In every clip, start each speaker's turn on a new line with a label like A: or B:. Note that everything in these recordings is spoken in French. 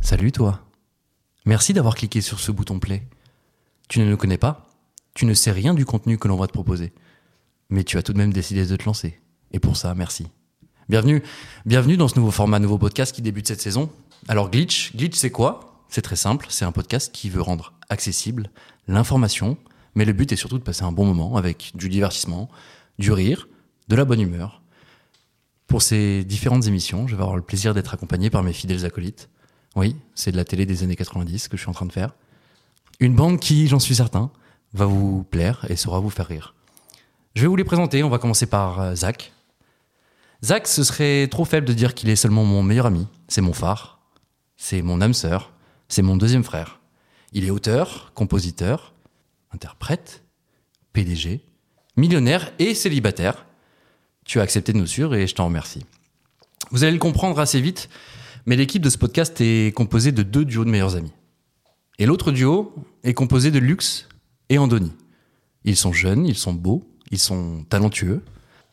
A: Salut toi. Merci d'avoir cliqué sur ce bouton play. Tu ne nous connais pas, tu ne sais rien du contenu que l'on va te proposer. Mais tu as tout de même décidé de te lancer. Et pour ça, merci. Bienvenue, bienvenue dans ce nouveau format, nouveau podcast qui débute cette saison. Alors Glitch, Glitch c'est quoi C'est très simple, c'est un podcast qui veut rendre accessible l'information, mais le but est surtout de passer un bon moment avec du divertissement, du rire, de la bonne humeur. Pour ces différentes émissions, je vais avoir le plaisir d'être accompagné par mes fidèles acolytes. Oui, c'est de la télé des années 90 que je suis en train de faire. Une bande qui, j'en suis certain, va vous plaire et saura vous faire rire. Je vais vous les présenter, on va commencer par euh, Zach. Zach, ce serait trop faible de dire qu'il est seulement mon meilleur ami, c'est mon phare, c'est mon âme sœur, c'est mon deuxième frère. Il est auteur, compositeur, interprète, PDG, millionnaire et célibataire. Tu as accepté de nous suivre et je t'en remercie. Vous allez le comprendre assez vite, mais l'équipe de ce podcast est composée de deux duos de meilleurs amis. Et l'autre duo est composé de Lux et Andoni. Ils sont jeunes, ils sont beaux, ils sont talentueux.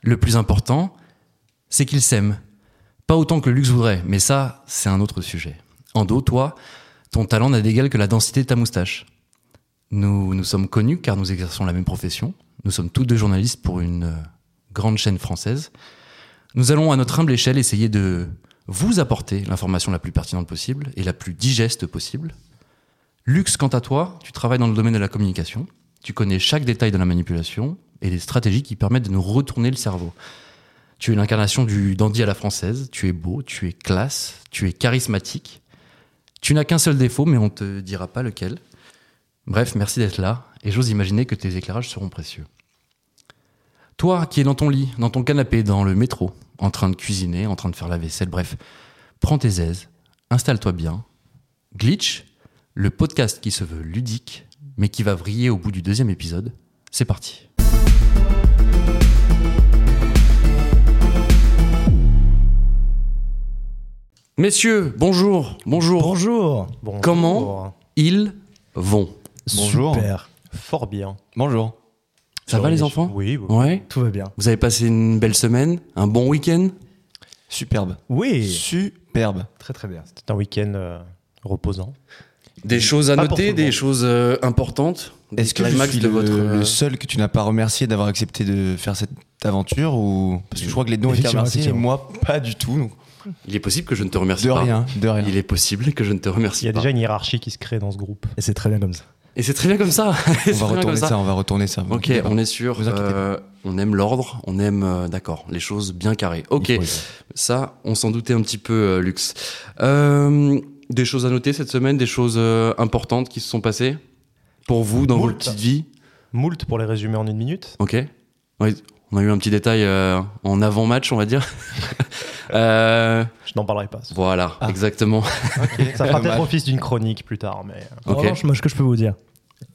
A: Le plus important, c'est qu'ils s'aiment. Pas autant que le luxe voudrait, mais ça, c'est un autre sujet. Ando, toi, ton talent n'a d'égal que la densité de ta moustache. Nous nous sommes connus car nous exerçons la même profession. Nous sommes tous deux journalistes pour une euh, grande chaîne française. Nous allons à notre humble échelle essayer de vous apporter l'information la plus pertinente possible et la plus digeste possible. Lux, quant à toi, tu travailles dans le domaine de la communication. Tu connais chaque détail de la manipulation et les stratégies qui permettent de nous retourner le cerveau. Tu es l'incarnation du dandy à la française. Tu es beau, tu es classe, tu es charismatique. Tu n'as qu'un seul défaut, mais on te dira pas lequel. Bref, merci d'être là, et j'ose imaginer que tes éclairages seront précieux. Toi qui es dans ton lit, dans ton canapé, dans le métro, en train de cuisiner, en train de faire la vaisselle, bref, prends tes aises, installe-toi bien. Glitch, le podcast qui se veut ludique, mais qui va vriller au bout du deuxième épisode, c'est parti. Messieurs, bonjour, bonjour.
B: Bonjour.
A: Comment Ils vont.
C: Bonjour.
B: Super.
C: Fort bien. Bonjour.
A: Ça
C: Sur
A: va
C: une
A: les
C: éche-
A: enfants
C: Oui, oui.
A: Ouais.
B: Tout va bien.
A: Vous avez passé une belle semaine, un bon week-end
C: Superbe.
B: Oui.
C: Superbe.
B: Très très bien.
C: C'est un week-end euh, reposant.
A: Des choses à
C: Pas pour tout
A: noter,
C: le
A: des
C: monde.
A: choses euh, importantes des
D: Est-ce que je
A: climax
D: suis
A: de
D: le,
A: votre, euh,
D: le seul que tu n'as pas remercié d'avoir accepté de faire cette aventure ou parce que je crois que les dons étaient
B: Effectivement,
D: remerciés et
B: effectivement.
D: moi pas du tout donc
A: Il est possible que je ne te remercie
D: de
A: pas.
D: rien de rien.
A: Il est possible que je ne te remercie
C: Il y
B: Ah.
C: a
A: pas.
C: déjà une hiérarchie qui se crée dans ce groupe.
B: Et c'est très bien comme ça.
A: Et c'est très bien comme ça.
D: On va retourner ça. on va retourner ça. vous
A: Ok,
D: inquiétez pas.
A: on est sûr.
D: Vous inquiétez
A: euh, on aime l'ordre, on aime, euh, d'accord, les choses bien carrées. Ok,
B: Il faut-
A: ça, on s'en doutait un petit peu, euh, Lux. Euh, des choses à noter cette semaine, des choses euh, importantes qui se sont passées pour vous dans vos
C: Moult.
A: petites vies.
C: Moult pour les résumer en une minute.
A: Ok. Oui, on a eu un petit détail euh, en avant-match, on va dire. Euh,
C: Je n'en parlerai pas.
A: voilà,
C: Ah.
A: exactement.
C: Ça fera
D: Dommage.
C: peut-être office d'une chronique plus tard. mais euh,
B: En
A: Ok.
B: revanche, moi, ce que je peux vous dire,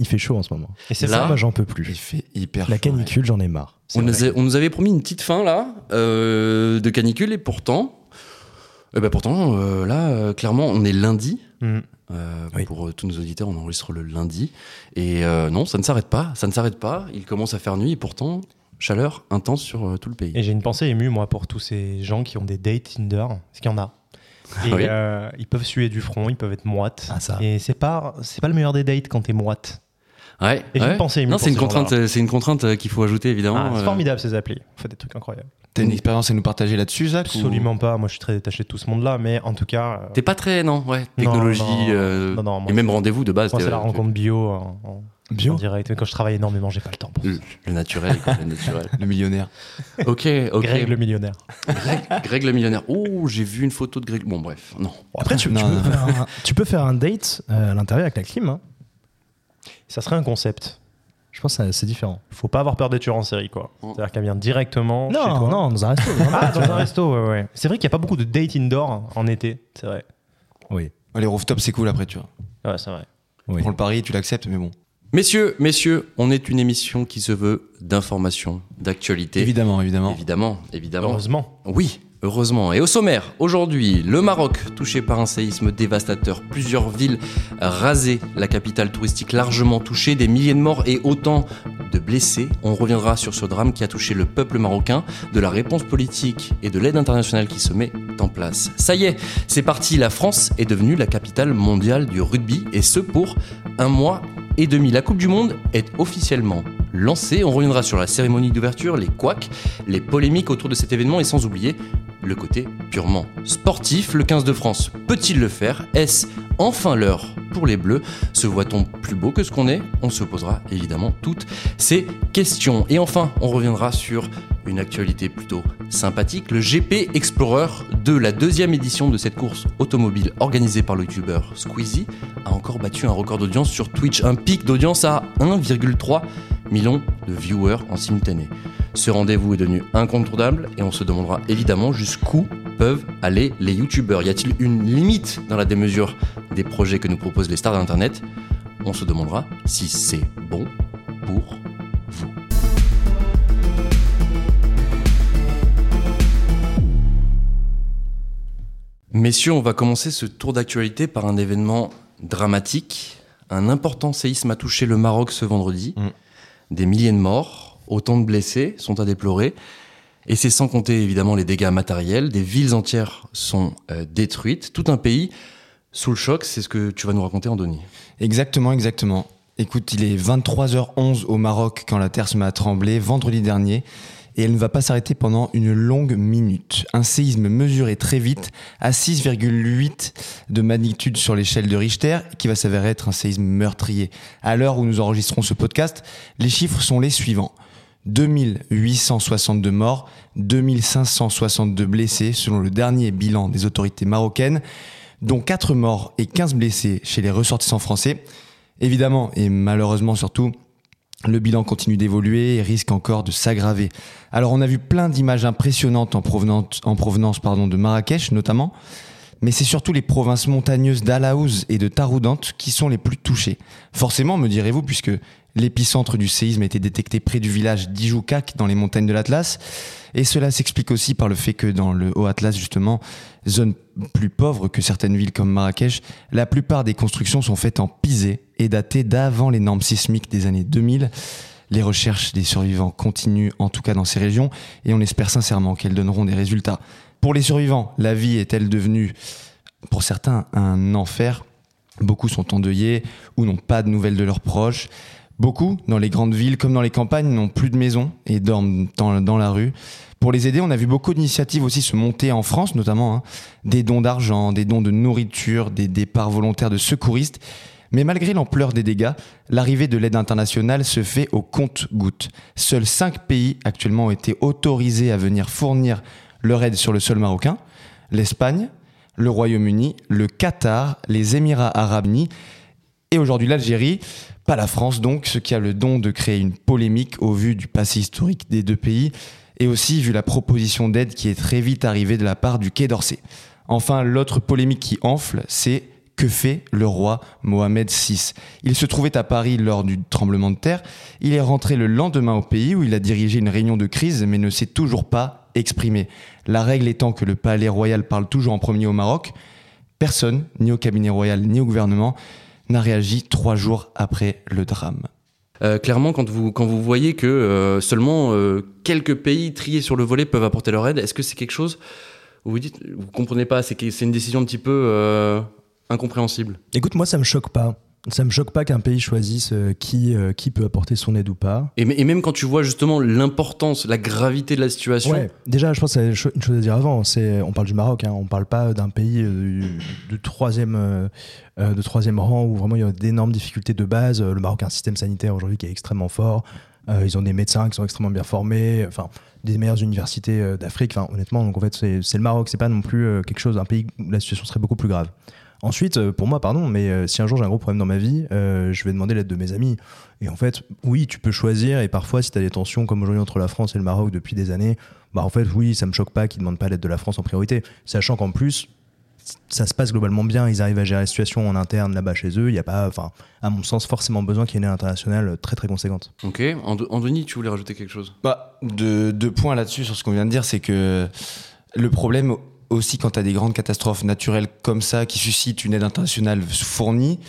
B: il fait chaud en ce moment.
C: Et c'est
A: Là-
C: ça.
B: Moi, j'en peux
D: Il
B: plus.
D: fait hyper chaud,
B: La
D: ouais.
B: canicule, j'en ai marre.
C: c'est
A: On
C: vrai.
A: nous, a- on nous avait promis une petite fin là euh, de canicule et pourtant, eh ben pourtant euh, là euh, clairement on est lundi.
C: Mm.
A: Euh,
B: Oui.
A: Pour euh, tous nos auditeurs, on enregistre le lundi. Et euh, non, ça ne s'arrête pas. Ça ne s'arrête pas. Il commence à faire nuit et pourtant chaleur intense sur euh, tout le pays.
C: Et j'ai une pensée émue, moi, pour tous ces gens qui ont des dates Tinder. Parce qu'il y en a. Et
A: Ah Oui.
C: euh, ils peuvent suer du front, ils peuvent être moites.
B: Ah, ça.
C: Et c'est pas, c'est pas le meilleur des dates quand t'es moite.
A: Ouais.
C: Et j'ai
A: ouais.
C: une pensée émue
A: Non,
C: pour
A: c'est une
C: ces gens-là.
A: contrainte. euh, C'est une contrainte euh, qu'il faut ajouter
C: Ah,
A: évidemment.
C: c'est
A: euh,
C: formidable ces applis. On fait des trucs incroyables.
D: T'as une expérience à nous partager là-dessus, Zach ou-
C: Absolument pas. Moi, je suis très détaché de tout ce monde-là. Mais en tout cas, euh,
A: T'es pas très non, ouais.
C: Non,
A: Technologie
C: non,
A: euh,
C: non, non, moi,
A: et même euh, rendez-vous de base.
C: Moi,
A: t'es-
C: c'est la
A: tu-
C: rencontre bio en, en- en
B: Bio
C: direct. Mais quand je travaille énormément, j'ai pas le temps pour ça.
A: Le, le naturel, quoi, le naturel.
D: Le millionnaire.
A: Ok, ok.
C: Greg
A: Greg
C: le
A: le,
C: millionnaire.
A: millionnaire. Oh, j'ai vu une photo de Greg. Bon, bref, non.
B: Après, tu, tu
D: Non,
B: peux
D: non, non.
B: faire un, tu peux faire un date euh, à l'intérieur avec la clim. hein.
C: Ça serait un concept.
B: Je pense que ça- c'est différent.
C: Faut pas avoir peur des tueurs en série, quoi. C'est-à-dire qu'elle vient directement chez
B: Non,
C: toi.
B: non, dans un resto.
C: Ah, dans un
B: resto.
C: resto, ouais, ouais. C'est vrai qu'il n'y a pas beaucoup de date indoor en été. C'est vrai.
B: Oui.
D: Oh, les rooftops c'est cool après tu vois.
C: Ouais, c'est vrai.
B: Oui.
D: Prends le pari, tu l'acceptes mais bon.
A: Messieurs, messieurs, on est une émission qui se veut d'information, d'actualité.
D: Évidemment évidemment.
A: Évidemment, évidemment.
C: Heureusement.
A: Oui, Heureusement. Et au sommaire, aujourd'hui, le Maroc, touché par un séisme dévastateur, plusieurs villes rasées, la capitale touristique largement touchée, des milliers de morts et autant de blessés. On reviendra sur ce drame qui a touché le peuple marocain, de la réponse politique et de l'aide internationale qui se met en place. Ça y est, c'est parti, la France est devenue la capitale mondiale du rugby, et ce pour un mois et demi. La Coupe du Monde est officiellement lancée. On reviendra sur la cérémonie d'ouverture, les couacs, les polémiques autour de cet événement et sans oublier le côté purement sportif. Le 15 de France peut-il le faire Est-ce enfin l'heure pour les Bleus Se voit-on plus beau que ce qu'on est On se posera évidemment toutes ces questions. Et enfin, on reviendra sur une actualité plutôt sympathique, le GP Explorer 2, la deuxième édition de cette course automobile organisée par le youtubeur Squeezie, a encore battu un record d'audience sur Twitch, un pic d'audience à 1,3 million de viewers en simultané. Ce rendez-vous est devenu incontournable et on se demandera évidemment jusqu'où peuvent aller les youtubeurs. Y a-t-il une limite dans la démesure des projets que nous proposent les stars d'Internet On se demandera si c'est bon pour vous. Messieurs, on va commencer ce tour d'actualité par un événement dramatique. Un important séisme a touché le Maroc ce vendredi.
D: Mm.
A: Des milliers de morts, autant de blessés sont à déplorer. Et c'est sans compter évidemment les dégâts matériels. Des villes entières sont euh, détruites. Tout un pays sous le choc. C'est ce que tu vas nous raconter, Andoni.
D: Exactement, exactement. Écoute, il est 23h11 au Maroc quand la terre se met à trembler vendredi dernier et elle ne va pas s'arrêter pendant une longue minute. Un séisme mesuré très vite à 6,8 de magnitude sur l'échelle de Richter qui va s'avérer être un séisme meurtrier. À l'heure où nous enregistrons ce podcast, les chiffres sont les suivants. 2862 morts, 2562 blessés selon le dernier bilan des autorités marocaines, dont 4 morts et 15 blessés chez les ressortissants français. Évidemment et malheureusement surtout, le bilan continue d'évoluer et risque encore de s'aggraver. Alors on a vu plein d'images impressionnantes en provenance, en provenance pardon, de Marrakech notamment, mais c'est surtout les provinces montagneuses d'Alaouz et de Taroudante qui sont les plus touchées. Forcément, me direz-vous, puisque l'épicentre du séisme a été détecté près du village d'Ijoukak dans les montagnes de l'Atlas, et cela s'explique aussi par le fait que dans le Haut Atlas, justement, zone plus pauvre que certaines villes comme Marrakech, la plupart des constructions sont faites en pisé et datées d'avant les normes sismiques des années 2000. Les recherches des survivants continuent, en tout cas dans ces régions, et on espère sincèrement qu'elles donneront des résultats. Pour les survivants, la vie est-elle devenue, pour certains, un enfer Beaucoup sont endeuillés ou n'ont pas de nouvelles de leurs proches. Beaucoup, dans les grandes villes comme dans les campagnes, n'ont plus de maison et dorment dans, dans la rue. Pour les aider, on a vu beaucoup d'initiatives aussi se monter en France, notamment hein. des dons d'argent, des dons de nourriture, des départs volontaires de secouristes. Mais malgré l'ampleur des dégâts, l'arrivée de l'aide internationale se fait au compte-goutte. Seuls cinq pays actuellement ont été autorisés à venir fournir leur aide sur le sol marocain l'Espagne, le Royaume-Uni, le Qatar, les Émirats arabes unis et aujourd'hui l'Algérie, pas la France donc, ce qui a le don de créer une polémique au vu du passé historique des deux pays et aussi vu la proposition d'aide qui est très vite arrivée de la part du Quai d'Orsay. Enfin, l'autre polémique qui enfle, c'est que fait le roi Mohamed VI Il se trouvait à Paris lors du tremblement de terre, il est rentré le lendemain au pays où il a dirigé une réunion de crise mais ne s'est toujours pas exprimé. La règle étant que le palais royal parle toujours en premier au Maroc, personne, ni au cabinet royal ni au gouvernement, n'a réagi trois jours après le drame.
A: Euh, clairement, quand vous, quand vous voyez que euh, seulement euh, quelques pays triés sur le volet peuvent apporter leur aide, est-ce que c'est quelque chose où vous dites, vous comprenez pas, c'est que- c'est une décision un petit peu euh, incompréhensible
B: Écoute, moi, ça me choque pas. Ça me choque pas qu'un pays choisisse euh, qui, euh, qui peut apporter son aide ou pas.
A: et, m- et même quand tu vois justement l'importance, la gravité de la situation,
B: Ouais. Déjà, je pense que c'est une cho- une chose à dire avant. C'est, on parle du Maroc, hein, on parle pas d'un pays euh, de troisième, euh, euh, de troisième rang où vraiment il y a d'énormes difficultés de base. Euh, Le Maroc a un système sanitaire aujourd'hui qui est extrêmement fort. Euh, ils ont des médecins qui sont extrêmement bien formés, enfin des meilleures universités euh, d'Afrique. Enfin, honnêtement, donc en fait, c'est, c'est le Maroc. C'est pas non plus euh, quelque chose, un pays où la situation serait beaucoup plus grave. Ensuite, euh, pour moi, pardon, mais euh, si un jour j'ai un gros problème dans ma vie, euh, je vais demander l'aide de mes amis. Et en fait, oui, tu peux choisir. Et parfois, si tu as des tensions comme aujourd'hui entre la France et le Maroc depuis des années, bah en fait, oui, ça me choque pas qu'ils demandent pas l'aide de la France en priorité. Sachant qu'en plus, ça se passe globalement bien. Ils arrivent à gérer la situation en interne là-bas chez eux. Il n'y a pas, enfin, à mon sens, forcément besoin qu'il y ait une aide internationale euh, très très conséquente.
A: Ok. Ando- Andoni, tu voulais rajouter quelque chose
D: Bah, deux, deux points là-dessus sur ce qu'on vient de dire, c'est que Le problème aussi quand tu as des grandes catastrophes naturelles comme ça qui suscitent une aide internationale fournie,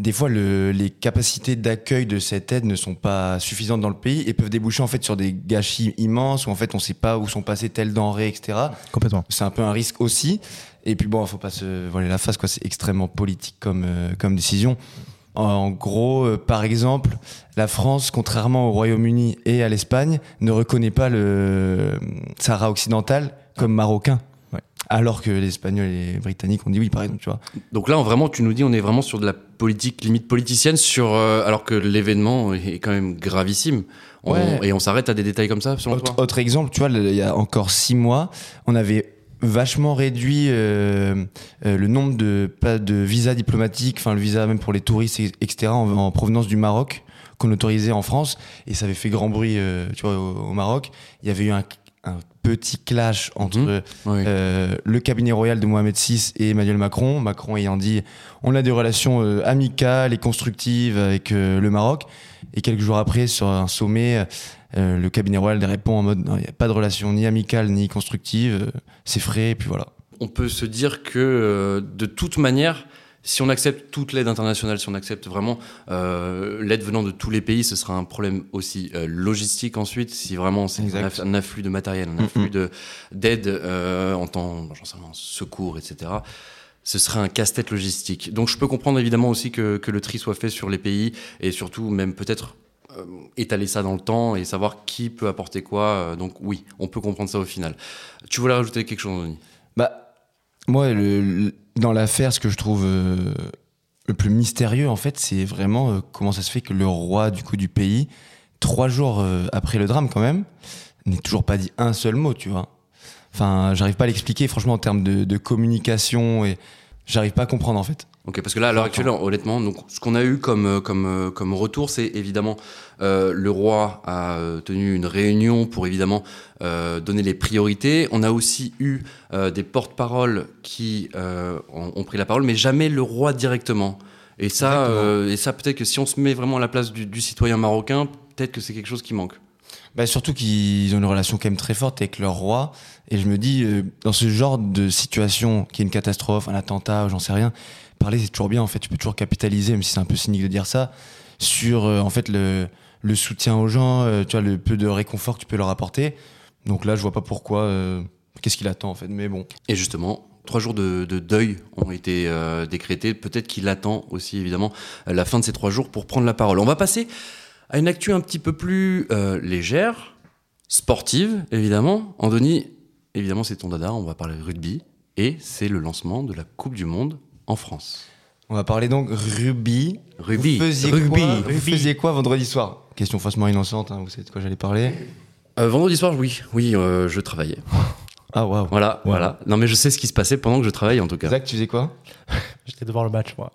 D: des fois le- les capacités d'accueil de cette aide ne sont pas suffisantes dans le pays et peuvent déboucher en fait sur des gâchis immenses où en fait on sait pas où sont passées telles denrées, etc.
B: Complètement.
D: C'est un peu un risque aussi. Et puis bon, faut pas se voiler la face, quoi. C'est extrêmement politique comme, euh, comme décision. En, en gros, euh, par exemple, la France, contrairement au Royaume-Uni et à l'Espagne, ne reconnaît pas le Sahara occidental comme marocain.
B: Ouais.
D: Alors que les Espagnols et les Britanniques ont dit oui, par exemple, tu vois.
A: Donc là, on- vraiment, tu nous dis, on est vraiment sur de la politique limite politicienne, sur, euh, alors que l'événement est quand même gravissime. On-
D: Ouais.
A: Et on s'arrête à des détails comme ça, selon
D: Autre,
A: toi
D: autre exemple, tu vois, le- il y a encore six mois, on avait vachement réduit euh, euh, le nombre de pas de visas diplomatiques, enfin le visa même pour les touristes, et- etc. en, en provenance du Maroc qu'on autorisait en France et ça avait fait grand bruit, euh, tu vois, au, au Maroc. Il y avait eu un, un petit clash entre
A: Mhm. Ouais.
D: euh, le cabinet royal de Mohamed VI et Emmanuel Macron. Macron ayant dit on a des relations euh, amicales et constructives avec euh, le Maroc. Et quelques jours après, sur un sommet, euh, le cabinet royal répond en mode non, il n'y a pas de relation ni amicale ni constructive, euh, c'est frais, et puis voilà.
A: on peut se dire que euh, de toute manière, si on accepte toute l'aide internationale, si on accepte vraiment euh, l'aide venant de tous les pays, ce sera un problème aussi euh, logistique ensuite, si vraiment c'est un,
D: Exact.
A: aff- un afflux de matériel, un
D: Mm,
A: afflux
D: mm.
A: de- d'aide euh, en temps, j'en sais rien, en secours, etc. Ce serait un casse-tête logistique. Donc je peux comprendre évidemment aussi que, que le tri soit fait sur les pays et surtout même peut-être euh, étaler ça dans le temps et savoir qui peut apporter quoi. Euh, Donc oui, on peut comprendre ça au final. Tu voulais rajouter quelque chose, Anthony
D: Bah, moi, le- le- dans l'affaire, ce que je trouve euh, le plus mystérieux, en fait, c'est vraiment euh, comment ça se fait que le roi du coup du pays, trois jours euh, après le drame, quand même, n'ait toujours pas dit un seul mot, tu vois. Enfin, j'arrive pas à l'expliquer, franchement, en termes de, de communication, et j'arrive pas à comprendre, en fait.
A: Ok, parce que là, à l'heure actuelle, honnêtement, donc, ce qu'on a eu comme, euh, comme, euh, comme retour, c'est évidemment euh, le roi a euh, tenu une réunion pour évidemment euh, donner les priorités. On a aussi eu euh, des porte-paroles qui euh, ont, ont pris la parole, mais jamais le roi directement. Et ça,
D: Exactement.
A: euh, et ça peut-être que si on se met vraiment à la place du, du citoyen marocain, peut-être que c'est quelque chose qui manque.
D: Bah, surtout qu'ils ont une relation quand même très forte avec leur roi. Et je me dis, euh, dans ce genre de situation, qui est une catastrophe, un attentat, ou j'en sais rien, parler c'est toujours bien. En fait, tu peux toujours capitaliser, même si c'est un peu cynique de dire ça, sur euh, en fait le, le soutien aux gens, euh, tu vois, le peu de réconfort que tu peux leur apporter. Donc là, je vois pas pourquoi. euh, Qu'est-ce qu'il attend en fait Mais bon.
A: Et justement, trois jours de, de deuil ont été euh, décrétés. Peut-être qu'il attend aussi, évidemment, euh, la fin de ces trois jours pour prendre la parole. On va passer à une actu un petit peu plus euh, légère, sportive, évidemment. Andoni, évidemment, c'est ton dada. On va parler rugby. Et c'est le lancement de la Coupe du Monde en France.
D: On va parler donc rugby.
A: Rugby.
D: Vous faisiez,
A: Rugby. Euh,
D: Quoi, vous
C: Rugby.
D: faisiez quoi vendredi soir Question faussement innocente, hein, vous savez de quoi j'allais parler.
A: Euh, vendredi soir, oui, oui, euh, je travaillais.
D: Ah waouh.
A: Voilà, voilà. Non, mais je sais ce qui se passait pendant que je travaillais, en tout cas.
D: Zach, tu faisais quoi
C: J'étais devant le match, moi.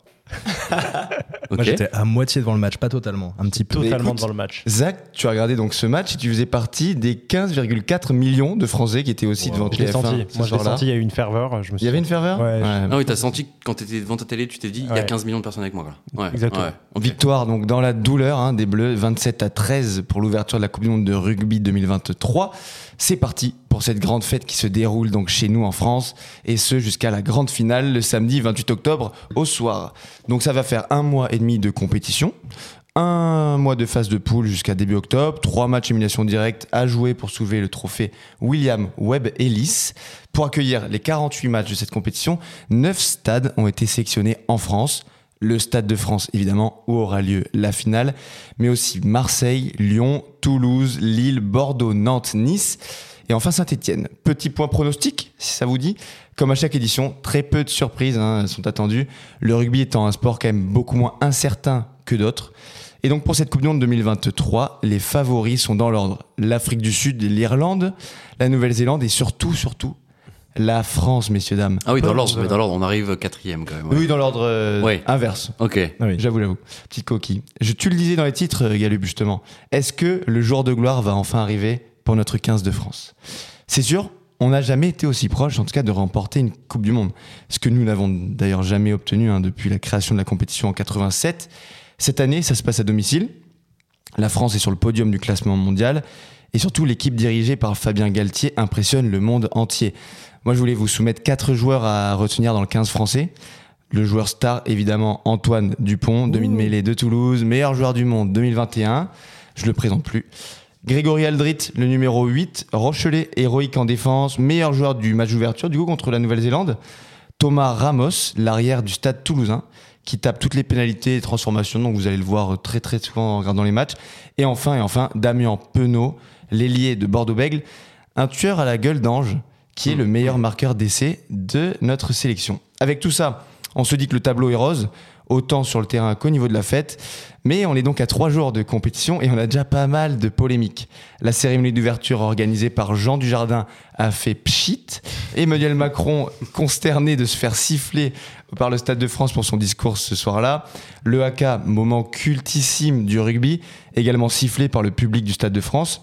A: Ok.
B: Moi, j'étais à moitié devant le match, pas totalement, un petit peu.
D: Mais
C: Totalement
D: écoute-
C: devant le match.
D: Zach, tu as regardé donc ce match et tu faisais partie des 15,4 millions de Français qui étaient aussi
B: Wow.
D: devant
B: Je
C: Je l'ai
D: TF1
C: senti.
D: ce
C: Moi, je l'ai
D: soir-là.
C: senti. Il y a eu une ferveur. Je me
D: Il y avait une ferveur
C: Ouais,
A: Ah oui, t'as senti que quand t'étais devant ta télé, tu t'es dit, il y a
C: Ouais.
A: 15 millions de personnes avec moi. Là. Ouais,
C: Exactement.
A: ouais.
D: Victoire donc dans la douleur hein, des Bleus, 27 à 13 pour l'ouverture de la Coupe du Monde de rugby 2023. C'est parti pour cette grande fête qui se déroule donc chez nous en France et ce jusqu'à la grande finale le samedi 28 octobre au soir. Donc ça va faire un mois et demi de compétition. Un mois de phase de poule jusqu'à début octobre, trois matchs élimination directe à jouer pour soulever le trophée William Webb Ellis. Pour accueillir les 48 matchs de cette compétition, 9 stades ont été sélectionnés en France. Le Stade de France, évidemment, où aura lieu la finale, mais aussi Marseille, Lyon, Toulouse, Lille, Bordeaux, Nantes, Nice. Et enfin Saint-Etienne. Petit point pronostic, si ça vous dit. Comme à chaque édition, très peu de surprises hein, sont attendues. Le rugby étant un sport quand même beaucoup moins incertain que d'autres. Et donc pour cette Coupe du Monde 2023, les favoris sont dans l'ordre. L'Afrique du Sud, l'Irlande, la Nouvelle-Zélande et surtout, surtout, la France, messieurs, dames.
A: Ah oui, dans
C: Pas
A: l'ordre,
C: dans
A: mais
C: un-
A: dans l'ordre, on arrive quatrième quand même. ouais.
D: Oui, dans l'ordre euh,
A: Ouais.
D: inverse.
A: Ok.
B: Ah oui.
D: J'avoue, j'avoue. Petite coquille. Je, tu le disais dans les titres, euh, Gallup, justement. Est-ce que le jour de gloire va enfin arriver pour notre 15 de France C'est sûr, on n'a jamais été aussi proche, en tout cas, de remporter une Coupe du Monde. Ce que nous n'avons d'ailleurs jamais obtenu hein, depuis la création de la compétition en 87. Cette année, ça se passe à domicile. La France est sur le podium du classement mondial Et surtout, l'équipe dirigée par Fabien Galtier impressionne le monde entier. Moi, je voulais vous soumettre quatre joueurs à retenir dans le 15 français. Le joueur star, évidemment, Antoine Dupont, demi-mêlée de Toulouse, meilleur joueur du monde 2021. Je le présente plus. Grégory Aldrit, le numéro 8, Rochelet, héroïque en défense, meilleur joueur du match d'ouverture, du coup, contre la Nouvelle-Zélande. Thomas Ramos, l'arrière du stade toulousain, qui tape toutes les pénalités et transformations, donc vous allez le voir euh, très très souvent en regardant les matchs. Et enfin, et enfin, Damien Penaud, l'ailier de Bordeaux-Bègle, un tueur à la gueule d'ange, qui est le meilleur marqueur d'essai de notre sélection. Avec tout ça, on se dit que le tableau est rose, autant sur le terrain qu'au niveau de la fête, mais on est donc à trois jours de compétition et on a déjà pas mal de polémiques. La cérémonie d'ouverture organisée par Jean Dujardin a fait pchit. Emmanuel Macron, consterné de se faire siffler par le Stade de France pour son discours ce soir-là. Le haka, moment cultissime du rugby, également sifflé par le public du Stade de France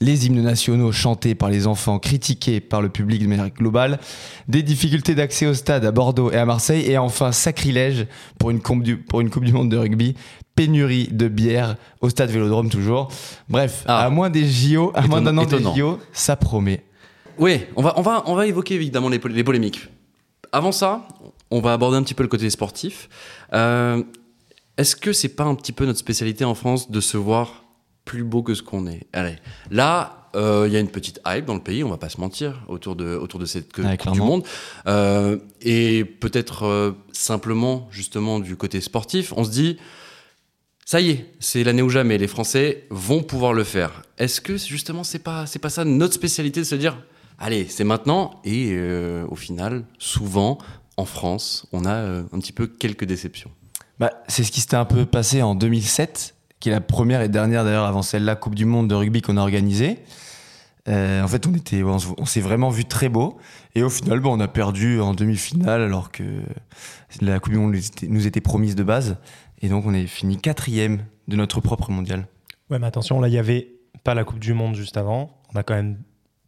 D: les hymnes nationaux chantés par les enfants, critiqués par le public de manière globale, des difficultés d'accès au stade à Bordeaux et à Marseille, et enfin sacrilège pour une, coupe du, pour une Coupe du Monde de rugby, pénurie de bière au stade Vélodrome toujours. Bref,
A: Ah.
D: à moins des JO, à moins
A: Étonnant-
D: d'un an des
A: étonnant.
D: JO, ça promet.
A: Oui, on va, on, va, on va évoquer évidemment les, pol- les polémiques. Avant ça, on va aborder un petit peu le côté sportif. Euh, Est-ce que c'est pas un petit peu notre spécialité en France de se voir plus beau que ce qu'on est Allez, là, euh, il y a une petite hype dans le pays, on va pas se mentir, autour de, autour de cette Coupe
D: Ouais,
A: du
D: clairement.
A: Monde. Euh, et peut-être euh, simplement, justement, du côté sportif, on se dit, ça y est, c'est l'année ou jamais, les Français vont pouvoir le faire. Est-ce que justement c'est pas c'est pas ça notre spécialité de se dire allez, c'est maintenant et euh, au final, souvent en France, on a euh, un petit peu quelques déceptions.
D: Bah, c'est ce qui s'était un peu passé en 2007, qui est la première et dernière d'ailleurs avant celle-là Coupe du Monde de rugby qu'on a organisée. Euh, en fait, on était, on, se- on s'est vraiment vu très beau. Et au final, bon, on a perdu en demi-finale alors que la Coupe du Monde nous était, nous était promise de base. Et donc, on est fini quatrième de notre propre mondial.
C: Ouais, mais attention, là, il y avait pas la Coupe du Monde juste avant. On a quand même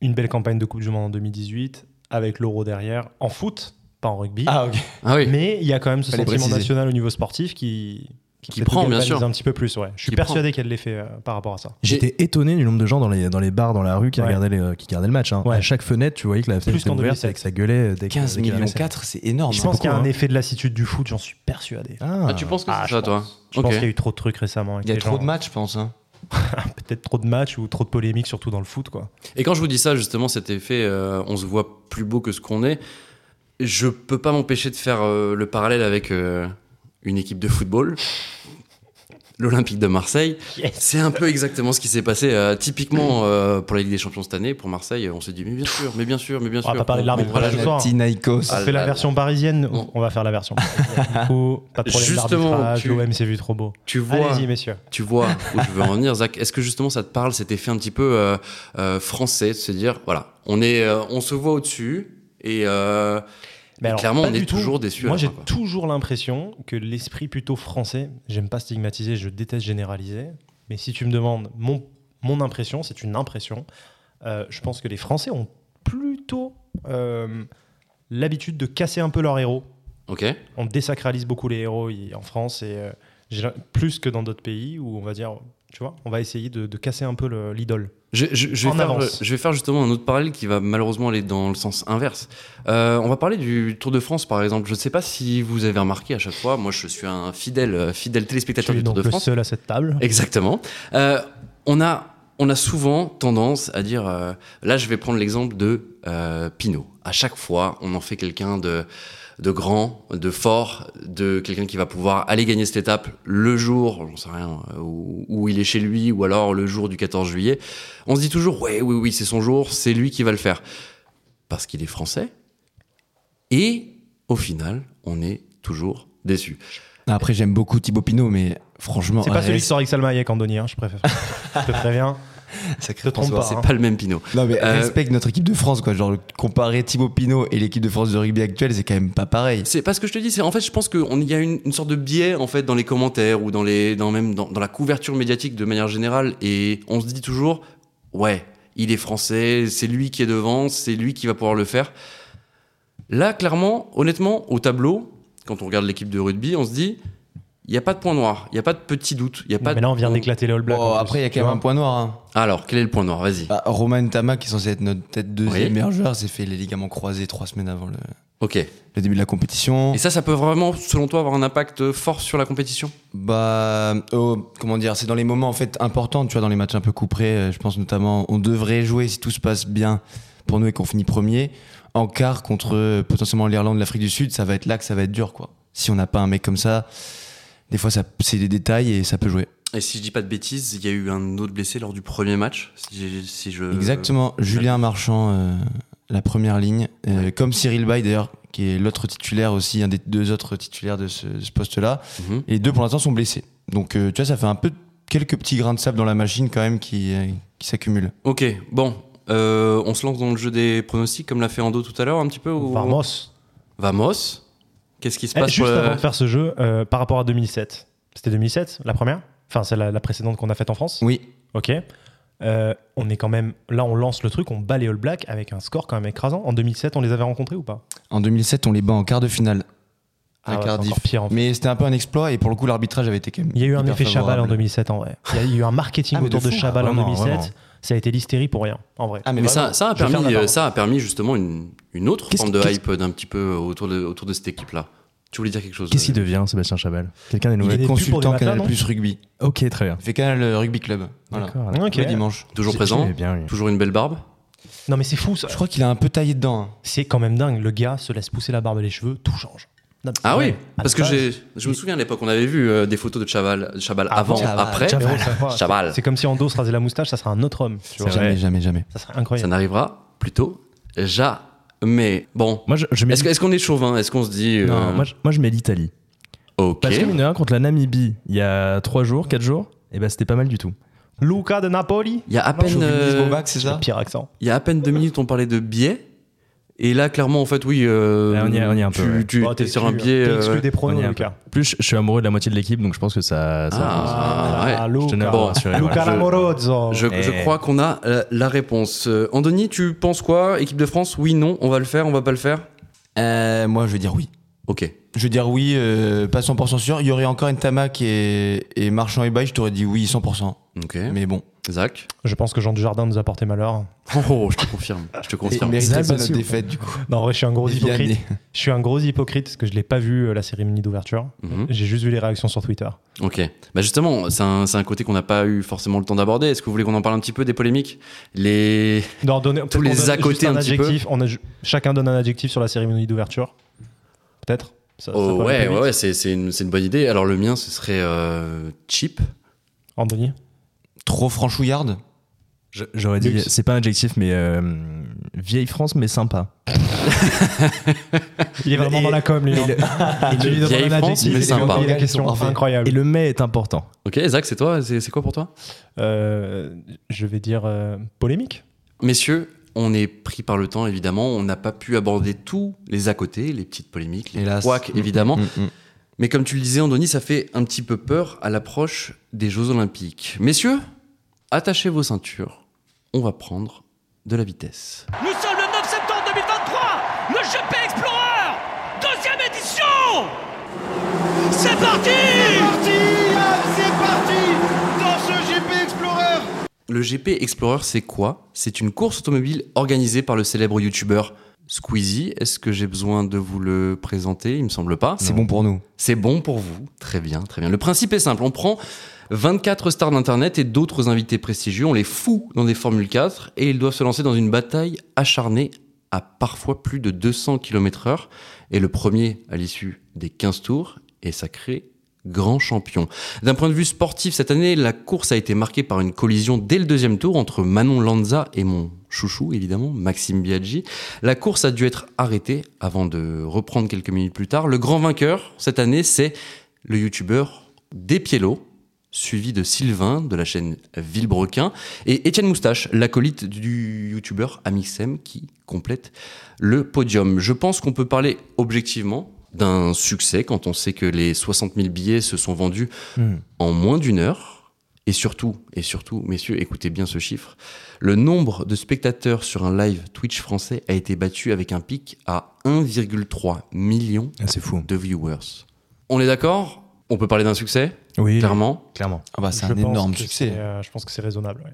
C: une belle campagne de Coupe du Monde en 2018, avec l'Euro derrière, en foot, pas en rugby.
D: ok.
A: Ah oui.
C: Mais il y a quand même ce
D: Fallait
C: sentiment
D: préciser.
C: national au niveau sportif qui,
A: Qui
C: peut-être
A: prend, bien
C: galvanise
A: sûr.
C: un petit peu plus. Ouais. Je suis
A: Qui
C: persuadé qu'elle l'ait fait euh, par rapport à ça.
A: J'ai-
B: J'étais étonné du nombre de gens dans les, dans les bars, dans la rue, qui,
C: Ouais.
B: regardaient, les, euh, qui gardaient le match. hein.
C: Ouais.
B: À chaque fenêtre, tu voyais que la fenêtre
C: Plus
B: était
C: qu'en
B: ouverte
C: 2007.
B: et que ça gueulait dès que-
D: 15
B: dès qu'il y avait
D: millions
B: un essai.
D: 4, c'est énorme.
C: Je
B: sais
C: pense qu'il y a
B: pourquoi,
C: un
B: hein.
C: effet de lassitude du foot, j'en suis persuadé.
B: Ah,
A: Ah, tu penses que
C: Ah,
A: c'est
C: je
A: ça toi
C: Je
A: Ok.
C: pense qu'il y a eu trop de trucs récemment. avec
D: Il y a
C: les
D: trop
C: gens.
D: de matchs, je pense. hein.
C: Peut-être trop de matchs ou trop de polémiques, surtout dans le foot. Quoi.
A: Et quand je vous dis ça justement cet effet euh, on se voit plus beau que ce qu'on est, je peux pas m'empêcher de faire euh, le parallèle avec euh, une équipe de football. L'Olympique de Marseille, C'est un peu exactement ce qui s'est passé euh, typiquement euh, pour la Ligue des Champions cette année. Pour Marseille, on s'est dit mais bien sûr, mais bien sûr, mais bien
C: On
A: sûr.
C: va pas parler de l'arbitre,
A: voilà,
C: là, je- soir.
D: Panathinaikos.
A: Ah
C: On fait
A: là
C: la
A: là.
C: version parisienne,
A: Bon.
C: on va faire la version. parisienne. du coup, pas de problème
A: Justement,
C: d'arbitrage,
A: tu-
C: l'OM s'est vu trop beau.
A: Tu vois,
C: Allez-y, messieurs.
A: tu vois où je veux en venir, Zach. Est-ce que justement ça te parle cet effet un petit peu euh, euh, français de se dire voilà, on est, euh, on se voit au-dessus et euh,
C: Mais alors,
A: clairement,
C: pas
A: on est
C: du tout.
A: toujours déçus à
C: Moi,
A: la
C: j'ai
A: fin, quoi.
C: toujours l'impression que l'esprit plutôt français, j'aime pas stigmatiser, je déteste généraliser, mais si tu me demandes mon, mon impression, c'est une impression, euh, je pense que les Français ont plutôt euh, l'habitude de casser un peu leurs héros.
A: ok,
C: On désacralise beaucoup les héros i- en France, et euh, j'ai l'im- plus que dans d'autres pays où on va dire, tu vois, on va essayer de, de casser un peu le- l'idole.
A: je, je- je vais
C: En
A: faire,
C: avance.
A: je vais faire justement un autre parallèle qui va malheureusement aller dans le sens inverse. Euh, on va parler du Tour de France par exemple. Je ne sais pas si vous avez remarqué à chaque fois. Moi, je suis un fidèle, euh, fidèle
C: Je
A: téléspectateur
C: suis
A: du Tour de
C: donc le
A: France.
C: seul à cette table.
A: Exactement. Euh, on, a, on a souvent tendance à dire, euh, là je vais prendre l'exemple de euh, Pinot. À chaque fois, on en fait quelqu'un de, de grand, de fort, de quelqu'un qui va pouvoir aller gagner cette étape le jour, j'en sais rien, euh, où, où il est chez lui, ou alors le jour du 14 juillet. On se dit toujours, ouais, oui, oui, c'est son jour, c'est lui qui va le faire. Parce qu'il est français. Et au final, on est toujours déçu.
D: Après, j'aime beaucoup Thibaut Pinot, mais franchement,
A: Ah,
C: C'est pas celui
D: Arès-
C: qui sort avec Salma Hayek en Donnie, hein, je préfère. je te préviens.
D: Sacré
C: Je te trompe
D: François,
C: pas.
A: C'est
C: hein.
A: pas le même Pinot.
D: Non mais
A: Euh,
D: respecte notre équipe de France quoi, genre comparer Thibaut Pinot et l'équipe de France de rugby actuelle, c'est quand même pas pareil.
A: C'est parce que je te dis, c'est en fait, je pense qu'il y a une, une sorte de biais en fait dans les commentaires ou dans les, dans même dans, dans la couverture médiatique de manière générale, et on se dit toujours, ouais, il est français, c'est lui qui est devant, c'est lui qui va pouvoir le faire. Là, clairement, honnêtement, au tableau, quand on regarde l'équipe de rugby, on se dit, Il n'y a pas de point noir, il n'y a pas de petit doute, il y a pas.
C: mais là, on vient
A: de-
C: d'éclater les All Blacks.
D: Oh,
C: en plus,
D: après, il y a
C: tu
D: quand même
C: vois.
D: un point noir. hein.
A: Alors, quel est le point noir Vas-y.
D: Bah, Romain Tama, qui est censé être notre tête deuxième
A: Oui.
D: meilleur joueur, s'est fait les ligaments croisés trois semaines avant le,
A: Ok. Et
D: le début de la compétition.
A: ça, ça peut vraiment, selon toi, avoir un impact fort sur la compétition
D: Bah, euh, comment dire, c'est dans les moments en fait importants, tu vois, dans les matchs un peu couperés. euh, je pense notamment, on devrait jouer si tout se passe bien pour nous et qu'on finit premier en quart contre euh, potentiellement l'Irlande, l'Afrique du Sud. Ça va être là que ça va être dur, quoi. Si on n'a pas un mec comme ça, des fois, ça, c'est des détails et ça peut jouer.
A: Et si je dis pas de bêtises, il y a eu un autre blessé lors du premier match. Si, si
C: Euh,
A: je.
D: Exactement. Julien Marchand, euh, la première ligne, euh, comme Cyril Bay d'ailleurs, qui est l'autre titulaire aussi, un des deux autres titulaires de ce, ce poste-là.
A: Mhm.
D: Et les deux pour l'instant sont blessés. Donc euh, tu vois, ça fait un peu quelques petits grains de sable dans la machine quand même qui, euh, qui s'accumulent.
A: Ok. Bon, Euh, on se lance dans le jeu des pronostics, comme l'a fait Ando tout à l'heure, un petit peu. ou-
C: Vamos.
A: Vamos. Qu'est-ce qui se
C: Eh,
A: passe
C: juste
A: pour la-
C: avant de faire ce jeu, euh, par rapport à 2007, c'était 2007, la première Enfin, c'est la, la précédente qu'on a faite en France
D: Oui.
C: Ok. Euh, on est quand même. Là, on lance le truc, on bat les All Blacks avec un score quand même écrasant. En 2007, on les avait rencontrés ou pas
D: En 2007, on les bat en quart de finale
C: Ah
D: à
C: ouais, c'est
D: Cardiff.
C: encore pire, en fait.
D: Mais c'était un peu un exploit et pour le coup, l'arbitrage avait été quand même.
C: Il y a eu un
D: hyper
C: effet Chabal en
D: favorable.
C: 2007 en vrai. Il y a eu un marketing
D: Ah, mais de
C: autour de,
D: fou.
C: Chabal
B: Vraiment,
C: en 2007.
B: vraiment.
C: Ça a été l'hystérie pour rien en vrai.
D: Ah, mais,
A: Mais ça,
D: vraiment.
A: ça, a
C: je vais faire
A: permis,
C: la
A: euh,
C: part.
A: ça a permis justement une, une autre
D: Qu'est-ce-
A: forme de
D: qu'est-ce-
A: hype euh, d'un petit peu autour de, autour de cette équipe-là. Tu voulais dire quelque chose
B: Qu'est-ce
A: euh,
B: qu'il devient, Sébastien Chabal Quelqu'un des
D: Il
B: nouvelles
D: est
C: pubs pour
D: consultant
C: des matins,
D: Canal
C: non
D: Plus Rugby.
B: Ok, très bien.
D: Il fait Canal euh, Rugby Club. Voilà.
B: D'accord, alors.
C: Ok.
D: Le dimanche.
A: Toujours
B: J'ai-
A: présent,
B: j'aimais bien, lui.
A: toujours une belle barbe.
C: Non mais c'est fou ça.
D: Je crois qu'il a un peu taillé dedans. hein.
C: C'est quand même dingue. Le gars se laisse pousser la barbe et les cheveux, tout change. Non, mais c'est
A: Ah
C: vrai.
A: oui, parce
C: À
A: que
C: la base,
A: j'ai, je me souviens à l'époque, on avait vu euh, des photos de Chaval, Chaval
C: Ah
A: avant,
D: Chaval,
A: après.
C: mais bon, ça fera-
A: Chaval.
C: C'est comme si Ando se rasait la moustache, ça serait un autre homme. tu vois.
B: C'est vrai.
D: Jamais, jamais, jamais.
C: Ça serait
A: Ça
C: incroyable.
A: n'arrivera plutôt jamais. Bon,
B: Moi, je, je mets
A: est-ce, que- est-ce qu'on est chauvin Est-ce qu'on se dit. euh,
B: Non, moi, je- moi, je mets l'Italie.
A: ok.
B: Parce que mine de rien, contre la Namibie, il y a 3 jours, 4 jours, et ben c'était pas mal du tout.
C: Luca de Napoli.
A: Il y, a à
D: Je
A: peine, euh,
D: c'est
C: Le
D: ça
C: pire accent.
A: il y a à peine deux minutes, on parlait de biais. Et là, clairement, en fait, oui. euh,
B: Là, on y est- on y est un
A: tu,
B: peu, ouais.
A: tu-
C: Oh,
A: t'es sur un
C: exclu,
A: biais.
C: T'es
A: euh,
C: exclu des
B: on
C: pronos,
B: y est un
C: Lucas.
B: Plus, je- je suis amoureux de la moitié de l'équipe, donc je pense que ça. ça
A: Ah, ouais.
B: je tenais à
C: Luca.
B: vous
A: Bon,
B: rassurer, voilà.
C: Luca Lamorozzo.
A: Je,
B: Eh.
A: je crois qu'on a euh, la réponse. Euh, Anthony, tu penses quoi Équipe de France Oui, non, on va le faire, on va pas le faire
D: Euh, Moi, je vais dire oui.
A: Ok.
D: Je vais dire oui, euh, pas 100% sûr. Il y aurait encore une Tamac et, et Marchand et Baye, je t'aurais dit oui 100%.
A: Ok.
D: Mais bon,
A: Zach
C: Je pense que Jean Dujardin nous a porté malheur.
A: Oh, oh, je te confirme. Je te
D: et
A: confirme.
D: mérite pas
B: Zaz
D: notre
B: aussi, ou pas
D: défaite du coup.
C: Non, en vrai, je suis un gros
D: Et Vianney.
C: hypocrite. Je suis un gros hypocrite parce que je l'ai pas vu euh, la cérémonie d'ouverture.
A: Mhm.
C: J'ai juste vu les réactions sur Twitter.
A: Ok. Bah justement, c'est un, c'est un côté qu'on n'a pas eu forcément le temps d'aborder. Est-ce que vous voulez qu'on en parle un petit peu des polémiques Les.
C: Non, donner, peut-être
A: les
C: qu'on donne
A: à côté
C: juste un,
A: un petit peu.
C: adjectif. On a ju- chacun donne un adjectif sur la cérémonie d'ouverture. Peut-être. Ça- ça
A: Oh, ouais,
C: peut aller plus
A: ouais,
C: vite.
A: ouais, c'est c'est une, c'est une bonne idée. Alors le mien, ce serait euh, cheap.
C: Anthony.
D: Trop franchouillarde.
B: Je- J'aurais dit,
C: Luxe.
B: c'est pas un adjectif, mais euh, vieille France, mais sympa.
C: Il est vraiment
B: Et-
C: dans la com, lui. hein. Il lui donne
A: vieille
C: un
A: France, mais
C: adjectif, il lui
A: sympa.
C: pose la question.
D: Parfait.
C: Incroyable.
B: Et le mais est important.
A: Ok, Zach, c'est toi C'est c'est quoi pour toi
C: Euh, je vais dire euh, polémique.
A: Messieurs, on est pris par le temps, évidemment. On n'a pas pu aborder tous les à côté, les petites polémiques, les
D: Hélas.
A: couacs, évidemment.
D: Mm, mm.
A: Mais comme tu le disais, Andoni, ça fait un petit peu peur à l'approche des Jeux Olympiques. Messieurs, attachez vos ceintures. On va prendre de la vitesse.
E: Nous sommes le 9 septembre 2023, le GP Explorer, deuxième édition C'est parti
A: Le GP Explorer, c'est quoi C'est une course automobile organisée par le célèbre youtubeur Squeezie. Est-ce que j'ai besoin de vous le présenter Il me semble pas.
D: C'est bon pour nous.
A: C'est bon pour vous. Très bien, très bien. Le principe est simple. On prend 24 stars d'Internet et d'autres invités prestigieux. On les fout dans des Formule 4 et ils doivent se lancer dans une bataille acharnée à parfois plus de 200 km heure. Et le premier à l'issue des 15 tours est sacré grand champion. D'un point de vue sportif, cette année, la course a été marquée par une collision dès le deuxième tour entre Manon Lanza et mon chouchou, évidemment, Maxime Biaggi. La course a dû être arrêtée avant de reprendre quelques minutes plus tard. Le grand vainqueur cette année, c'est le youtubeur Despiello, suivi de Sylvain de la chaîne Villebrequin et Étienne Moustache, l'acolyte du youtubeur Amixem qui complète le podium. Je pense qu'on peut parler objectivement d'un succès quand on sait que les 60 000 billets se sont vendus en moins d'une heure. Et surtout, et surtout, messieurs, écoutez bien ce chiffre, le nombre de spectateurs sur un live Twitch français a été battu avec un pic à 1,3 million
B: c'est fou.
A: de viewers. On est d'accord on peut parler d'un succès,
B: Oui,
A: clairement.
B: clairement.
D: Ah bah, c'est
C: Je
D: un
C: pense
D: énorme
C: que
D: succès.
C: c'est, euh, je pense que c'est raisonnable. ouais.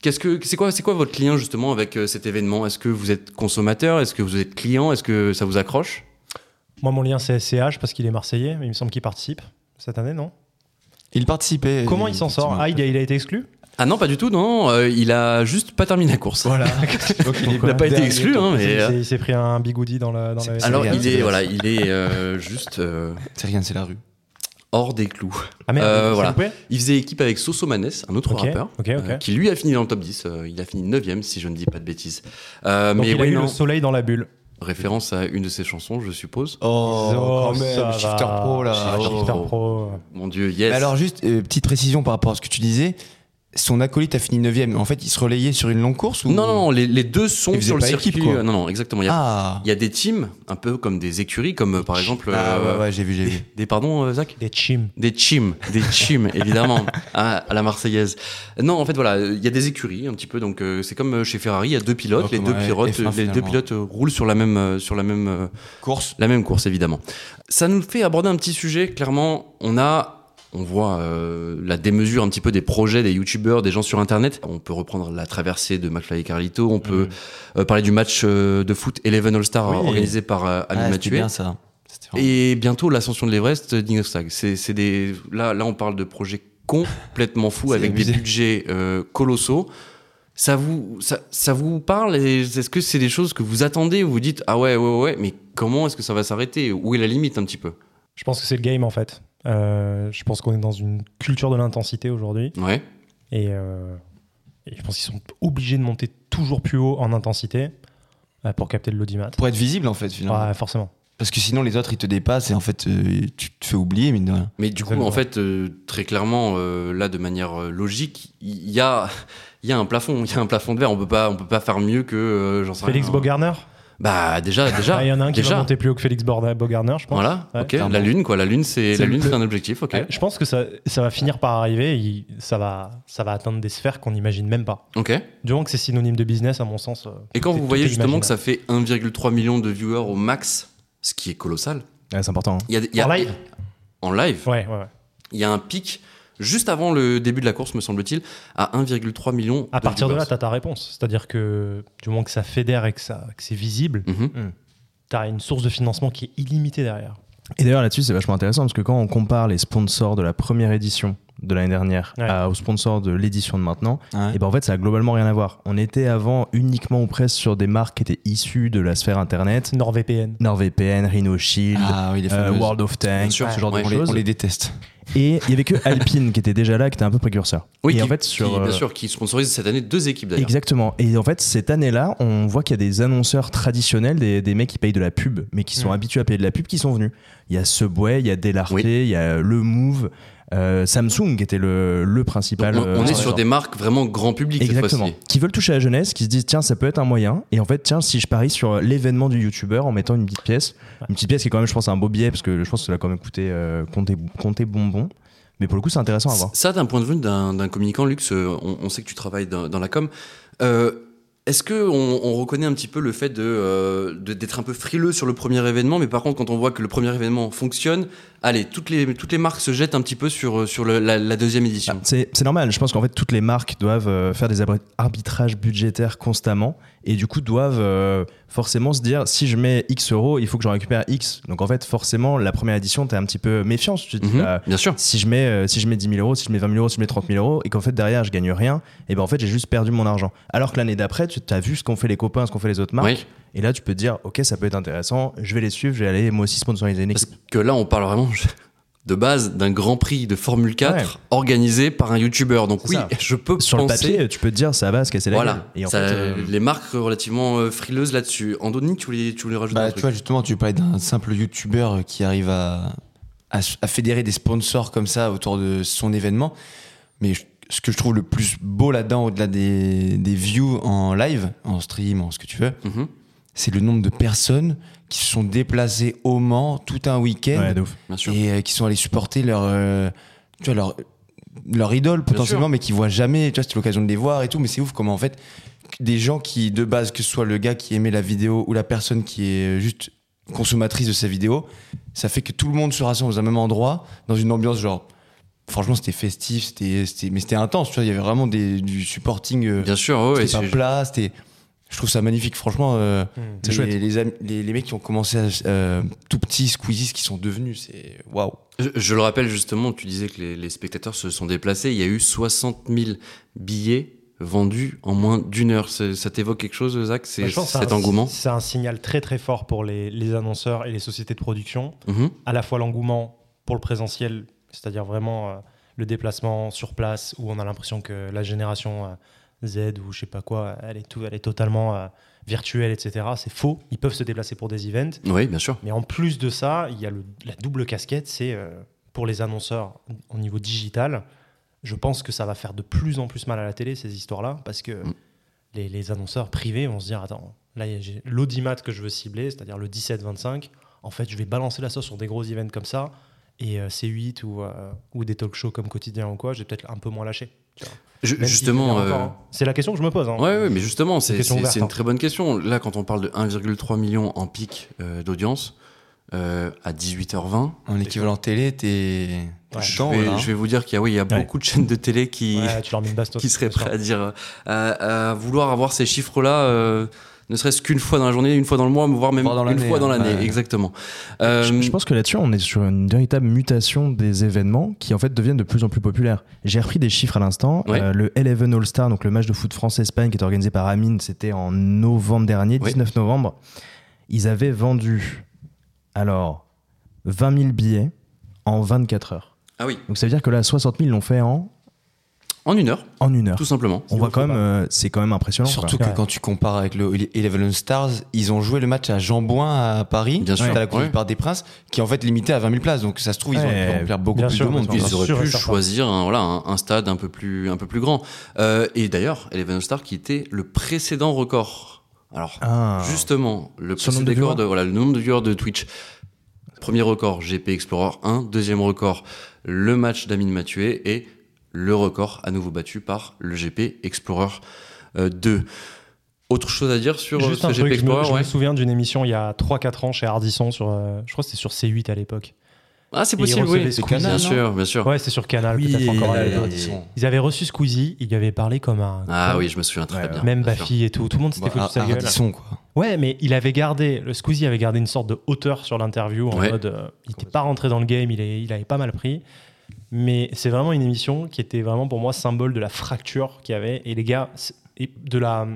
A: Qu'est-ce que c'est quoi c'est quoi votre lien justement avec euh, cet événement Est-ce que vous êtes consommateur Est-ce que vous êtes client Est-ce que ça vous accroche
C: Moi, mon lien, c'est SCH parce qu'il est marseillais. mais Il me semble qu'il participe cette année, non
D: Il participait.
C: Comment
D: euh,
C: il s'en sort
D: effectivement.
C: Ah, il a, il a été exclu
A: Ah non, pas du tout. Non, euh, il a juste pas terminé la course.
C: Voilà.
D: Donc, il est-
A: Il n'a pas été
D: Dernier,
A: exclu, hein,
C: Il
A: mais
C: s'est-
A: euh,
C: il s'est pris un bigoudi dans la. Dans
D: C'est-
C: la-
A: alors
D: légal,
A: il
D: c'est
A: est
D: légal.
A: voilà, il est euh, juste euh,
D: C'est rien, c'est la rue.
A: hors des clous.
C: Ah merde,
A: Euh,
C: c'est
A: voilà.
C: loupé
A: Il faisait équipe avec Soso Maness, un autre
C: Ok,
A: rappeur,
C: ok, ok.
A: euh, qui lui a fini dans le top 10. euh, il a fini 9ème, si je ne dis pas de bêtises. Euh,
C: Donc
A: mais
C: il a
A: oui,
C: eu
A: non.
C: le soleil dans la bulle.
A: référence à une de ses chansons, je suppose.
D: Oh,
C: Oh,
D: quand
C: ça
D: même, Shifter
C: va.
D: Pro là.
A: Shifter
D: Oh.
C: Super
A: Oh.
C: pro.
A: Mon Dieu,
D: Mais
A: yes.
D: Alors, juste, euh, petite précision par rapport à ce que tu disais. Son acolyte a fini 9ème. En fait, il se relayait sur une longue course ou...
A: non, non, non, les, les deux
D: Ils
A: sont
D: faisaient
A: sur le
D: pas
A: circuit.
D: équipe, quoi.
A: euh, non, non, exactement. Il y, a,
D: Ah,
A: il y a des teams, un peu comme des écuries, comme euh, par exemple.
D: Ah,
A: euh,
D: ouais, ouais, j'ai vu, j'ai vu.
A: Des, des- pardon, euh, Zach
C: Des chims.
A: Des teams, des teams, évidemment, à, à la Marseillaise. Non, en fait, voilà, il y a des écuries un petit peu, donc euh, c'est comme euh, chez Ferrari, il y a deux pilotes,
D: Oh,
A: les
D: comme
A: deux
D: un
A: pilotes,
D: F1
A: les deux
D: finalement.
A: pilotes euh, roulent sur la même, euh, sur la même. euh,
D: Course.
A: la même course, évidemment. Ça nous fait aborder un petit sujet. Clairement, on a, on voit euh, la démesure un petit peu des projets des youtubeurs, des gens sur Internet. On peut reprendre la traversée de McFly et Carlito. On peut euh, parler du match euh, de foot Eleven All-Star
D: Mm. Oui.
A: organisé par euh, Ami
D: Ah, c'était
A: Mathieu.
D: bien ça. C'était vraiment-
A: Et bientôt l'ascension de l'Everest, euh, Dino Stag. C'est c'est des là là on parle de projets complètement fous
D: C'est
A: avec des
D: abusé.
A: budgets euh, colossaux. Ça vous ça, ça vous parle et Est-ce que c'est des choses que vous attendez ou vous dites ah ouais ouais ouais mais comment est-ce que ça va s'arrêter Où est la limite un petit peu
C: Je pense que c'est le game en fait. Euh, je pense qu'on est dans une culture de l'intensité aujourd'hui.
A: Ouais.
C: Et, euh, et je pense qu'ils sont obligés de monter toujours plus haut en intensité euh, pour capter de l'audimat.
D: Pour être visible, en fait, finalement.
C: Ouais, forcément.
D: Parce que sinon, les autres, ils te dépassent et en fait, euh, tu te fais oublier, mine de rien.
A: Mais du coup
C: Exactement.
A: en fait euh, très clairement euh, là de manière euh, logique il y a il y a un plafond il y a un plafond de verre on peut pas on peut pas faire mieux que euh, j'en sais
C: Félix
A: rien.
C: Bogarner
A: Bah déjà
C: Ah, Il
A: déjà
C: y en a un qui va
A: déjà
C: monter plus haut que Félix Borda- Bogarner, je pense.
A: voilà
C: Ouais,
A: ok
D: clairement.
A: la lune quoi la lune c'est
C: C'est
A: la
C: le-
A: lune c'est un objectif ok
C: Ouais, Je pense que ça, ça va finir par arriver. il- ça, va, ça va atteindre des sphères qu'on n'imagine même pas.
A: Ok.
C: Du moment que c'est synonyme de business, à mon sens. euh,
A: Et quand
C: tout
A: vous
C: est-
A: voyez
C: tout est
A: justement que ça
C: imaginable.
A: fait 1,3 million de viewers au max, ce qui est colossal,
B: Ouais, c'est important. hein.
A: il y a, il y a-
C: En live
A: en live,
C: Ouais, ouais, ouais.
A: il y a un pic juste avant le début de la course, me semble-t-il, à 1,3 million.
C: À partir de là,
A: viewers.
C: t'as ta réponse. C'est-à-dire que du moment que ça fédère et que, ça, que c'est visible,
A: Mhm.
C: t'as une source de financement qui est illimitée derrière.
B: Et d'ailleurs, là-dessus, c'est vachement intéressant parce que quand on compare les sponsors de la première édition de l'année dernière
C: Ouais.
B: à- aux sponsors de l'édition de maintenant,
D: Ouais.
B: et ben en fait, ça a globalement rien à voir. On était avant uniquement ou presque sur des marques qui étaient issues de la sphère internet,
C: NordVPN.
B: NordVPN, Rhino Shield,
D: Ah oui, les
B: euh,
D: fameuses.
B: World of Tanks,
D: Bien sûr,
B: ce genre
A: ouais,
B: de
D: on, les,
B: choses.
D: on les déteste.
B: Et il y avait que Alpine qui était déjà là, qui était un peu précurseur.
A: Oui,
B: et
A: qui,
B: en fait, sur
A: qui, bien
B: euh,
A: sûr, qui sponsorise cette année deux équipes d'ailleurs.
B: Exactement. Et en fait, cette année-là, on voit qu'il y a des annonceurs traditionnels, des, des mecs qui payent de la pub, mais qui sont
C: Mm.
B: habitués à payer de la pub, qui sont venus. Il y a Subway, il y a Delarte,
A: Oui.
B: il y a Le Move, euh, Samsung qui était le, le
A: Donc,
B: principal.
A: on,
B: euh,
A: on est
B: sponsor.
A: sur des marques vraiment grand public cette
B: Exactement.
A: fois-ci.
B: Qui veulent toucher à la jeunesse, qui se disent tiens ça peut être un moyen. Et en fait tiens si je parie sur euh, l'événement du youtubeur en mettant une petite pièce, une petite pièce qui est quand même je pense un beau billet parce que je pense que ça a quand même coûté euh, compter, compter bonbon. Mais pour le coup c'est intéressant à voir.
A: Ça, d'un point de vue d'un d'un communicant, Lux, euh, on, on sait que tu travailles dans, dans la com. Euh, Est-ce que on, on reconnaît un petit peu le fait de, euh, de- d'être un peu frileux sur le premier événement, mais par contre, quand on voit que le premier événement fonctionne, allez, toutes les, toutes les marques se jettent un petit peu sur, euh, sur le- la, la deuxième édition.
B: Ah, C'est c'est normal. Je pense qu'en fait, toutes les marques doivent euh, faire des abri- arbitrages budgétaires constamment et du coup doivent euh, forcément se dire si je mets X euros, il faut que j'en récupère X. Donc en fait, forcément, la première édition, t'es un petit peu méfiant. Tu te dis,
A: Mhm,
B: bah,
A: bien sûr.
B: si je, mets, euh, si je mets 10 000 euros, si je mets 20 000 euros, si je mets 30 000 euros, et qu'en fait derrière je gagne rien, et ben en fait j'ai juste perdu mon argent. Alors que l'année d'après, tu as vu ce qu'ont fait les copains, ce qu'ont fait les autres marques,
A: Oui.
B: et là tu peux te dire, ok, ça peut être intéressant, je vais les suivre, je vais aller moi aussi sponsoriser une
A: Parce
B: équipe.
A: que là, on parle vraiment de base d'un grand prix de Formule 4 organisé par un YouTuber. Donc
B: C'est
A: oui,
B: ça.
A: je peux
B: Sur le
A: penser...
B: papier, tu peux te dire ça va se casser la gueule.
A: Voilà,
B: Et en
A: Ça,
B: fait, euh,
A: les marques relativement euh, frileuses là-dessus. Andoni, tu voulais, tu voulais rajouter un
D: Bah, tu
A: truc
D: vois, justement, tu parlais d'un simple youtubeur qui arrive à, à, à fédérer des sponsors comme ça autour de son événement. Mais je- ce que je trouve le plus beau là-dedans, au-delà des, des views en live, en stream, en ce que tu veux,
A: Mhm.
D: c'est le nombre de personnes qui se sont déplacées au Mans tout un week-end
B: ouais, de ouf.
A: Bien sûr.
D: et euh, qui sont allés supporter leur, euh, tu vois, leur, leur idole potentiellement, mais qui voient jamais. Tu vois, c'était l'occasion de les voir et tout. Mais c'est ouf comment en fait, des gens qui de base, que ce soit le gars qui aimait la vidéo ou la personne qui est euh, juste consommatrice de sa vidéo. Ça fait que tout le monde se rassemble dans un même endroit, dans une ambiance genre. Franchement, c'était festif, c'était, c'était- mais c'était intense. Tu vois, il y avait vraiment des, du supporting. euh,
A: Bien sûr, ouais,
D: c'était pas
A: c'est-
D: plat, c'était. Je trouve ça magnifique, franchement. euh,
C: Mmh,
B: C'est
D: les,
B: chouette.
D: Les, am- les- les mecs qui ont commencé à, euh, tout petits, Squeezie, ce qu'ils sont devenus, c'est waouh.
A: Je, je le rappelle justement, tu disais que les, les spectateurs se sont déplacés. Il y a eu 60 000 billets vendus en moins d'une heure. C'est- Ça t'évoque quelque chose, Zach C'est
C: Franchement, c'est
A: cet
C: un-
A: engouement
C: C'est un signal très très fort pour les, les annonceurs et les sociétés de production.
A: Mhm.
C: À la fois l'engouement pour le présentiel, c'est-à-dire vraiment euh, le déplacement sur place où on a l'impression que la génération euh, Z ou je sais pas quoi, elle est, tout, elle est totalement euh, virtuelle, etc. C'est faux. Ils peuvent se déplacer pour des events.
A: Oui, bien sûr.
C: Mais en plus de ça, il y a le- la double casquette, c'est euh, pour les annonceurs au niveau digital. Je pense que ça va faire de plus en plus mal à la télé, ces histoires-là, parce que
A: Mm.
C: les, les annonceurs privés vont se dire Attends, là, il y a- j'ai l'audimat que je veux cibler, c'est-à-dire le 17-25, en fait, je vais balancer la sauce sur des gros events comme ça, et euh, C8 ou, euh, ou des talk shows comme Quotidien ou quoi, j'ai peut-être un peu moins lâché.
A: Je-
C: Même si
A: justement.
C: il y en a
A: euh,
C: encore, hein. C'est la question que je me pose. hein.
A: Ouais, ouais, mais justement, c'est
C: question
A: c'est-
C: ouverte,
A: c'est
C: hein.
A: une très bonne question. Là, quand on parle de 1,3 million en pic euh, d'audience, euh, à 18h20,
D: En équivalent télé, t'es.
C: Ouais.
D: je
A: je vais,
D: là.
A: je vais vous dire qu'il y a, oui, il y a
B: Ouais.
A: beaucoup de chaînes de télé qui,
C: Ouais, tu leur mets une bastos.
A: qui seraient
C: ce soir.
A: prêts à dire, euh, à, à vouloir avoir ces chiffres-là, euh, ne serait-ce qu'une fois dans la journée, une fois dans le mois, voire même
D: Voire dans
A: une
D: l'année,
A: fois dans
D: hein.
A: l'année,
D: Ouais.
A: exactement. Euh,
B: Je, je pense que là-dessus, on est sur une véritable mutation des événements qui en fait deviennent de plus en plus populaires. J'ai repris des chiffres à l'instant.
A: Ouais.
B: Euh, le Eleven All-Star, donc le match de foot France-Espagne qui est organisé par Amine, c'était en novembre dernier,
A: Oui.
B: 19 novembre. Ils avaient vendu alors 20 000 billets en 24 heures.
A: Ah oui,
B: Donc ça veut dire que là, 60 000 l'ont fait en,
A: en une heure,
B: en une heure.
A: tout simplement.
B: On voit quand même, euh, c'est quand même impressionnant.
D: Surtout
A: hein.
B: quoi.
D: que quand tu compares avec le Eleven Stars, ils ont joué le match à Jambouin à Paris,
A: Bien sûr.
D: à la Coupe
A: Ouais.
D: du Parc des Princes, qui est en fait limité à 20 000 places. Donc ça se trouve, ils
B: Ouais.
D: ont pu remplir beaucoup
C: Bien
D: plus
C: sûr,
D: de monde.
C: bien
D: Ils
A: Ils
C: sûr.
D: auraient-
A: auraient pu
C: et certain.
A: choisir un, voilà, un, un stade un peu plus, un peu plus grand. Euh, et d'ailleurs, Eleven Star qui était le précédent record. Alors,
B: Ah.
A: justement, le
B: Sur le
A: précédent
B: nombre de
A: record
B: viewers
A: de, voilà, le nombre de viewers de Twitch. Premier record, GP Explorer 1. Deuxième record, le match d'Amine Mathieu. Et le record à nouveau battu par le GP Explorer euh, 2. Autre chose à dire sur euh,
C: Juste
A: ce
C: un
A: GP
C: truc, je me,
A: Explorer
C: je me
A: ouais.
C: souviens d'une émission il y a 3-4 ans chez Ardisson, sur, euh, je crois que c'était sur C8 à l'époque.
A: Ah, c'est
C: Et ils
A: possible,
C: recevaient
A: oui.
C: Squeezie,
A: Bien
D: non
A: sûr, bien sûr.
C: Ouais, c'est sur Canal, peut-être encore à l'époque. Ils avaient reçu Squeezie, ils lui avaient parlé comme un.
A: Ah
C: comme-
A: oui, je me souviens très
B: Ouais,
A: bien.
C: Même
A: bien sûr.
C: Baffy et tout, tout le monde s'était
D: Bah,
C: foutu de sa
D: Ar-
C: gueule.
D: Ardisson, quoi.
C: Ouais, mais il avait gardé, le Squeezie avait gardé une sorte de hauteur sur l'interview, en
A: Ouais.
C: mode, euh, il n'était pas rentré dans le game, il, est- il avait pas mal pris. Mais c'est vraiment une émission qui était vraiment pour moi symbole de la fracture qu'il y avait. Et les gars, c'est- et de la.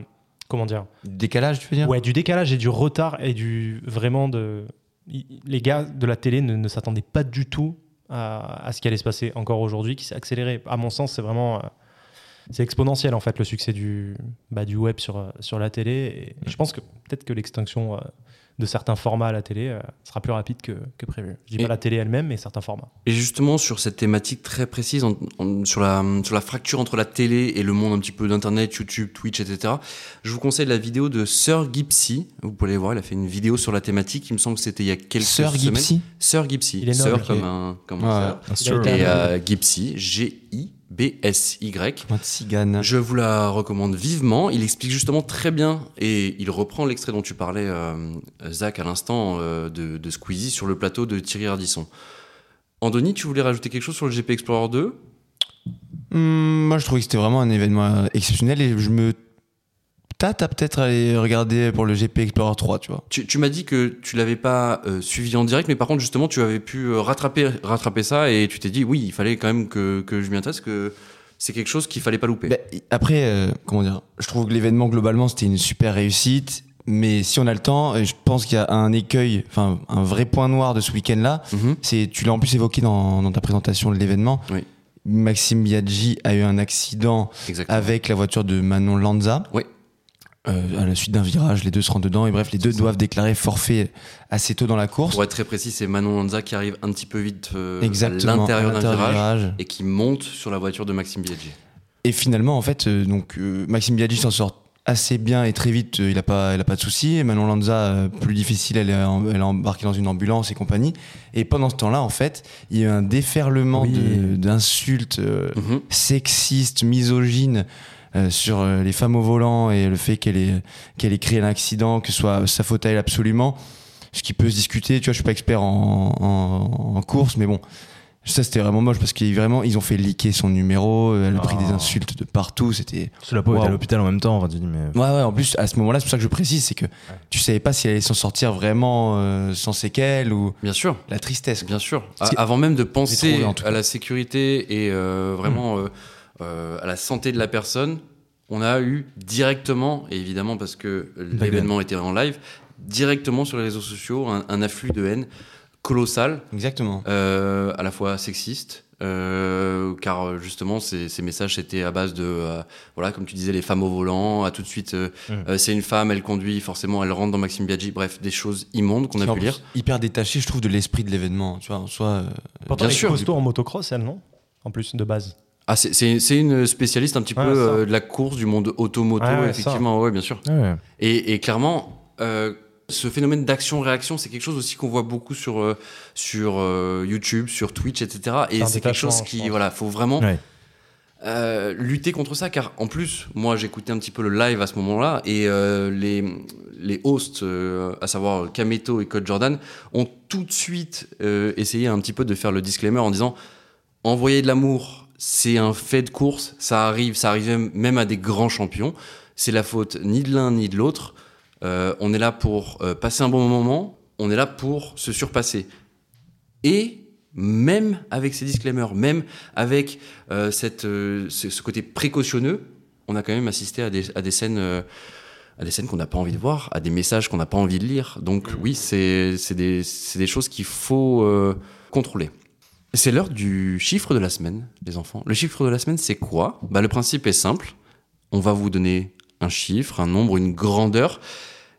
C: Comment dire
D: Décalage, tu veux dire
C: Ouais, du décalage et du retard et du vraiment de i- les gars de la télé ne, ne s'attendaient pas du tout à, à ce qui allait se passer encore aujourd'hui, qui s'est accéléré. À mon sens, c'est vraiment euh, c'est exponentiel en fait le succès du bah, du web sur euh, sur la télé. Et je pense que peut-être que l'extinction euh, de certains formats à la télé euh, sera plus rapide que, que prévu. Je dis
A: Et- Euh,
C: pas la télé elle-même, mais certains formats.
A: Et justement, sur cette thématique très précise, en- en- sur, la, sur la fracture entre la télé et le monde un petit peu d'Internet, YouTube, Twitch, etc., je vous conseille la vidéo de Sir Gipsy. Vous pouvez aller voir, il a fait une vidéo sur la thématique. Il me semble que c'était il y a quelques
D: Sœur
A: semaines.
D: Gipsy
A: Sir Gipsy.
C: Il est
A: Sir
C: noble,
A: comme
D: ok.
A: un, comme
D: Ouais.
A: un sœur.
B: Un sur-
C: Il a été-
A: Et euh, Gipsy, G-I-B-S-Y.
D: Moi, de cigane.
A: Je vous la recommande vivement. Il explique justement très bien et il reprend l'extrait dont tu parlais, euh, Zach, à l'instant euh, de, de Squeezie sur le plateau de Thierry Ardisson. Andoni, tu voulais rajouter quelque chose sur le GP Explorer 2
D: Hum, moi, je trouvais que c'était vraiment un événement euh, exceptionnel et je me tâte à peut-être aller regarder pour le GP Explorer 3, tu vois.
A: Tu, tu m'as dit que tu l'avais pas euh, suivi en direct, mais par contre, justement, tu avais pu euh, rattraper, rattraper ça et tu t'es dit, oui, il fallait quand même que, que je m'y intéresse, que c'est quelque chose qu'il fallait pas louper.
D: Ben, i- après, euh, comment dire, je trouve que l'événement globalement c'était une super réussite, mais si on a le temps, euh, je pense qu'il y a un écueil, enfin un vrai point noir de ce week-end-là.
A: Mhm.
D: C'est, tu l'as en plus évoqué dans, dans ta présentation de l'événement.
A: Oui.
D: Maxime Biaggi a eu un accident
A: Exactement.
D: avec la voiture de Manon Lanza.
A: Oui.
D: Euh, à la suite d'un virage, les deux se rendent dedans et bref, les deux doivent déclarer forfait assez tôt dans la course.
A: Pour être très précis, c'est Manon Lanza qui arrive un petit peu vite euh, à
D: Exactement.
A: l'intérieur
D: à
A: d'un
D: l'intérieur du
A: virage.
D: virage.
A: et qui monte sur la voiture de Maxime Biaggi.
D: Et finalement, en fait, euh, donc euh, Maxime Biaggi s'en sort assez bien et très vite, euh, il n'a pas, il a pas de soucis. Et Manon Lanza, euh, plus difficile, elle est, en- elle est embarquée dans une ambulance et compagnie. Et pendant ce temps-là, en fait, il y a eu un déferlement
B: Oui.
D: de- d'insultes euh, sexistes, misogynes euh, sur euh, les femmes au volant et le fait qu'elle ait, qu'elle ait créé un accident, que ce soit sa faute à elle absolument. ce qui peut se discuter. Tu vois, je suis pas expert en, en- en course, mais bon, ça c'était vraiment moche parce qu'ils vraiment ils ont fait liquer son numéro, euh, elle a pris des
C: Ah.
D: insultes de partout. C'était
B: Sous la peau était à
D: Wow.
B: l'hôpital en même temps. Enfin, tu dis, mais.
D: Ouais, ouais, en plus, à ce moment-là, c'est pour ça que je précise, c'est que tu savais pas si elle allait s'en sortir vraiment euh, sans séquelles ou
A: Bien sûr.
D: la tristesse.
A: Bien sûr.
D: Parce
A: A-
D: que-
A: Avant même de penser
D: trouvé, en tout Hmm.
A: à la sécurité et euh, vraiment euh, euh, à la santé de la personne, on a eu directement, et évidemment parce que l'événement était en live, directement sur les réseaux sociaux un, un afflux de haine colossal,
D: Exactement.
A: euh, à la fois sexiste. euh, car euh, justement ces, ces messages c'était à base de euh, voilà comme tu disais les femmes au volant à tout de suite euh,
D: Hmm.
C: Mm.
A: euh, c'est une femme elle conduit forcément elle rentre dans Maxime Biaggi bref des choses immondes qu'on a
D: Qui, en
A: pu
D: plus,
A: lire
D: Hyper détaché, je trouve, de l'esprit de l'événement. Tu vois, en soi. euh,
C: Pourtant,
A: bien
C: elle est
A: sûr.
C: costaud en motocross, elle, non En plus, de base.
A: Ah, c'est- c'est c'est une spécialiste un petit
C: Ouais,
A: peu
C: ça.
A: euh, de la course, du monde automoto,
C: Ouais, ouais,
A: effectivement, ouais, bien sûr.
B: Ouais.
A: Et, et clairement, euh, ce phénomène d'action-réaction, c'est quelque chose aussi qu'on voit beaucoup sur, euh, sur euh, YouTube, sur Twitch, etc.
C: C'est
A: Et
C: un
A: c'est quelque chose
C: détachement, je
A: qui,
C: pense.
A: voilà, faut vraiment
B: Ouais.
A: euh, lutter contre ça, car en plus, moi j'écoutais un petit peu le live à ce moment-là, et euh, les, les hosts, euh, à savoir Kameto et Code Jordan, ont tout de suite euh, essayé un petit peu de faire le disclaimer en disant envoyer de l'amour, c'est un fait de course, ça arrive, ça arrive même à des grands champions, c'est la faute ni de l'un ni de l'autre, Euh, on est là pour euh, passer un bon moment, on est là pour se surpasser. Et même avec ces disclaimers, même avec euh, cette, euh, ce, ce côté précautionneux, on a quand même assisté à des, à des scènes, euh, à des scènes qu'on n'a pas envie de voir, à des messages qu'on n'a pas envie de lire. Donc oui, c'est c'est des, c'est des choses qu'il faut euh, contrôler. C'est l'heure du chiffre de la semaine, les enfants. Le chiffre de la semaine, c'est quoi bah, Le principe est simple. On va vous donner un chiffre, un nombre, une grandeur,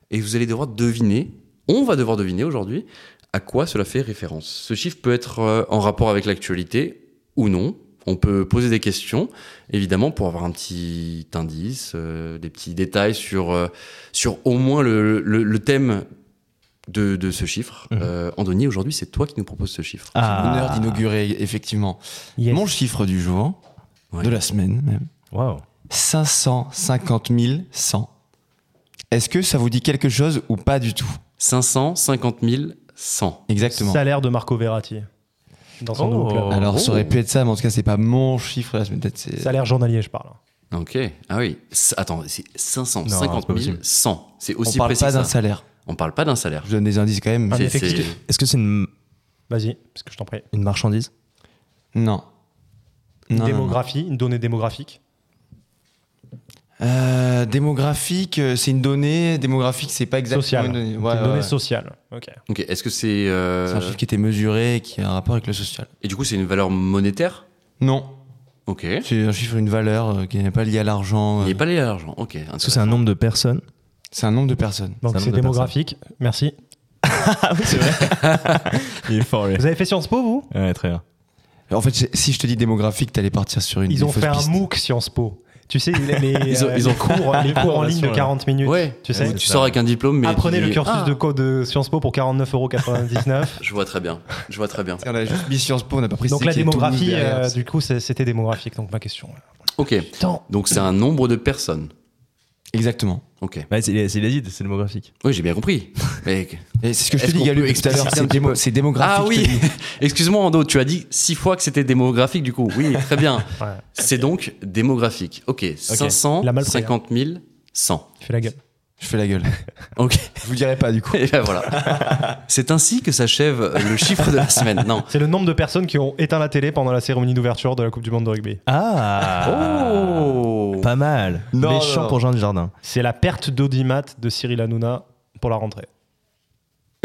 A: et vous allez devoir deviner, on va devoir deviner aujourd'hui, à quoi cela fait référence. Ce chiffre peut être euh, en rapport avec l'actualité, ou non. On peut poser des questions, évidemment, pour avoir un petit indice, euh, des petits détails sur, euh, sur au moins le, le- le thème de, de ce chiffre.
B: Mhm.
A: Euh, Andoni, aujourd'hui, c'est toi qui nous proposes ce chiffre.
B: Ah.
D: Honneur d'inaugurer, effectivement.
C: Yes.
D: Mon chiffre du jour,
A: Ouais.
D: de la semaine même,
B: Waouh.
D: 550 100. Est-ce que ça vous dit quelque chose ou pas du tout
A: 550 100.
D: Exactement.
C: Salaire de Marco Verratti. Dans son
B: Oh.
C: nouveau club.
D: Alors, ça
A: Oh.
D: aurait pu être ça, mais en tout cas, c'est pas mon chiffre de la semaine. Peut-être c'est-
C: Salaire journalier, je parle.
A: Ok. Ah oui. C- Attends, c'est
B: Non, c'est pas
A: 550
B: possible.
A: 100. C'est
D: On
A: aussi
D: parle
A: précis
D: pas
A: que
D: d'un
A: ça. Ah,
D: salaire.
A: On parle pas d'un salaire.
D: Je donne des indices quand même. mais-
C: Un
A: C'est-
C: effectif.
A: c'est-
B: Est-ce que c'est une,
C: Vas-y, parce que je t'en prie.
B: une marchandise
D: Non. Non, non, non.
C: Démographie, une donnée démographique.
D: Euh, démographique, euh, c'est une donnée. Démographique, c'est pas exactement
C: Sociale.
D: une donnée.
C: C'est
D: Ouais,
C: une
D: ouais,
C: donnée
D: ouais.
C: sociale. Ok.
A: Ok. Est-ce que c'est. euh,
D: C'est un chiffre qui était mesuré et qui a un rapport avec le social.
A: Et du coup, c'est une valeur monétaire
D: Non,
A: Ok.
D: c'est un chiffre, une valeur euh, qui n'est pas liée à l'argent.
A: Il
D: euh,
A: n'est pas lié à l'argent. Ok.
B: Est-ce que c'est un nombre de personnes
D: C'est un nombre de personnes.
B: C'est
C: Donc
B: un
C: c'est
B: nombre de
C: démographique. Merci.
B: Il est fort, lui.
C: Vous avez fait Sciences Po, vous
B: Ouais, très bien.
D: En fait, c'est- si je te dis démographique, t'allais partir sur une.
C: Ils
D: une
C: ont
D: fausse
C: fait un
D: piste.
C: MOOC Sciences Po. Tu sais, les, les,
A: Ils ont-
C: euh,
A: ils ont-
C: les cours, les cours en ligne de
B: Ouais.
C: 40 minutes.
A: Ouais.
C: Tu sais,
B: Ouais,
A: Tu sors avec un diplôme, mais.
C: apprenez
A: tu
C: le
A: dis,
C: cursus
A: ah,
C: de code de Sciences Po pour 49,99€.
A: Je vois très bien. Je vois très bien.
D: On a juste mis Sciences Po, on n'a pas précisé.
C: Donc la
D: qu'il y a Toulouse
C: démographie,
D: derrière.
C: euh, du coup, c'est- c'était démographique. Donc ma question. euh,
A: Ok.
C: Putain.
A: Donc c'est un nombre de personnes.
D: Exactement.
A: Ok.
B: Ouais, c'est c'est l'asile, c'est démographique.
A: Oui, j'ai bien compris. Mais-
D: Et c'est ce que je te
A: Est-ce
D: dis,
A: qu'on peut
D: Galu, tout à l'heure.
A: expliciter
D: C'est
A: un petit
D: démo-
A: peu
D: c'est démographique.
A: Ah
D: je
A: oui.
D: te dis.
A: Excuse-moi, Ando. Tu as dit six fois que c'était démographique, du coup. Oui, très bien.
C: Ouais.
A: C'est donc démographique. Ok.
C: Il a mal
A: 550 100.
C: Tu fais la gueule.
D: Je fais la gueule.
A: Ok.
D: Je vous dirai pas, du coup.
A: Et ben voilà. C'est ainsi que s'achève le chiffre de la semaine. Non.
C: C'est le nombre de personnes qui ont éteint la télé pendant la cérémonie d'ouverture de la Coupe du Monde de rugby.
B: Ah
A: Oh.
B: Pas mal.
D: Non,
B: Méchant
D: non, non.
B: pour Jean du Jardin.
C: C'est la perte d'audimat de Cyril Hanouna pour la rentrée.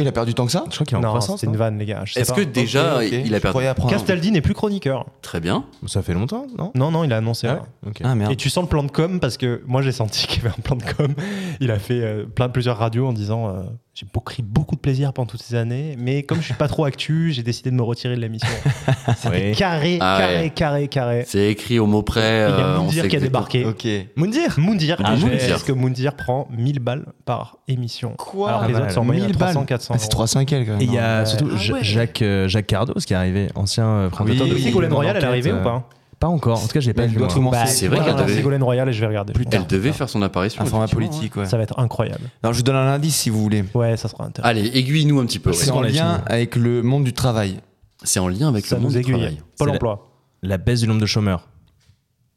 D: Il a perdu tant que ça
B: Je crois qu'il est en
C: Non,
B: croissance.
C: c'est une
B: non
C: vanne, les gars. je sais
A: Est-ce
C: pas.
A: que déjà
D: Ok, ok.
A: il a
D: Je
A: perdu
D: croyais apprendre.
C: Castaldi n'est plus chroniqueur
A: Très bien.
B: Ça fait longtemps, non
C: Non, non, il a annoncé.
B: Ah
C: là.
B: ouais Ok.
D: Ah merde.
C: Et tu sens le plan de com parce que moi j'ai senti qu'il y avait un plan de com. Il a fait euh, plein plusieurs radios en disant euh, j'ai beau- pris beaucoup de plaisir pendant toutes ces années, mais comme je suis pas trop actu, j'ai décidé de me retirer de la mission.
B: Ouais.
C: carré,
A: Ah
C: carré,
A: ouais.
C: carré, carré.
A: C'est écrit au mot près.
C: il y
A: euh,
C: a
A: on
C: Moundir
A: sait
C: qui a
A: que-
C: débarqué.
D: Ok.
C: Moundir, Moundir,
A: Ah,
C: je vais-
A: Moundir.
C: parce que Moundir prend 1000 balles par émission.
D: Quoi
C: Alors les
B: Ah,
C: autres sont en moyenne à 300, 400.
D: Ah, C'est 300 et quelques, quand même.
B: Et il y a
C: Ouais.
B: surtout
C: Ah
B: Ja-
C: ouais.
B: Jacques, euh, Jacques Cardos qui est arrivé, ancien euh, présentateur
D: Oui,
B: de
D: oui,
C: euros.
B: Football
C: Golden Royal, elle est
B: Enquête,
C: arrivée
B: euh,
C: ou pas Bah,
B: Pas encore. En tout cas, je l'ai pas
D: Elle
B: vu.
D: doit
B: moi.
D: commencer.
A: C'est vrai
C: je vais
A: qu'elle
C: regarder
A: devait-
C: Ségolène Royal et je vais regarder.
D: Plus tard.
C: Ouais.
A: Elle devait faire son apparition.
D: Un format
A: effectivement,
D: politique,
A: hein.
D: ouais.
C: Ça va être incroyable.
D: Alors, je vous donne un indice si vous voulez.
C: Ouais, ça sera intéressant.
A: Allez, aiguille-nous un petit peu. ouais.
D: C'est en lien avec le monde du travail.
A: C'est en lien avec
C: Ça
A: le monde
C: nous
A: du
C: aiguille.
A: travail.
C: Pôle
B: C'est la-
C: emploi.
B: La baisse du nombre de chômeurs.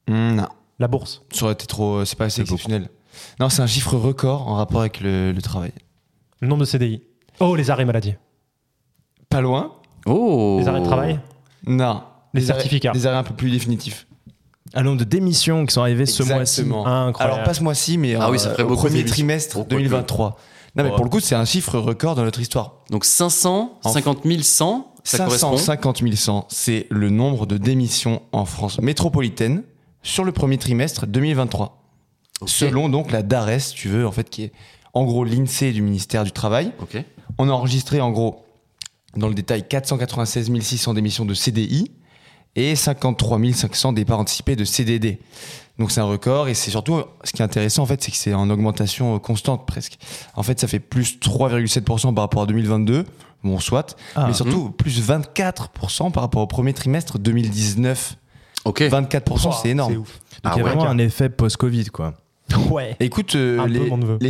D: Hmm, non,
C: La bourse.
D: ça aurait été trop. euh, C'est pas assez
A: C'est beaucoup.
D: exceptionnel. Non, c'est un chiffre record en rapport avec le, le travail.
C: Le nombre de CDI. Oh, les arrêts maladie.
D: Pas loin
A: Oh
C: Les arrêts de travail.
D: Non.
C: Les
D: Des arrêts-
C: certificats.
D: Des arrêts un peu plus définitifs.
B: Un nombre de démissions qui sont arrivées ce mois-ci.
D: Exactement.
C: Incroyable.
D: Alors pas ce mois-ci, mais
A: Ah
D: euh,
A: oui, ça ferait
D: au
A: beaucoup de
D: premier
A: démissions.
D: trimestre
A: Beaucoup.
D: 2023. Non, mais
B: Ouais.
D: pour le coup, c'est un chiffre record dans notre histoire.
A: Donc 500, 50 000, 100, ça correspond
D: 550 100, c'est le nombre de démissions en France métropolitaine sur le premier trimestre 2023.
A: Ok.
D: Selon donc la DARES, si tu veux, en fait, qui est en gros l'INSEE du ministère du Travail.
A: Ok.
D: On a enregistré en gros, dans le détail, 496 600 démissions de CDI et 53 500 départs anticipés de CDD. Donc c'est un record et c'est surtout ce qui est intéressant en fait, c'est que c'est en augmentation euh, constante presque. En fait, ça fait plus 3,7% par rapport à 2022, bon soit,
B: Ah.
D: mais surtout plus 24% par rapport au premier trimestre 2019.
A: Ok.
D: 24%, c'est énorme.
C: ouf.
B: Donc,
A: Ah
B: il y a
A: ouais.
B: vraiment un effet post-Covid, quoi.
C: Ouais.
D: Écoute, euh,
C: Un peu
D: les,
C: mon neveu.
D: les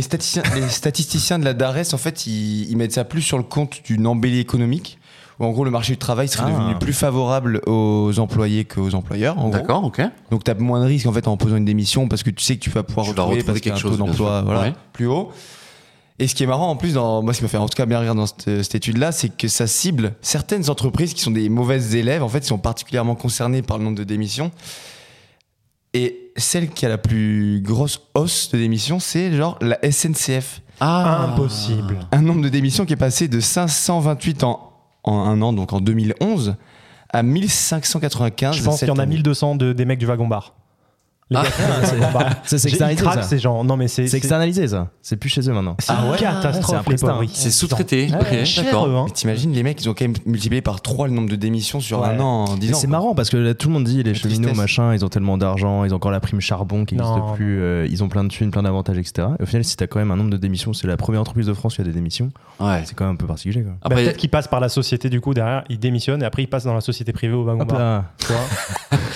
D: statisticiens, les statisticiens de la DARES, en fait, ils, ils mettent ça plus sur le compte d'une embellie économique, où en gros le marché du travail serait
B: Ah.
D: devenu plus favorable aux employés qu'aux employeurs. en gros.
A: D'accord, ok.
D: Donc tu as moins de risques en fait en posant une démission parce que tu sais que tu vas pouvoir
A: Tu vas
D: retrouver,
A: retrouver
D: parce qu'il y a
A: quelque
D: un taux
A: chose, bien
D: d'emploi
A: sûr.
D: voilà,
A: Ouais.
D: plus haut. Et ce qui est marrant en plus, dans, moi ce qui m'a fait en tout cas bien rire dans cette, cette étude-là, c'est que ça cible certaines entreprises qui sont des mauvaises élèves, en fait, qui sont particulièrement concernées par le nombre de démissions. Et celle qui a la plus grosse hausse de démissions, c'est genre la SNCF.
A: Ah.
C: Impossible.
D: Un nombre de démissions qui est passé de 528 en, en un an, donc en 2011, à
A: Ah,
D: 1595.
C: Je pense qu'il y en a
D: cette année.
C: 1200 de, des mecs du wagon bar. Les gars, c'est bar.
B: Ça, c'est
C: J'ai- Ils
B: externalisé,
C: craquent
B: ça.
C: ces gens. Non, mais c'est.
B: C'est externalisé, ça. C'est plus chez eux maintenant.
C: C'est une
B: C'est
C: catastrophe, les
B: impressionnant.
C: pauvres.
A: Ah C'est sous-traité.
C: Ils sont
A: Ok,
C: chers, eux,
A: D'accord.
C: hein.
D: Mais t'imagines, les mecs, ils ont quand même multiplié par 3 le nombre de démissions sur
C: Ouais.
D: un an en 10
B: Mais
D: ans.
B: C'est
D: quoi.
B: marrant parce que là, tout le monde dit les
D: La
B: cheminots,
D: tristesse.
B: machin, ils ont tellement d'argent, ils ont encore la prime charbon qui
C: Non.
B: n'existe plus, euh, ils ont plein de thunes, plein d'avantages, etc. Et au final, si t'as quand même un nombre de démissions, c'est la première entreprise de France qui a des démissions,
A: Ouais.
B: c'est quand même un peu particulier. Quoi.
C: Bah,
A: Après,
C: Peut-être qu'ils passent par la société, du coup, derrière, ils démissionnent et après ils passent dans la société privée au wagon
B: Hop
C: bar.
B: là,
C: Tu vois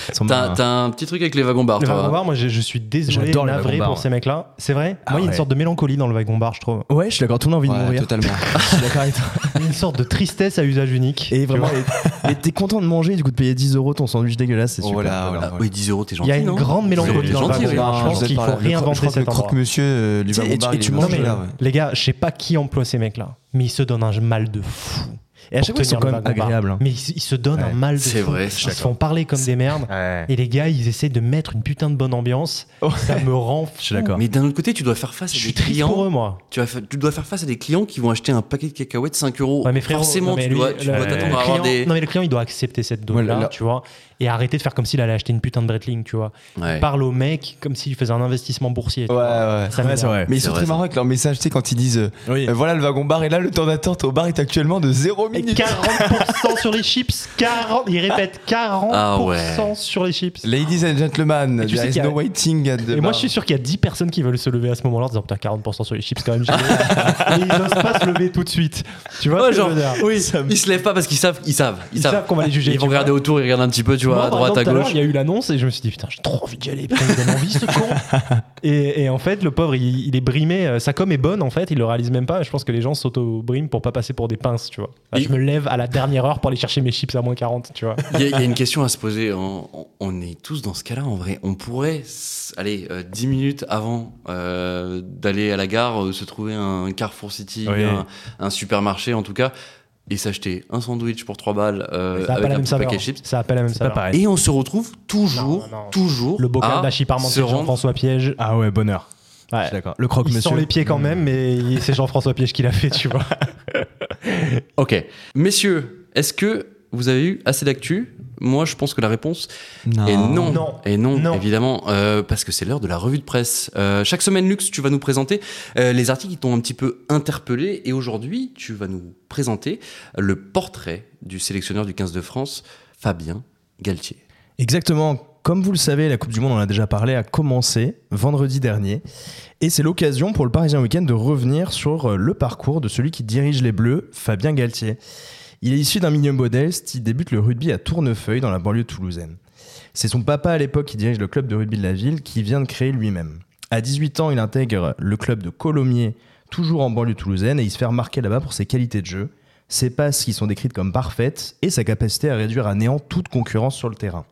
B: ils sont
A: t'as
B: marrants.
A: t'as un petit truc avec les wagons bars,
C: Le wagon
A: toi. hein.
C: bar, moi je, je suis désolé,
B: J'adore le
C: navré
B: wagon bar,
C: pour
B: ouais.
C: ces mecs-là. C'est vrai
B: Ah
C: Moi, il y a une
B: ouais.
C: sorte de mélancolie dans le wagon bar, je trouve.
B: Ouais, je suis d'accord, tout le monde a envie
D: Ouais,
B: de mourir.
D: totalement.
B: Je suis d'accord avec toi.
C: Il y a une sorte de tristesse à usage unique.
B: Et
C: tu
B: vraiment,
C: vois.
B: et- et t'es content de manger, du coup, de payer 10 euros ton sandwich dégueulasse, c'est
D: Oh,
B: super.
D: voilà, voilà.
A: Ah, oui, 10 euros, t'es
C: Il
A: gentil.
C: y a une
A: non
C: grande mélancolie
A: C'est
C: dans le
A: gentil,
C: wagon
A: oui.
C: bar. Je
A: Non,
C: pense
D: vous êtes
C: qu'il
D: pas
C: faut
D: là. Je crois- je
C: réinventer
D: crois que
C: cet
D: le
C: endroit.
D: croque-monsieur euh, du
B: Tu sais,
D: wagon
B: et tu-
D: bar,
B: et
D: il
B: tu
D: est
B: manges euh,
D: vraiment
C: mais-
D: là, ouais.
C: Les gars, je sais pas qui emploie ces mecs-là, mais ils se donnent un mal de fou.
B: Et à
C: pour
B: chaque fois, ils sont
C: tenir
B: quand
C: le
B: même
C: wagon bar.
B: agréables. hein.
C: Mais ils, ils se donnent
B: Ouais.
C: un mal de
A: C'est
C: fou.
A: vrai, je
C: Ils
A: suis
C: se font parler comme des merdes. Et les gars, ils essaient de mettre une putain de bonne ambiance. Ça me rend fou.
B: Oh. Je suis d'accord.
A: Mais d'un autre côté, tu dois faire face
C: Je
A: à des
C: suis triste pour eux,
A: clients.
C: moi.
A: Tu, vas fa- tu dois faire face à des clients qui vont acheter un paquet de cacahuètes 5 euros.
C: Ouais, mais frérot,
A: Oh, Forcément,
C: non,
A: tu
C: mais lui, euh,
A: dois tu dois
C: le- le
A: t'attendre à avoir
C: client-
A: des.
C: Non, mais le client, il doit accepter cette donnée là
D: Voilà, là.
C: tu vois, et arrêter de faire comme s'il allait acheter une putain de Breitling, tu vois.
A: Ouais.
C: Parle au mec comme s'il faisait un investissement boursier. tu
D: Ouais,
C: vois.
D: ouais.
C: Ça
B: Ouais,
C: m'énerve.
B: c'est vrai.
D: Mais ils
A: C'est
D: sont
A: vrai,
D: très
A: ça.
D: marrants avec leur message, tu sais, quand ils disent euh,
B: Oui.
D: euh, voilà le wagon bar, et là le temps d'attente au bar est actuellement de 0
C: Et
D: minutes.
C: 40% sur les chips, 40, il répète 40%
A: Ah ouais.
C: sur les chips.
D: Ladies and gentlemen,
C: Et tu sais
D: there
C: qu'il
D: is
C: y a-
D: no waiting at the
C: Et moi,
D: bar.
C: je suis sûr qu'il y a 10 personnes qui veulent se lever à ce moment-là en disant putain, 40% sur les chips quand même. génial. et ils n'osent pas se lever tout de suite. Tu vois
A: Ouais,
C: ce que je
A: genre,
C: veux dire
A: oui, ils se lèvent pas parce qu'ils savent, ils savent, ils,
C: Ils savent qu'on va les juger.
A: Ils
C: tu
A: vont
C: vois.
A: regarder autour, ils regardent un petit peu, tu vois,
C: Moi,
A: à
C: par
A: droite, à
C: exemple, tout l'heure,
A: gauche.
C: Il y a eu l'annonce et je me suis dit, putain, j'ai trop envie d'y aller. Putain, il donne envie, ce con. Et, et en fait, le pauvre, il, il est brimé. euh, Sa com est bonne, en fait. Il le réalise même pas. Je pense que les gens s'auto-briment pour pas passer pour des pinces, tu vois. Enfin,
A: Et-
C: Je me lève à la dernière heure pour aller chercher mes chips à moins 40, tu vois.
A: Il y, a- il y a une question à se poser. On, on- on est tous dans ce cas-là, en vrai. On pourrait, s- aller 10 minutes avant euh, d'aller à la gare, euh, se trouver un Carrefour City,
B: Oui.
A: un, un supermarché en tout cas, et s'acheter un sandwich pour 3 balles euh,
C: Ça a pas
A: avec
C: la
A: un
C: même
A: petit
C: saveur. hein.
A: paquet de chips.
C: Ça a pas la même
B: C'est pas
C: saveur.
B: pareil.
A: Et on se retrouve toujours,
C: Non, non, non.
A: toujours.
C: Le bocal
A: à Ah,
C: d'hachis
A: se
C: parmentier de
A: rendre-
C: Jean-François Piège.
B: Ah ouais, bonheur. Je
C: Ouais.
B: suis d'accord. Le croque,
C: Il
B: monsieur. Hmm.
C: sent les pieds quand même, mais il- c'est Jean-François Piège qui l'a fait, tu vois.
A: Ok. Messieurs, est-ce que vous avez eu assez d'actu Moi, je pense que la réponse est non.
C: Non.
A: Et non,
C: Non.
A: évidemment, euh, parce que c'est l'heure de la revue de presse. Euh, chaque semaine, Lux, tu vas nous présenter euh, les articles qui t'ont un petit peu interpellé. Et aujourd'hui, tu vas nous présenter le portrait du sélectionneur du 15 de France, Fabien Galtier.
B: Exactement. Comme vous le savez, la Coupe du Monde, on en a déjà parlé, a commencé vendredi dernier. Et c'est l'occasion pour le Parisien Week-end de revenir sur euh, le parcours de celui qui dirige les Bleus, Fabien Galtier. Il est issu d'un milieu modeste, il débute le rugby à Tournefeuille dans la banlieue toulousaine. C'est son papa à l'époque qui dirige le club de rugby de la ville qui vient de créer lui-même. À 18 ans, il intègre le club de Colomiers, toujours en banlieue toulousaine, et il se fait remarquer là-bas pour ses qualités de jeu, ses passes qui sont décrites comme parfaites et sa capacité à réduire à néant toute concurrence sur le terrain.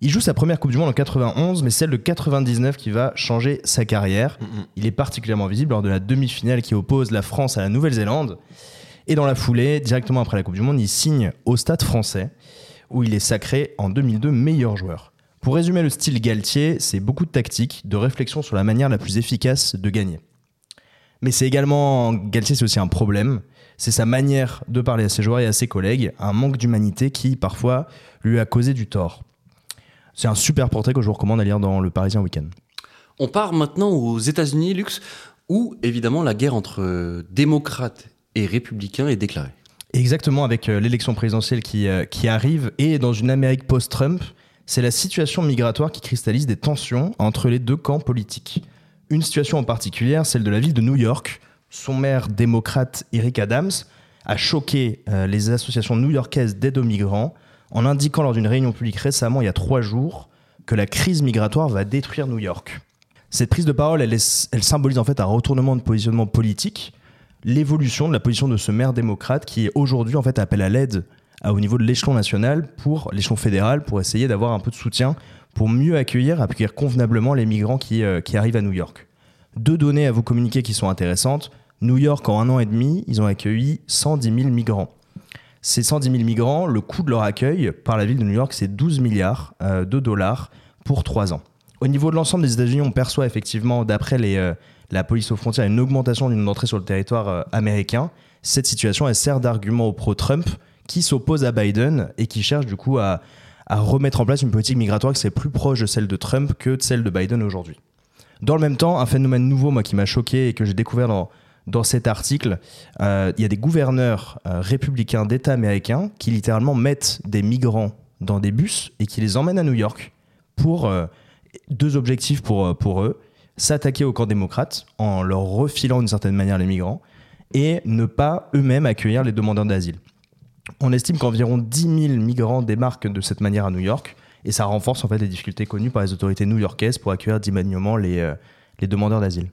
B: Il joue sa première Coupe du Monde en 91, mais celle de 99 qui va changer sa carrière. Il est particulièrement visible lors de la demi-finale qui oppose la France à la Nouvelle-Zélande. Et dans la foulée, directement après la Coupe du Monde, il signe au Stade français, où il est sacré en 2002 meilleur joueur. Pour résumer le style Galtier, c'est beaucoup de tactique, de réflexion sur la manière la plus efficace de gagner. Mais c'est également, Galtier c'est aussi un problème, c'est sa manière de parler à ses joueurs et à ses collègues, un manque d'humanité qui parfois lui a causé du tort. C'est un super portrait que je vous recommande à lire dans Le Parisien Week-end.
A: On part maintenant aux États-Unis, Lux, où évidemment la guerre entre euh, démocrates et républicains est déclarée.
B: Exactement, avec euh, l'élection présidentielle qui, euh, qui arrive et dans une Amérique post-Trump, c'est la situation migratoire qui cristallise des tensions entre les deux camps politiques. Une situation en particulier, celle de la ville de New York. Son maire démocrate Eric Adams a choqué euh, les associations new-yorkaises d'aide aux migrants en indiquant lors d'une réunion publique récemment, il y a trois jours, que la crise migratoire va détruire New York. Cette prise de parole, elle, est- elle symbolise en fait un retournement de positionnement politique, l'évolution de la position de ce maire démocrate qui aujourd'hui en fait appelle à l'aide à- au niveau de l'échelon national pour l'échelon fédéral pour essayer d'avoir un peu de soutien pour mieux accueillir, accueillir convenablement les migrants qui, euh, qui arrivent à New York. Deux données à vous communiquer qui sont intéressantes. New York, en un an et demi, ils ont accueilli 110 000 migrants. Ces 110 000 migrants, le coût de leur accueil par la ville de New York, c'est 12 milliards euh, de dollars pour 3 ans. Au niveau de l'ensemble des États-Unis, on perçoit effectivement, d'après les, euh, la police aux frontières, une augmentation d'une entrée sur le territoire euh, américain. Cette situation, elle sert d'argument aux pro-Trump qui s'opposent à Biden et qui cherchent du coup à, à remettre en place une politique migratoire qui serait plus proche de celle de Trump que de celle de Biden aujourd'hui. Dans le même temps, un phénomène nouveau, moi, qui m'a choqué et que j'ai découvert dans, dans cet article, euh, il y a des gouverneurs euh, républicains d'État américains qui littéralement mettent des migrants dans des bus et qui les emmènent à New York pour euh, deux objectifs pour, euh, pour eux s'attaquer au camp démocrate en leur refilant d'une certaine manière les migrants et ne pas eux-mêmes accueillir les demandeurs d'asile. On estime qu'environ 10 000 migrants démarquent de cette manière à New York et ça renforce en fait les difficultés connues par les autorités new-yorkaises pour accueillir dignement les, euh, les demandeurs d'asile.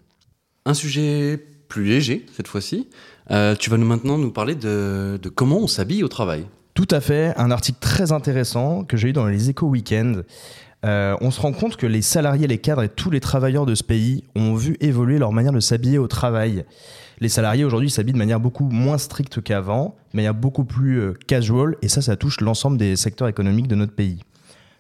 A: Un sujet plus léger cette fois-ci. Euh, tu vas nous maintenant nous parler de, de comment on s'habille au travail.
B: Tout à fait, un article très intéressant que j'ai eu dans les Échos Weekend. Euh, on se rend compte que les salariés, les cadres et tous les travailleurs de ce pays ont vu évoluer leur manière de s'habiller au travail. Les salariés aujourd'hui s'habillent de manière beaucoup moins stricte qu'avant, de manière beaucoup plus euh, casual, et ça, ça touche l'ensemble des secteurs économiques de notre pays.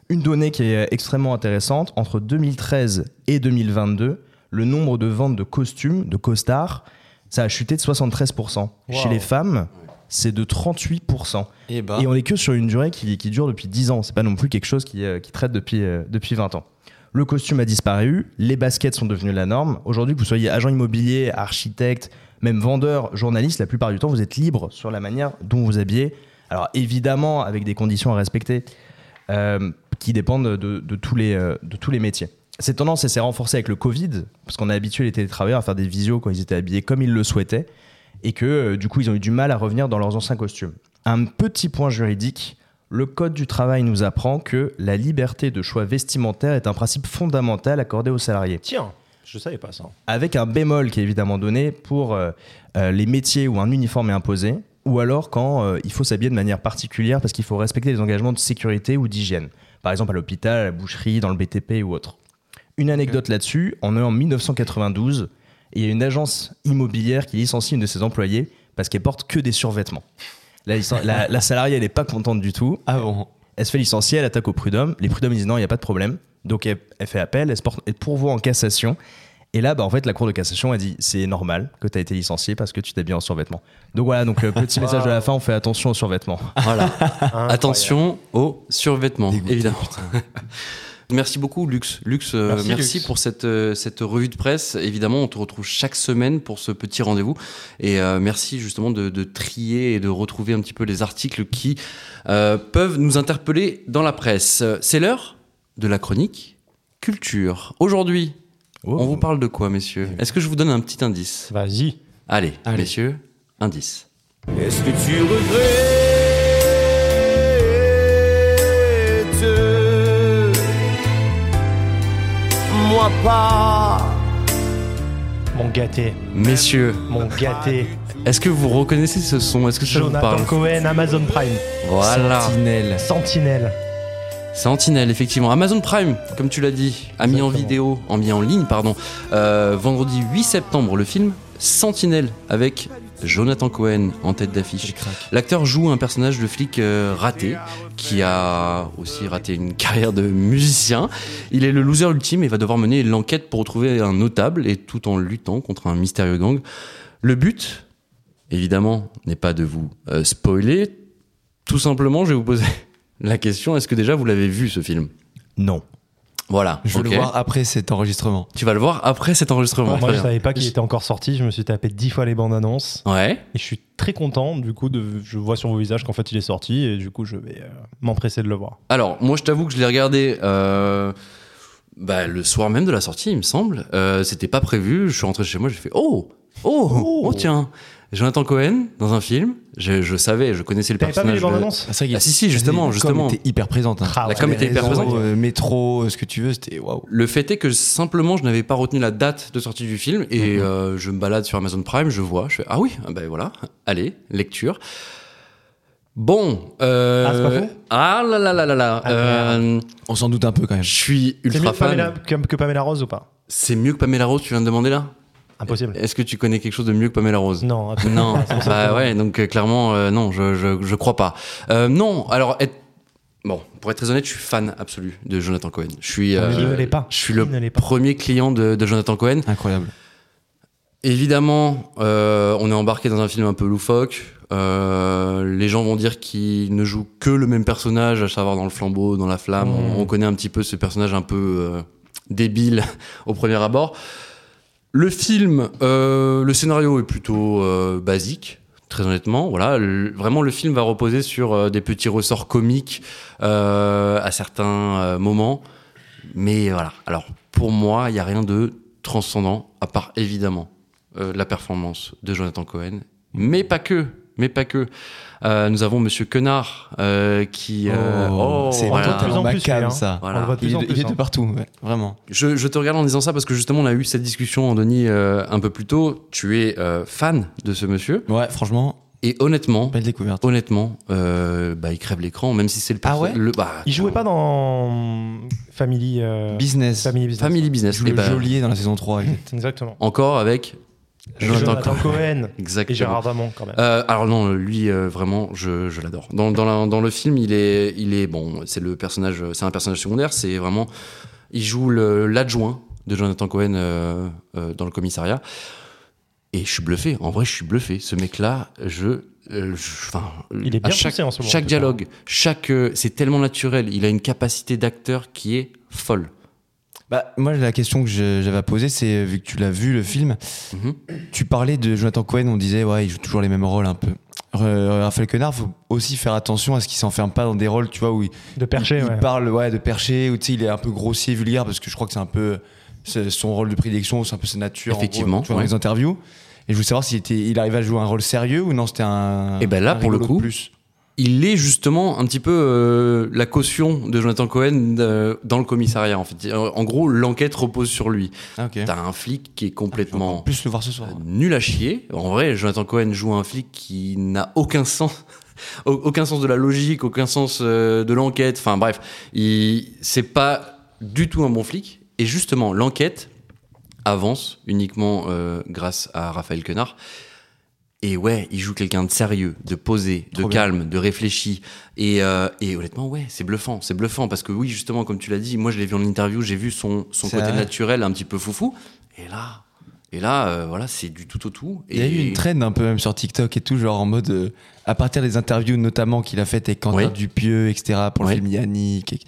B: Une donnée qui est euh, extrêmement intéressante, entre 2013 et 2022, le nombre de ventes de costumes, de costards, ça a chuté de 73%. Chez
C: Wow.
B: les femmes, c'est de 38%.
D: Et bah.
B: Et on est que sur une durée qui, qui dure depuis 10 ans. C'est pas non plus quelque chose qui, euh, qui traite depuis, euh, depuis 20 ans. Le costume a disparu, les baskets sont devenues la norme. Aujourd'hui, que vous soyez agent immobilier, architecte, même vendeur, journaliste, la plupart du temps, vous êtes libre sur la manière dont vous habillez. Alors évidemment, avec des conditions à respecter euh, qui dépendent de, de tous les, euh, de tous les métiers. Cette tendance elle s'est renforcée avec le Covid, parce qu'on a habitué les télétravailleurs à faire des visios quand ils étaient habillés comme ils le souhaitaient, et que euh, du coup ils ont eu du mal à revenir dans leurs anciens costumes. Un petit point juridique, le Code du travail nous apprend que la liberté de choix vestimentaire est un principe fondamental accordé aux salariés
C: Tiens, je savais pas ça.
B: avec un bémol qui est évidemment donné pour euh, euh, les métiers où un uniforme est imposé, ou alors quand euh, il faut s'habiller de manière particulière parce qu'il faut respecter les engagements de sécurité ou d'hygiène. Par exemple à l'hôpital, à la boucherie, dans le BTP ou autre. Une anecdote là-dessus, on est en 1992 et il y a une agence immobilière qui licencie une de ses employées parce qu'elle porte que des survêtements. La, licen- la- la salariée, elle n'est pas contente du tout
D: Avant.
B: elle se fait licencier, elle attaque au prud'homme. Les prud'hommes ils disent non, il n'y a pas de problème. Donc elle, elle fait appel, elle, se porte, elle pourvoit en cassation. Et là, bah, en fait, la cour de cassation a dit c'est normal que tu as été licencié parce que tu t'habilles en survêtement. Donc voilà, donc euh, petit message de la fin, on fait attention aux survêtements.
A: Voilà.
C: Incroyable.
A: Attention aux survêtements,
D: Dégoûté,
A: évidemment. Merci beaucoup, Lux. Lux, euh, merci,
C: Merci, Lux.
A: pour cette, euh, cette revue de presse. Évidemment, on te retrouve chaque semaine pour ce petit rendez-vous. Et euh, merci justement de, de trier et de retrouver un petit peu les articles qui euh, peuvent nous interpeller dans la presse. Euh, C'est l'heure de la chronique culture. Aujourd'hui,
B: Oh.
A: on vous parle de quoi, messieurs Est-ce que je vous donne un petit indice
C: Vas-y.
A: Allez,
D: Allez.
A: messieurs, indice.
F: Est-ce que tu regrettes moi pas.
C: Mon gâté,
A: Messieurs,
C: mon gâté.
A: est-ce que vous reconnaissez ce son Est-ce que ça
C: Jonathan
A: vous parle
C: Cohen, Amazon Prime,
A: Voilà.
D: Sentinelle.
C: Sentinelle.
A: Sentinelle, effectivement. Amazon Prime, comme tu l'as dit, a mis en
C: Exactement.
A: vidéo, en mis en ligne, pardon, euh, vendredi 8 septembre le film Sentinelle avec Jonathan Cohen en tête d'affiche. L'acteur joue un personnage de flic euh, raté qui a aussi raté une carrière de musicien. Il est le loser ultime et va devoir mener l'enquête pour retrouver un notable et tout en luttant contre un mystérieux gang. Le but, évidemment, n'est pas de vous euh, spoiler. Tout simplement, je vais vous poser la question est-ce que déjà vous l'avez vu ce film
B: Non.
A: Voilà.
D: Je vais
A: ok.
D: le voir après cet enregistrement.
A: Tu vas le voir après cet enregistrement.
C: Moi,
A: Très
C: je
A: bien.
C: savais pas qu'il était encore sorti. Je me suis tapé dix fois les bandes annonces.
A: Ouais.
C: Et je suis très content, du coup, de, je vois sur vos visages qu'en fait il est sorti. Et du coup, je vais euh, m'empresser de le voir.
A: Alors, moi, je t'avoue que je l'ai regardé euh, bah, le soir même de la sortie, il me semble. Euh, C'était pas prévu. Je suis rentré chez moi, j'ai fait Oh Oh Oh, tiens Jonathan Cohen dans un film. Je, je savais, je connaissais le
C: T'avais pas vu les
A: personnage.
C: bandes
A: de-
C: annonces
D: Ah, c'est vrai qu'il-
A: Ah, si, si, justement,
D: la com
A: justement.
D: était hyper présente. hein.
C: Ah,
A: La
C: ouais.
A: com était hyper
D: Réseau,
A: présente.
D: euh, métro, euh, ce que tu veux, c'était waouh.
A: Le fait est que simplement je n'avais pas retenu la date de sortie du film et
C: Mhm.
A: euh, je me balade sur Amazon Prime, je vois, je fais ah oui, ah ben voilà, allez, lecture. Bon, euh,
C: Ah, c'est pas faux
A: ah là là là là là,
C: Ah,
A: euh,
D: On s'en doute un peu quand même.
A: je suis
C: C'est mieux
A: ultra
C: que Pamela,
A: fan.
C: que, que Pamela Rose ou pas
A: C'est mieux que Pamela Rose, tu viens de demander là
C: Impossible.
A: Est-ce que tu connais quelque chose de mieux que Pamela Rose
C: Non, absolument.
A: Non, bah ouais, donc euh, clairement, euh, non, je, je, je crois pas. Euh, non, alors, être- bon, pour être très honnête, je suis fan absolu de Jonathan Cohen. Je suis, euh,
C: Mais il ne l'est pas.
A: Je suis
C: Il ne
A: le
C: l'est pas.
A: premier client de, de Jonathan Cohen.
D: Incroyable.
A: Évidemment, euh, on est embarqué dans un film un peu loufoque. Euh, les gens vont dire qu'il ne joue que le même personnage, à savoir dans le flambeau, dans la flamme.
C: Mmh.
A: On, on connaît un petit peu ce personnage un peu euh, débile au premier abord. Le film, euh, le scénario est plutôt euh, basique, très honnêtement. Voilà, Le- vraiment le film va reposer sur euh, des petits ressorts comiques euh, à certains euh, moments, mais voilà. Alors pour moi, il n'y a rien de transcendant à part évidemment euh, la performance de Jonathan Cohen, mais pas que. Mais pas que. Euh, nous avons Monsieur Quenard euh, qui. euh, oh,
D: c'est
A: voilà.
D: vraiment
C: De plus en
D: ma
C: plus,
D: cam,
C: lui, hein.
D: ça.
A: Voilà.
C: On le voit de plus
D: Il,
C: en
D: est,
C: plus.
D: il est de
C: hein.
D: partout, ouais, vraiment.
A: Je, je te regarde en disant ça parce que justement on a eu cette discussion, Anthony, euh, un peu plus tôt. Tu es euh, fan de ce monsieur
D: Ouais, franchement,
A: et honnêtement,
D: belle découverte.
A: honnêtement, euh, bah, il crève l'écran, même si c'est le
D: Ah
A: perso-
D: ouais
A: le- bah,
C: Il jouait pas dans Family, euh,
D: Business. hein.
C: Family Business.
A: Family
D: Il
A: Business.
D: joue
A: Eh
D: le
A: ben,
D: geôlier dans la saison 3. exact.
C: Exactement.
A: encore avec Jonathan,
C: Jonathan
A: Cohen.
C: Cohen. Et
A: Exactement.
C: Gérard Damon quand même.
A: Euh, alors non, lui euh, vraiment, je, je l'adore. Dans, dans, la- dans le film, il est, il est bon, c'est le personnage, c'est un personnage secondaire. C'est vraiment, il joue le- l'adjoint de Jonathan Cohen euh, euh, dans le commissariat. Et je suis bluffé. En vrai, je suis bluffé. Ce mec-là, je, euh, je- enfin,
C: Il est
A: à
C: bien
A: chaque,
C: poussé en ce moment, en
A: Chaque
C: tout cas.
A: dialogue, chaque, euh, c'est tellement naturel. Il a une capacité d'acteur qui est folle.
D: Bah, moi, la question que je- j'avais à poser, c'est euh, vu que tu l'as vu le film,
A: Mhm.
D: tu parlais de Jonathan Cohen, on disait, ouais, il joue toujours les mêmes rôles un peu. Re- Raphaël Quenard, faut aussi faire attention à ce qu'il s'enferme pas dans des rôles, tu vois, où il,
C: de Percher,
D: il, il
C: ouais.
D: parle ouais, de perché, où tu sais, il est un peu grossier, vulgaire, parce que je crois que c'est un peu c'est son rôle de prédilection, c'est un peu sa nature. en gros,
A: Effectivement,
D: tu vois,
A: ouais.
D: dans les interviews. Et je voulais savoir s'il était, il arrivait à jouer un rôle sérieux ou non, c'était un.
A: Eh ben là,
D: un
A: pour le
D: rigolo
A: coup,
D: plus.
A: il est justement un petit peu euh, la caution de Jonathan Cohen euh, dans le commissariat. En fait, Euh, en gros, l'enquête repose sur lui.
D: Ah, ok.
A: T'as un flic qui est
D: Je vais encore
A: complètement
D: plus le voir ce soir.
A: euh, nul à chier. En vrai, Jonathan Cohen joue un flic qui n'a aucun sens, au- aucun sens de la logique, aucun sens euh, de l'enquête. Enfin bref, il- c'est pas du tout un bon flic. Et justement, l'enquête avance uniquement euh, grâce à Raphaël Quenard. Et ouais, il joue quelqu'un de sérieux, de posé, de
D: Trop bien.
A: calme, de réfléchi. Et, euh, et honnêtement, ouais, c'est bluffant, c'est bluffant parce que oui, justement, comme tu l'as dit, moi je l'ai vu en interview, j'ai vu son, son
D: C'est
A: côté
D: vrai.
A: naturel un petit peu foufou. Et là, et là, euh, voilà, c'est du tout au tout.
D: Il y a eu une traîne un peu même sur TikTok et tout, genre en mode euh, à partir des interviews notamment qu'il a faites avec Quentin
A: Oui.
D: Dupieux, etc. pour
A: Oui.
D: le film Yannick. et-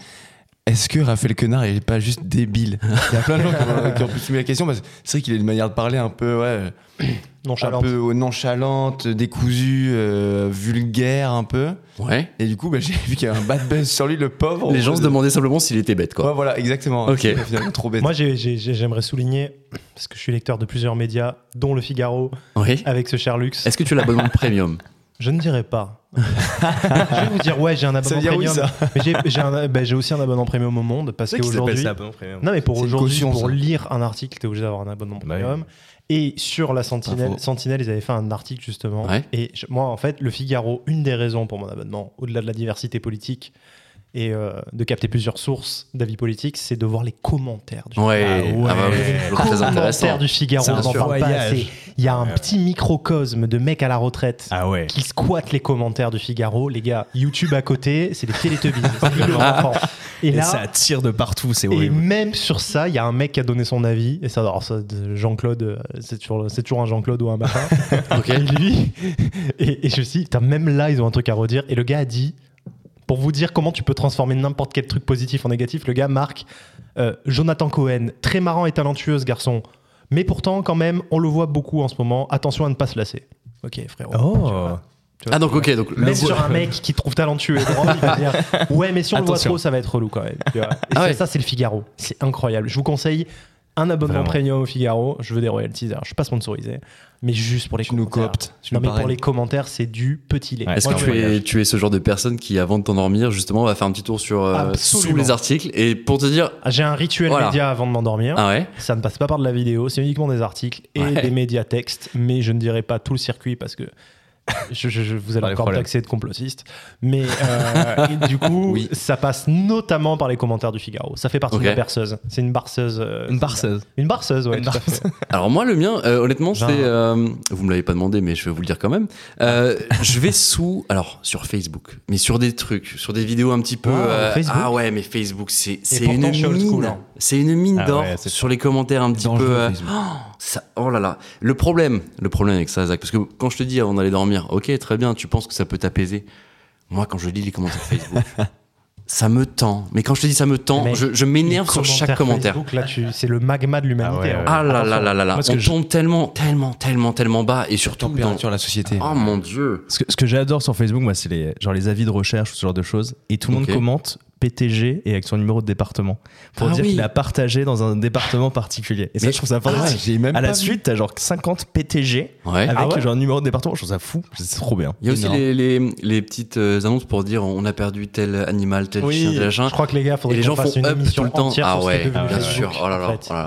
D: Est-ce que Raphaël Quenard il est pas juste débile Il y a plein de gens qui ont, qui ont pu se poser la question parce que c'est vrai qu'il a une manière de parler un peu ouais, un
C: Nonchalant.
D: peu nonchalante, décousue, euh, vulgaire un peu.
A: Ouais.
D: Et du coup bah, j'ai vu qu'il y avait un bad buzz sur lui le pauvre.
A: Les gens se
D: demandent
A: demandaient simplement s'il était bête, quoi.
D: Ouais voilà exactement.
A: Ok.
D: Finalement trop bête.
C: Moi, j'ai- j'ai- j'ai- j'aimerais souligner, parce que je suis lecteur de plusieurs médias, dont Le Figaro,
A: Oui.
C: avec ce cher luxe.
A: Est-ce que tu as l'abonnement premium
C: Je ne dirais pas. je vais vous dire, ouais, j'ai un
D: Ça
C: abonnement
D: veut dire oui,
C: premium. Mais j'ai- j'ai un- ben, j'ai aussi un abonnement premium au monde parce qu'aujourd'hui. Non, mais pour
D: C'est une
C: aujourd'hui,
D: caution,
C: pour
D: ça.
C: lire un article, t'es obligé d'avoir un abonnement
B: Bah oui.
C: premium. Et sur la Sentinelle,
D: Info.
C: Sentinelle, ils avaient fait un article justement.
A: Ouais.
C: Et je- moi, en fait, le Figaro, une des raisons pour mon abonnement, au-delà de la diversité politique et euh, de capter plusieurs sources d'avis politiques, c'est de voir les commentaires du
A: Ouais,
B: Ah ouais.
A: ah bah oui,
C: Les
A: très intéressant.
C: commentaires du Figaro,
B: C'est
C: on
B: un
C: n'en parle pas
B: voyage.
C: assez. Il y a un
B: Ouais.
C: petit microcosme de mecs à la retraite
B: Ah ouais.
C: qui squattent les commentaires du Figaro. Les gars, YouTube à côté, c'est des Teletubbies. c'est des enfants. Et
B: Et
C: là,
B: ça tire de partout, c'est
C: et
B: horrible.
C: même sur ça, il y a un mec qui a donné son avis. Et ça, alors ça, de- Jean-Claude, euh, c'est toujours, c'est toujours un Jean-Claude ou un machin.
A: Ok.
C: et lui, et, et je me suis dit, putain, même là, ils ont un truc à redire. Et le gars a dit, pour vous dire comment tu peux transformer n'importe quel truc positif en négatif, le gars marque euh, Jonathan Cohen, très marrant et talentueux ce garçon. Mais pourtant, quand même, on le voit beaucoup en ce moment. Attention à ne pas se lasser. Ok, frérot.
B: Oh.
C: Tu vois,
A: Ah donc
C: tu vois.
A: ok, donc
C: Même sur un mec qui trouve talentueux et drôle, il va dire Ouais, mais si on le voit
B: Attention.
C: trop, ça va être relou quand même. tu vois.
A: Ah
C: Et ça-
A: ouais.
C: Ça, c'est le Figaro. C'est incroyable. Je vous conseille un abonnement
B: Vraiment.
C: premium au Figaro. Je veux des royalties. Alors, je suis pas sponsorisé, mais juste pour les
D: Tu nous
C: commentaires.
D: cooptes. Tu
C: non,
D: nous
C: mais pour
D: parraines.
C: les commentaires, c'est du petit lait.
B: Ouais.
A: Est-ce
C: Moi,
A: que
C: je
A: tu
C: voyage.
A: es, tu es ce genre de personne qui, avant de t'endormir, justement, va faire un petit tour sur euh, sous
C: Absolument.
A: les articles et pour te dire
C: Ah, J'ai un rituel
A: Voilà.
C: média avant de m'endormir.
A: ah ouais
C: Ça ne passe pas par de la vidéo, c'est uniquement des articles et
A: Ouais.
C: des médias textes, mais je ne dirai pas tout le circuit parce que je, je- je- vous allez
B: Pas de
C: encore me
B: problème.
C: taxer de complotiste. Mais euh, et du coup,
A: Oui.
C: ça passe notamment par les commentaires du Figaro. Ça fait partie
A: Ok.
C: de la berceuse. C'est une barceuse. euh,
B: Une barceuse.
C: Une barceuse, ouais.
B: Une
C: tout à fait.
A: Alors moi le mien, euh, honnêtement,
C: Genre.
A: c'est euh, vous me l'avez pas demandé, mais je vais vous le dire quand même. Euh, je vais sous alors sur Facebook, mais sur des trucs, sur des vidéos un petit peu.
C: Wow,
A: euh,
C: Facebook
A: ah ouais, mais Facebook c'est c'est
C: pourtant,
A: une
C: je suis old school,
A: mine,
C: hein.
A: c'est une mine
B: Ah
A: d'or
B: ouais, c'est
A: sur les commentaires un petit peu. euh,
D: Facebook.
A: Ça- oh là là. Le problème, le problème avec ça, Zach, parce que quand je te dis avant d'aller dormir, ok, très bien, tu penses que ça peut t'apaiser. Moi, quand je lis les commentaires Facebook, ça me tend. Mais quand je te dis ça me tend,
C: Mais
A: je, je m'énerve sur chaque commentaire.
C: Facebook, là, tu- c'est le magma de l'humanité.
B: Ah ouais,
C: hein.
B: ouais.
A: Ah là là là là là.
B: Moi, ce
A: On
B: que je-
A: tombe tellement, tellement, tellement, tellement bas et surtout dans.
D: Température de la société.
A: Oh mon dieu.
B: Ce que, ce que j'adore sur Facebook, moi, c'est les, genre les avis de recherche, ce genre de choses. Et tout le
A: Ok.
B: monde commente PTG et avec son numéro de département. Pour
A: Ah
B: dire
A: oui.
B: qu'il a partagé dans un département particulier. Et ça,
A: Mais-
B: je trouve ça
D: Ah,
B: fantastique.
D: j'ai même
B: à la
D: pas vu.
B: suite, t'as genre 50 PTG
A: Eh, Ouais.
B: avec
C: Ah ouais
B: genre numéro de département. Je trouve ça fou. C'est trop bien.
A: Il y a aussi
D: énorme.
A: les, les, les petites euh, annonces pour dire on a perdu tel animal, tel
C: Oui,
A: chien, tel
C: je
A: chien.
C: crois que les gars, faudrait
A: Et les
C: qu'on
A: gens
C: fasse
A: font
C: une
A: up
C: émission
A: tout le temps.
C: entière
A: Ah
C: sur ce qui est
A: ouais,
C: devenu
A: bien
C: Facebook,
A: sûr. Oh là
C: en
A: là.
C: fait.
A: oh là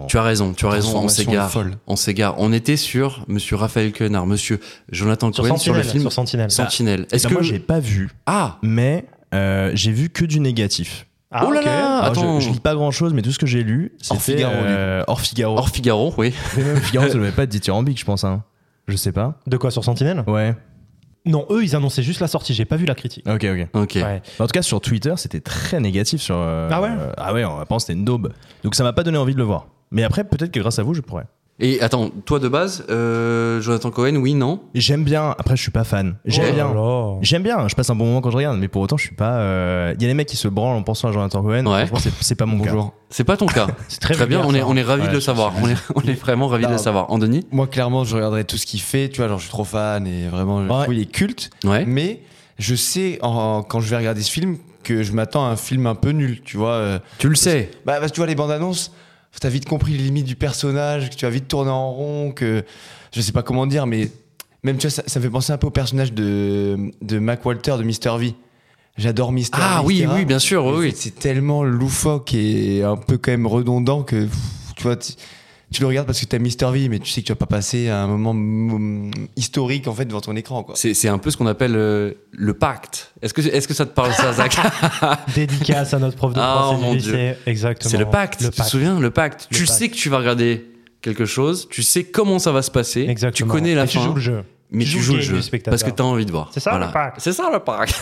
A: là. Tu as raison, tu as raison, on
D: Transformation
A: s'égare.
D: folle.
A: On s'égare. On était sur monsieur Raphaël Quenard, monsieur Jonathan
C: Sur
A: Cohen sur le
C: Sentinelle,
A: film
C: sur Sentinelle. Eh ben,
A: Sentinelle.
B: Est-ce
A: Est-ce que
B: moi, j'ai pas vu,
A: Ah
B: mais euh, j'ai vu que du négatif.
C: Ah,
A: Oh là
C: ok.
A: là
B: Alors, je-
A: Attends.
B: je, lis pas grand chose, mais tout ce que j'ai lu, c'était.
D: Hors Figaro, du coup.
B: euh, hors Figaro.
A: Hors Figaro, oui.
B: Mais même Figaro, ça devait pas être dithyrambique, je pense. Hein. Je sais pas.
C: De quoi sur Sentinelle
B: Ouais.
C: Non, eux, ils annonçaient juste la sortie. J'ai pas vu la critique.
B: Ok, ok.
A: Ok. Oh
C: Ouais.
B: En tout cas, sur Twitter, c'était très négatif. Sur, euh,
C: Ah ouais
B: euh, Ah ouais, on pense que c'était une daube. Donc ça m'a pas donné envie de le voir. Mais après, peut-être que grâce à vous, je pourrais.
A: Et attends, toi de base, euh, Jonathan Cohen, oui, non
B: J'aime bien. Après, je suis pas fan. J'aime
C: Oh
B: bien.
C: là là.
B: J'aime bien, je passe un bon moment quand je regarde, mais pour autant, je suis pas. euh, Il y a des mecs qui se branlent en pensant à Jonathan Cohen.
A: Ouais.
B: Franchement, c'est- c'est pas mon cas.
D: Bonjour.
A: C'est pas ton cas.
C: C'est très,
A: Très bien, on est, on est ravis
B: Ouais,
A: de le
B: je
A: savoir. On est, on est vraiment ravis de
D: Non.
A: le savoir. Anthony
D: Moi, clairement, je regarderais tout ce qu'il fait. Tu vois, genre, je suis trop fan et vraiment, je
B: Ouais.
D: trouve il est culte.
A: Ouais.
D: Mais je sais, en- quand je vais regarder ce film, que je m'attends à un film un peu nul. Tu vois, euh,
A: Tu le sais.
D: bah, parce que tu vois, les bandes annonces, t'as vite compris les limites du personnage, que tu as vite tourné en rond, que je sais pas comment dire, mais même, tu vois, ça, ça me fait penser un peu au personnage de, de Mac Walter de Mr. V. J'adore Mr.
A: Ah
D: V,
A: oui,
D: etc.
A: oui, bien sûr, oui,
D: Mais
A: oui.
D: c'est- C'est tellement loufoque et un peu quand même redondant que pff, tu vois, tu, tu le regardes parce que t'as Mister V, mais tu sais que tu vas pas passer un moment mm, historique en fait devant ton écran. Quoi.
A: C'est c'est un peu ce qu'on appelle euh, le pacte. Est-ce que, est que ça te parle ça, Zach
C: Dédicace à notre prof de
A: Ah,
C: français
A: mon
C: du lycée. Exactement.
A: C'est le pacte.
C: Le
A: Tu te souviens, le pacte.
C: Le
A: tu
C: pacte.
A: sais que tu vas regarder quelque chose, tu sais comment ça va se passer,
C: Exactement.
A: tu connais la
C: Et
A: fin, hein
C: Tu joues le jeu.
A: mais
C: tu
A: tu
C: joues
A: joues
C: le
A: le
C: game
A: jeu
C: du spectateur.
A: parce que tu as envie de voir.
C: C'est ça,
A: Voilà.
C: le pacte.
A: C'est ça le pacte.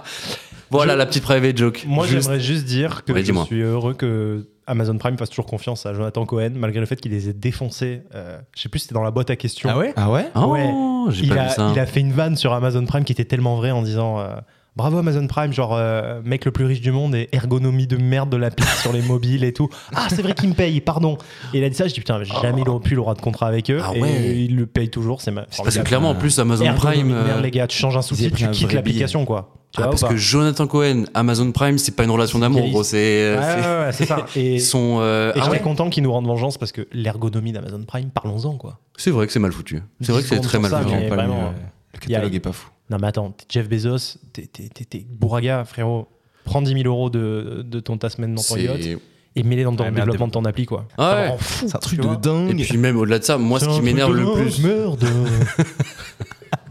A: voilà
C: Je-
A: la petite private joke.
C: Moi,
A: Juste-
C: j'aimerais juste dire que
A: Ouais,
C: je
A: dis-moi.
C: suis heureux que Amazon Prime fasse toujours confiance à Jonathan Cohen, malgré le fait qu'il les ait défoncés. euh, je sais plus si c'était dans la boîte à questions.
B: Ah ouais
D: Ah ouais
A: Oh,
C: Ouais.
A: j'ai
C: il,
A: pas
C: a,
A: vu ça.
C: il a fait une vanne sur Amazon Prime qui était tellement vraie en disant euh, Bravo Amazon Prime, genre euh, mec le plus riche du monde et ergonomie de merde de la piste sur les mobiles et tout. Ah, c'est vrai qu'il me paye, pardon. Et il a dit ça, je dis putain, j'ai jamais pu le droit de contrat avec eux.
A: Ah
C: et
A: ouais.
C: il le paye toujours, c'est ma.
A: Parce que clairement, en plus, Amazon
C: Ergonomie
A: Prime.
C: de merde,
A: euh,
C: les gars, tu changes un sous-titre,
D: pris
C: tu
D: un
C: quittes
D: vrai
C: l'application quoi. Tu
A: ah,
C: vois, ou
A: parce
C: pas
A: que Jonathan Cohen, Amazon Prime, c'est pas une relation d'amour,
C: Ils-
A: gros. C'est.
C: Ouais,
A: euh, c'est-
C: ouais, ouais, c'est ça. Et,
A: Ils sont. euh, ah
C: et j'étais
A: ouais.
C: content qu'ils nous rendent vengeance parce que l'ergonomie d'Amazon Prime, parlons-en quoi.
A: C'est vrai que c'est mal foutu. C'est vrai que c'est
C: 10
A: très mal
C: secondes
A: foutu.
C: sur ça, mais
D: J'ai pas
C: vraiment,
D: mis, euh, Le catalogue
C: Il y a-
D: est pas fou.
C: Non, mais attends, t'es Jeff Bezos, t'es- t'es t'es- t'es Bouraga, frérot. Prends 10 000 euros de, de ton ta semaine dans ton yacht
A: C'est-
C: et mets-les dans ton
B: Ouais, mais
C: développement de ton appli, quoi.
A: Ah
C: Ça me
A: ouais.
C: rend fou,
D: C'est un truc
C: tu
D: de
C: vois.
A: Et
D: dingue.
A: puis même au-delà de ça, moi ce qui m'énerve le plus,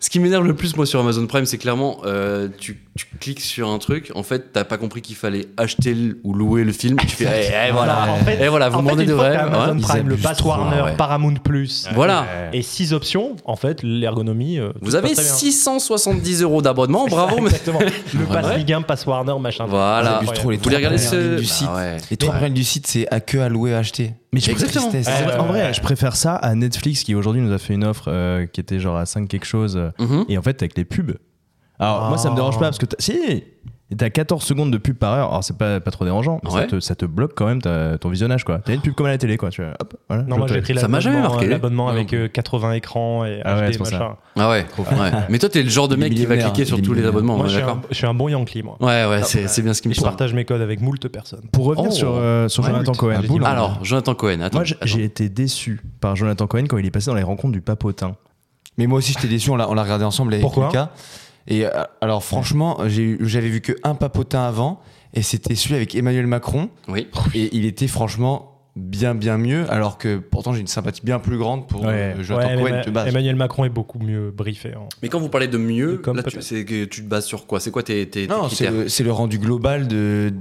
A: ce qui m'énerve le plus moi sur Amazon Prime, c'est clairement euh, tu, tu cliques sur un truc, en fait t'as pas compris qu'il fallait acheter le- ou louer le film, tu fais eh, eh, voilà,
C: en fait-
A: eh, voilà, vous
C: en
A: me
C: fait,
A: rendez
C: une
A: de
C: fois que
A: vrai,
C: t'as Amazon
A: ouais.
C: Prime, le
D: abusent
C: Pass
D: trop,
C: Warner,
A: ouais.
C: Paramount Plus
A: voilà.
C: et 6 options, en fait, l'ergonomie. euh, tout
A: Vous
C: se passe
A: avez
C: très bien.
A: 670 euros d'abonnement, bravo. mais- Ah
C: Exactement. Le Pass
A: Ouais.
C: Ligue 1, Pass Warner, machin.
A: Voilà.
D: Ils abusent trop, les
A: Ah Vous voulez regarder
D: trois premières
A: ce
D: lignes du site.
A: Bah ouais.
D: Les trois
C: Ouais.
D: premières lignes du site, c'est à que à louer, à acheter.
B: Mais
A: je- Exactement.
D: Tristesse.
B: En
C: Ouais,
B: vrai- en vrai,
C: ouais.
B: je préfère ça à Netflix qui aujourd'hui nous a fait une offre euh, qui était genre à 5 quelque chose. euh,
A: Mhm.
B: Et en fait, avec les pubs. Alors, moi, ça me dérange pas parce que. t'as- Si T'as 14 secondes de pub par heure. Alors, c'est pas, pas trop dérangeant, mais
A: Ouais.
B: ça, te, ça te bloque quand même ta- ton visionnage, quoi. T'as une pub comme à la télé, quoi. Tu vois, hop, voilà,
C: Non, moi
B: je-
C: j'ai pris
A: Ça m'a jamais
C: l'abonnement
A: marqué. Ah
C: l'abonnement
A: Non.
C: avec euh, 80 écrans et
B: Ah ouais,
C: HD,
B: c'est pour ça.
C: machin.
A: Ah ouais. ouais. Mais toi, t'es le genre de
D: Des
A: mec qui va
D: millionnaires,
A: cliquer sur
D: des
A: tous les
D: millionnaires.
A: abonnements,
C: moi
A: on est
C: je suis, un,
A: d'accord.
C: je suis un bon Yankee, moi.
A: Ouais, ouais, c'est c'est bien ce qui
C: Et
A: me
C: je
A: parle.
C: partage mes codes avec moult personnes.
B: Pour revenir
A: Oh.
B: sur, euh, sur
C: Ouais,
B: Jonathan
C: but.
B: Cohen.
C: Ah, boule, hein.
A: Alors, Jonathan Cohen, attends.
B: Moi, j'ai-
A: attends.
B: j'ai été déçu par Jonathan Cohen quand il est passé dans les rencontres du papotin.
D: Mais moi aussi, j'étais déçu. On l'a on l'a regardé ensemble avec
C: Pourquoi
D: Lucas. Et euh, alors, franchement, j'ai eu- j'avais vu que un papotin avant, et c'était celui avec Emmanuel Macron.
A: Oui.
D: Et il était franchement bien, bien mieux. Alors que pourtant, j'ai une sympathie bien plus grande pour
B: Ouais.
D: euh, Jonathan
C: Ouais,
D: Cohen
C: Emma-
D: de base.
C: Emmanuel Macron est beaucoup mieux briefé. hein.
A: Mais quand vous parlez de mieux,
C: Comme
A: là, tu,
C: peut-être.
A: c'est que tu te bases sur quoi C'est quoi tes, tes, tes
D: Non, c'est
A: critères
D: le, c'est le rendu global de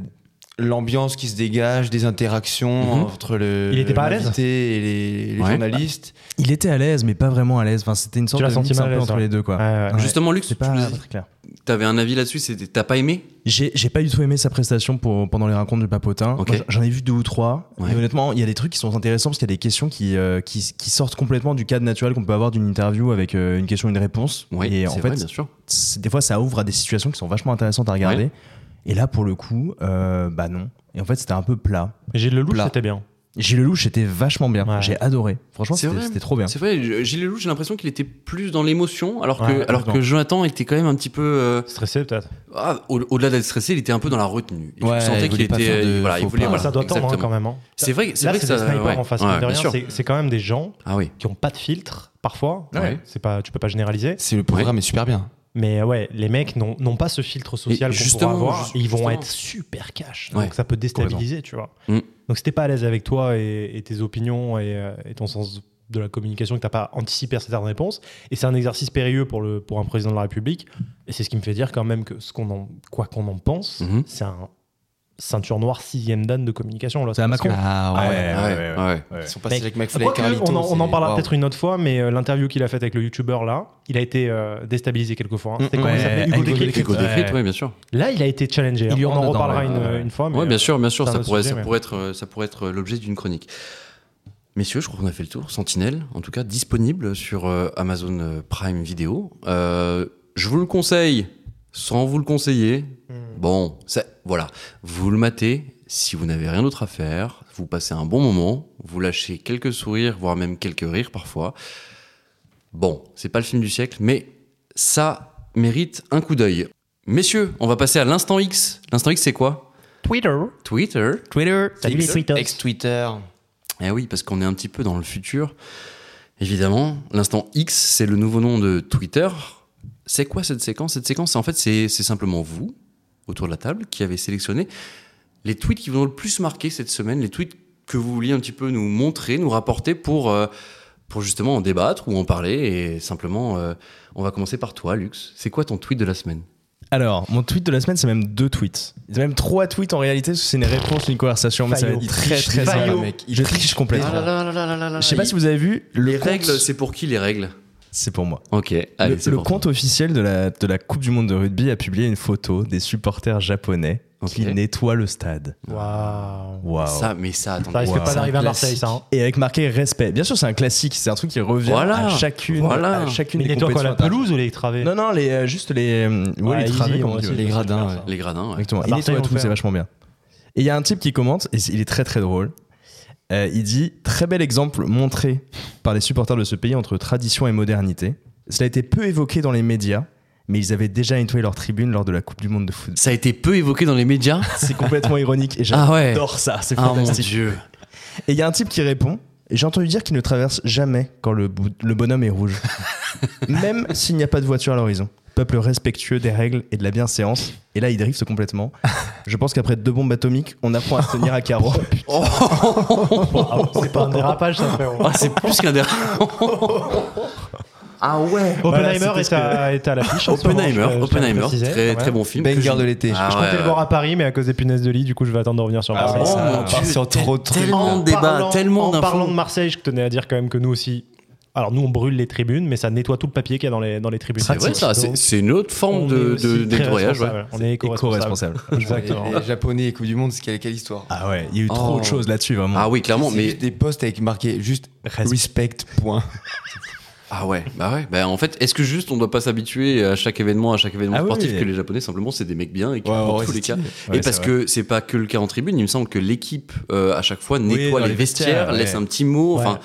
D: l'ambiance qui se dégage, des interactions
A: Mhm.
D: entre le
C: Il était pas à l'aise
D: l'invité et les, les
A: Ouais.
D: journalistes.
B: Il était à l'aise, mais pas vraiment à l'aise. Enfin, c'était une sorte
C: l'as
B: de
C: senti
B: mix
C: mal
B: un
C: à
B: peu
C: l'aise,
B: entre
C: hein.
B: les deux,
A: Ah.
B: quoi.
C: Ouais, ouais.
B: Ouais.
A: Justement, Luc, tu
B: C'est pas
A: nous as
B: pas
A: dit-
B: très clair.
A: t'avais un avis là-dessus, c'était- t'as pas aimé
B: J'ai j'ai pas du tout aimé sa prestation pour, pendant les rencontres du papotin.
A: Ok.
B: Moi, J'en ai vu deux ou trois.
A: Ouais.
B: Et honnêtement, il y a des trucs qui sont intéressants parce qu'il y a des questions qui, euh, qui, qui sortent complètement du cadre naturel qu'on peut avoir d'une interview avec euh, une question, une réponse.
A: Oui,
B: et
A: c'est
B: en fait,
A: vrai, bien sûr.
B: c'est- des fois, ça ouvre à des situations qui sont vachement intéressantes à regarder. Et là, pour le coup, euh, bah non. Et en fait, c'était un peu plat.
C: Gilles Lelouch,
B: Plat.
C: c'était bien.
B: Gilles Lelouch était vachement bien.
C: Ouais.
B: J'ai adoré. Franchement,
A: C'est
B: c'était
A: vrai.
B: c'était trop bien.
A: C'est vrai, je- Gilles Lelouch, j'ai l'impression qu'il était plus dans l'émotion, alors que,
C: Ouais,
A: alors que
B: complètement.
A: Jonathan était quand même un petit peu. euh,
C: Stressé peut-être.
A: ah, au- Au-delà d'être stressé, il était un peu dans la retenue. Et tu
D: Ouais, il
A: sentais qu'il
D: voulait pas
A: était.
D: faire de
A: voilà, il
D: faux
A: voulait.
D: pas.
A: Voilà,
C: ça doit tendre hein,
A: exactement.
C: quand même. hein.
A: C'est vrai, c'est
C: Là,
A: vrai
C: c'est
A: que
C: des
A: ça.
C: snipers
A: ouais,
C: en face.
A: ouais,
C: mine de
A: bien
C: rien,
A: sûr.
C: c'est- c'est quand même des gens
A: Ah oui.
C: qui ont pas de filtre parfois.
A: Ouais.
C: C'est pas, tu peux pas généraliser.
D: C'est le programme est super bien.
C: Mais ouais, les mecs n'ont n'ont pas ce filtre social qu'on pourra
A: justement,
C: avoir.
A: ju-
C: et ils vont
A: justement.
C: être super cash.
A: Ouais.
C: Donc ça peut déstabiliser, tu vois.
A: Mm.
C: Donc si t'es pas à l'aise avec toi et, et tes opinions et, euh, et ton sens de la communication que t'as pas anticipé à certaines réponses. Et c'est un exercice périlleux pour, le, pour un président de la République. Et c'est ce qui me fait dire quand même que ce qu'on en, quoi qu'on en pense,
A: Mhm.
C: c'est un ceinture noire sixième dan de communication. là.
B: C'est à
C: Parce
B: Macron.
C: que-
D: Ah ouais.
A: Ouais, ouais, ouais.
D: Ils sont passés
C: Mec,
D: avec McFly et
C: Quoique,
D: Carlito.
C: on, en, on en
D: c'est-
C: parlera
D: waouh.
C: peut-être une autre fois, mais euh, l'interview qu'il a faite avec le youtubeur là, il a été euh, déstabilisé quelquefois.
A: Mm-hmm.
C: hein. C'était
D: Mm,
C: comment il
B: ouais,
C: s'appelait Hugo
B: Hugo
C: Décrypte.
B: Décrypte.
A: Hugo
B: Ouais.
A: Décrypte, ouais, bien sûr.
C: Là, il a été challengé.
B: Il lui
C: on en
B: rentre dedans,
C: reparlera
B: ouais,
C: une,
B: ouais, ouais.
C: une fois. Mais euh,
A: Ouais, bien sûr, bien sûr,
C: c'est un
A: ça
C: autre
A: pourrait,
C: sujet,
A: ça
C: mais-
A: pourrait être, euh, ça pourrait être l'objet d'une chronique. Messieurs, je crois qu'on a fait le tour. Sentinelle, en tout cas, disponible sur euh, Amazon euh, Prime Video. Euh, je vous le conseille, sans vous le conseiller.
C: Hmm.
A: Bon, ça, voilà, vous le matez. Si vous n'avez rien d'autre à faire, vous passez un bon moment, vous lâchez quelques sourires, voire même quelques rires parfois. Bon, c'est pas le film du siècle, mais ça mérite un coup d'œil. Messieurs, on va passer à l'instant X. L'instant X, c'est quoi
C: Twitter.
A: Twitter.
D: Twitter,
C: Salut les tweetos.
D: ex-Twitter.
A: Eh oui, parce qu'on est un petit peu dans le futur. Évidemment, l'instant X, c'est le nouveau nom de Twitter. C'est quoi cette séquence Cette séquence, c'est- en fait, c'est c'est simplement vous, autour de la table, qui avez sélectionné les tweets qui vous ont le plus marqué cette semaine, les tweets que vous vouliez un petit peu nous montrer, nous rapporter pour, euh, pour justement en débattre ou en parler. Et simplement, euh, on va commencer par toi, Lux. C'est quoi ton tweet de la semaine
B: Alors, mon tweet de la semaine, c'est même deux tweets. C'est même trois tweets en réalité, parce que c'est une réponse, une conversation. Mais ça va
C: Fayot.
B: être très,
D: triche
B: très
D: déjà,
B: simple.
D: le mec. Il
B: Je triche
A: Ah
B: complètement. Je sais pas si vous avez vu le
A: Les
B: compte-
A: règles, c'est pour qui les règles
B: C'est pour moi.
A: Ok, allez,
B: le
A: c'est
B: le
A: pour toi.
B: compte officiel de la, de la Coupe du Monde de rugby a publié une photo des supporters japonais
A: Ok.
B: qui nettoient le stade.
C: Waouh.
B: Waouh.
A: Ça, mais ça, attendez.
C: Ça risque
B: Wow.
C: pas d'arriver à
D: C'est un
C: Marseille, ça. hein.
B: Et avec marqué respect. Bien sûr, c'est un classique. C'est un truc qui revient
A: Voilà.
B: à chacune,
A: Voilà.
B: à chacune
C: Mais
B: des
C: nettoie quoi la
B: compétitions.
C: pelouse ou les travées
B: Non, non, les, euh, juste les, euh, ouais,
C: Ouais,
B: les
C: easy,
B: travées,
C: on
B: comme on
C: va
B: dit.
C: essayer
D: les
C: de faire
D: gradins,
C: ça.
D: ouais.
A: Les gradins, ouais.
B: Exactement.
C: À
B: Il
C: Marseille,
B: nettoie
C: on
B: tout,
C: fait,
B: c'est
C: hein.
B: vachement bien. Et il y a un type qui commente, et c'est- il est très très drôle. Euh, il dit Très bel exemple montré par les supporters de ce pays entre tradition et modernité. Cela a été peu évoqué dans les médias, mais ils avaient déjà nettoyé leur tribune lors de la Coupe du Monde de foot.
A: Ça a été peu évoqué dans les médias.
B: C'est complètement ironique et
A: Ah ouais.
B: j'adore ça, c'est
A: Ah mon
B: fantastique.
A: dieu.
B: et il y a un type qui répond J'ai entendu dire qu'il ne traverse jamais quand le, bou- le bonhomme est rouge. Même s'il n'y a pas de voiture à l'horizon. Peuple respectueux des règles et de la bienséance. Et là, il drifte complètement. Je pense qu'après deux bombes atomiques, on apprend à se tenir à carreau.
A: Oh,
C: C'est pas un dérapage, ça, frérot.
A: Ah, c'est plus qu'un dernier.
D: Ah ouais
C: Oppenheimer
B: Voilà,
C: est, à, est à l'affiche. en ce moment, je-
A: Oppenheimer,
C: je
A: Oppenheimer,
C: précisais,
A: très,
C: quand
A: très
C: même.
A: bon film. que
D: Banger
A: je-
D: de l'été.
A: Ah,
C: Je
A: ouais,
C: comptais le
A: ouais.
C: voir à Paris, mais à cause des punaises de lit, du coup, je vais attendre de revenir sur
D: Ah,
C: Marseille.
D: bon,
A: Oh
D: ça
A: mon
D: part
A: Dieu,
D: sur trop de trucs.
A: tellement
C: En
A: de débats,
C: parlant-
A: tellement
C: En parlant
A: d'infos.
C: de Marseille, je tenais à dire quand même que nous aussi. Alors, nous, on brûle les tribunes, mais ça nettoie tout le papier qu'il y a dans les, dans les tribunes.
A: C'est vrai ça, c'est c'est une autre forme
C: On est
A: de,
C: aussi
A: de
C: très
A: nettoyage. ouais.
C: responsable. On est éco-responsable.
B: Éco-responsable.
C: Exactement.
D: Les Japonais et Coupe du Monde, c'est quelle, quelle histoire
B: Ah ouais, il y a eu trop
A: Oh.
B: de choses là-dessus, vraiment.
A: Ah oui, clairement,
D: C'est
A: mais
D: juste des posts avec marqué juste
B: Respect.
D: respect, point.
A: Ah ouais, bah ouais. Bah en fait, est-ce que juste on doit pas s'habituer à chaque événement, à chaque événement
B: Ah oui,
A: sportif
B: oui.
A: que les Japonais simplement c'est des mecs bien et qui
D: Ouais,
A: dans
D: ouais,
A: tous les
D: c'est
A: cas.
D: stylé.
B: Ouais,
A: et parce
B: c'est
A: que c'est pas que le cas en tribune, il me semble que l'équipe euh, à chaque fois nettoie
B: dans
A: les
B: les
A: vestiaires,
B: vestiaires,
A: laisse
B: ouais.
A: un petit mot. Enfin,
C: Ouais.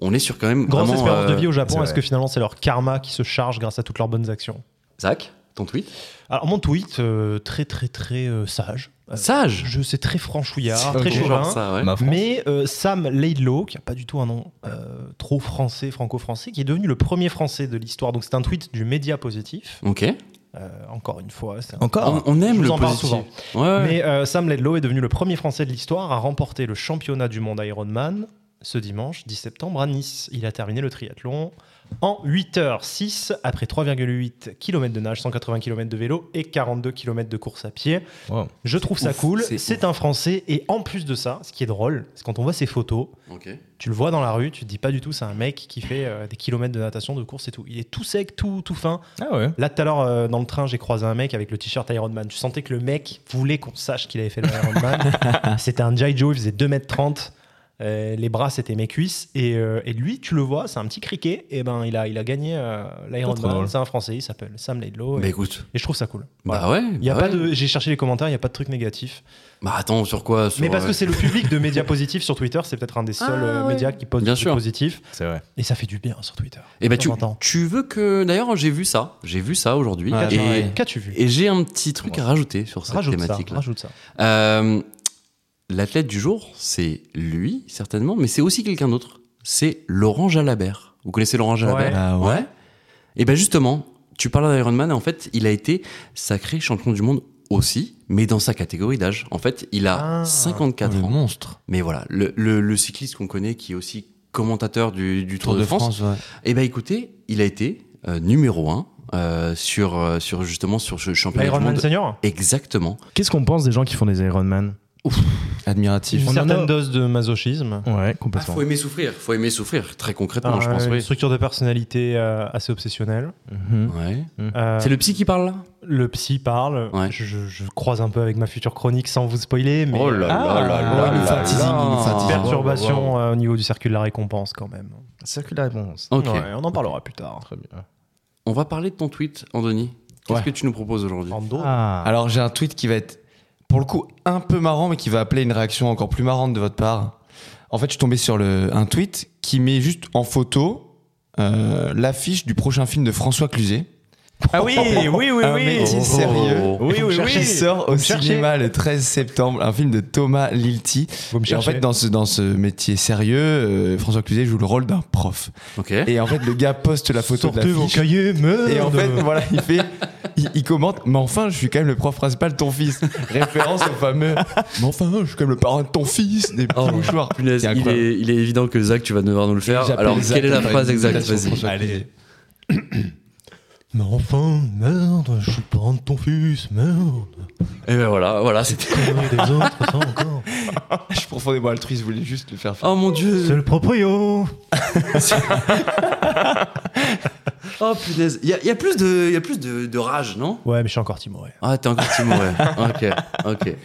A: on est sur quand même
C: Grosse
A: vraiment.
C: espérance de
A: euh,
C: vie au
B: c'est
C: Japon. Est-ce
B: vrai.
C: que finalement, c'est leur karma qui se charge grâce à toutes leurs bonnes actions
A: Zach, ton tweet.
C: Alors, mon tweet, euh, très, très, très euh, sage. Euh,
A: Sage.
C: Je sais, très franchouillard,
D: C'est
C: très
D: drôle,
C: chauvin.
A: Genre ça, ouais.
B: Ma France.
C: Mais euh, Sam Laidlow, qui n'a pas du tout un nom euh, trop français, franco-français, qui est devenu le premier français de l'histoire. Donc c'est un tweet du média positif.
A: Ok.
C: Euh, encore une fois, c'est un-
A: On,
B: Encore
A: on aime
C: Ah, je vous
A: le
C: en parle
A: positif.
C: souvent.
A: Ouais, ouais.
C: Mais euh, Sam Laidlow est devenu le premier français de l'histoire à remporter le championnat du monde Ironman ce dimanche 10 septembre à Nice. Il a terminé le triathlon en 8h06 après 3,8 km de nage, 180 km de vélo et 42 km de course à pied.
B: Wow.
C: Je trouve ça
A: ouf,
C: cool.
A: c'est
C: C'est un français et en plus de ça, ce qui est drôle, c'est quand on voit ses photos,
A: Ok.
C: tu le vois dans la rue, tu te dis pas du tout, c'est un mec qui fait euh, des kilomètres de natation, de course et tout. Il est tout sec, tout, tout fin.
B: Ah ouais.
C: Là, tout à l'heure, euh, dans le train, j'ai croisé un mec avec le t-shirt Ironman. Tu sentais que le mec voulait qu'on sache qu'il avait fait le Ironman. c'était un G.I. Joe, il faisait 2m30. euh, les bras, c'était mes cuisses. Et, euh, et lui, tu le vois, c'est un petit criquet. Et ben, il a, il a gagné euh,
B: Pas trop
C: l'Ironman.
B: drôle.
C: C'est un français, il s'appelle Sam Laidlow.
A: Bah
C: Et,
A: écoute.
C: et je trouve ça cool.
A: Bah ouais.
C: Il y a
A: bah
C: pas
A: ouais.
C: de, j'ai cherché les commentaires, il n'y a pas de truc négatif.
A: Bah attends, sur quoi sur,
C: Mais parce
A: euh,
C: que c'est le public de médias positifs sur Twitter, c'est peut-être un des seuls euh, médias qui pose
A: Bien
C: des trucs
A: sûr.
C: positifs.
B: C'est vrai.
C: Et ça fait du bien sur Twitter.
A: Eh ben
C: de
A: tu,
C: temps en temps.
A: tu veux que. D'ailleurs, j'ai vu ça. J'ai vu ça aujourd'hui.
D: Ouais,
A: Ah, et
D: pareil.
C: Qu'as-tu vu
A: et j'ai un petit truc à rajouter sur cette
C: Rajoute ça,
A: thématique là.
C: rajoute ça.
A: Euh, L'athlète du jour, c'est lui, certainement, mais c'est aussi quelqu'un d'autre. C'est Laurent Jalabert. Vous connaissez Laurent Jalabert
C: Ouais.
D: Ah ouais.
A: Et bien justement, tu parles d'Ironman, en fait, il a été sacré champion du monde aussi, mais dans sa catégorie d'âge. En fait, il a
C: Ah,
A: 54
D: Le
A: ans.
D: monstre.
A: Mais voilà, le, le- le cycliste qu'on connaît, qui est aussi commentateur du, du Tour, de, France,
D: ouais.
A: eh ben écoutez, il a été euh, numéro 1 sur, euh, sur justement sur ce championnat du
C: Ironman
A: monde.
C: Senior
A: Exactement.
B: Qu'est-ce qu'on pense des gens qui font des Ironman
D: Admiratif.
C: Une
B: On en
C: certaine
B: a-
C: dose de masochisme.
B: Ouais,
A: Ah,
B: complètement.
A: faut aimer souffrir, faut aimer souffrir, très
B: Ah,
A: concrètement,
C: Un-
A: je pense.
C: une
A: oui.
C: structure de personnalité euh, assez obsessionnelle.
B: Mhm.
A: Ouais.
C: Euh,
A: C'est le psy qui parle là
C: le psy parle.
A: Ouais.
C: Je, je- je croise un peu avec ma future chronique sans vous spoiler, mais
D: Ah, là là là là
C: euh,
D: là.
C: perturbation euh, au niveau du circuit de la récompense quand même.
B: Circuit de la réponse.
A: Ok,
C: Ouais, on en parlera plus tard.
B: Très bien.
A: on va parler de ton tweet, Anthony. Qu'est-ce
D: Ouais.
A: que tu nous proposes aujourd'hui
C: En dos.
B: Ah.
D: Alors j'ai un tweet qui va être pour le coup un peu marrant mais qui va appeler une réaction encore plus marrante de votre part. En fait, je suis tombé sur le, un tweet qui met juste en photo euh, l'affiche du prochain film de François Cluzet.
C: Ah oh, oui, oui, oui, oui.
D: un métier sérieux.
C: Oui, oui, oui.
D: Qui sort
C: Vous
D: au
C: me cherchez.
D: cinéma le 13 septembre, un film de Thomas Lilti.
C: Vous me
D: Et en
C: cherchez.
D: fait, dans ce, dans ce métier sérieux, euh, François Cluzet joue le rôle d'un prof.
A: Ok.
D: Et en fait, le gars poste la photo de
C: Sortez vos
D: l'affiche.
C: cahiers, merde.
D: Et en fait, voilà, il fait, il, il commente, mais enfin, je suis quand même le prof principal de ton fils. Référence au fameux, mais enfin, je suis quand même le parrain de ton fils, des petits mouchoirs.
A: Punaise,
D: C'est
A: il,
D: incroyable.
A: est, il est évident que Zach, tu vas devoir nous le faire.
D: J'appelle
A: Alors,
D: Zach
A: quelle est la
D: pour
A: phrase
D: faire une
A: exacte
D: citation,
A: Vas-y.
D: François
B: Allez.
C: mais enfin, merde, je suis le parent de ton fils, merde.
A: Et ben voilà, voilà, c'était.
C: Conneries des autres, ça encore.
D: Ah, Je suis profondément altruiste, je voulais juste le faire.
A: Oh mon dieu
C: le proprio.
A: Oh punaise Il y, a- il y a plus de, il y a plus de, de rage, non
C: Ouais, mais je suis encore timoré.
A: Ah, t'es encore timoré. ok, ok.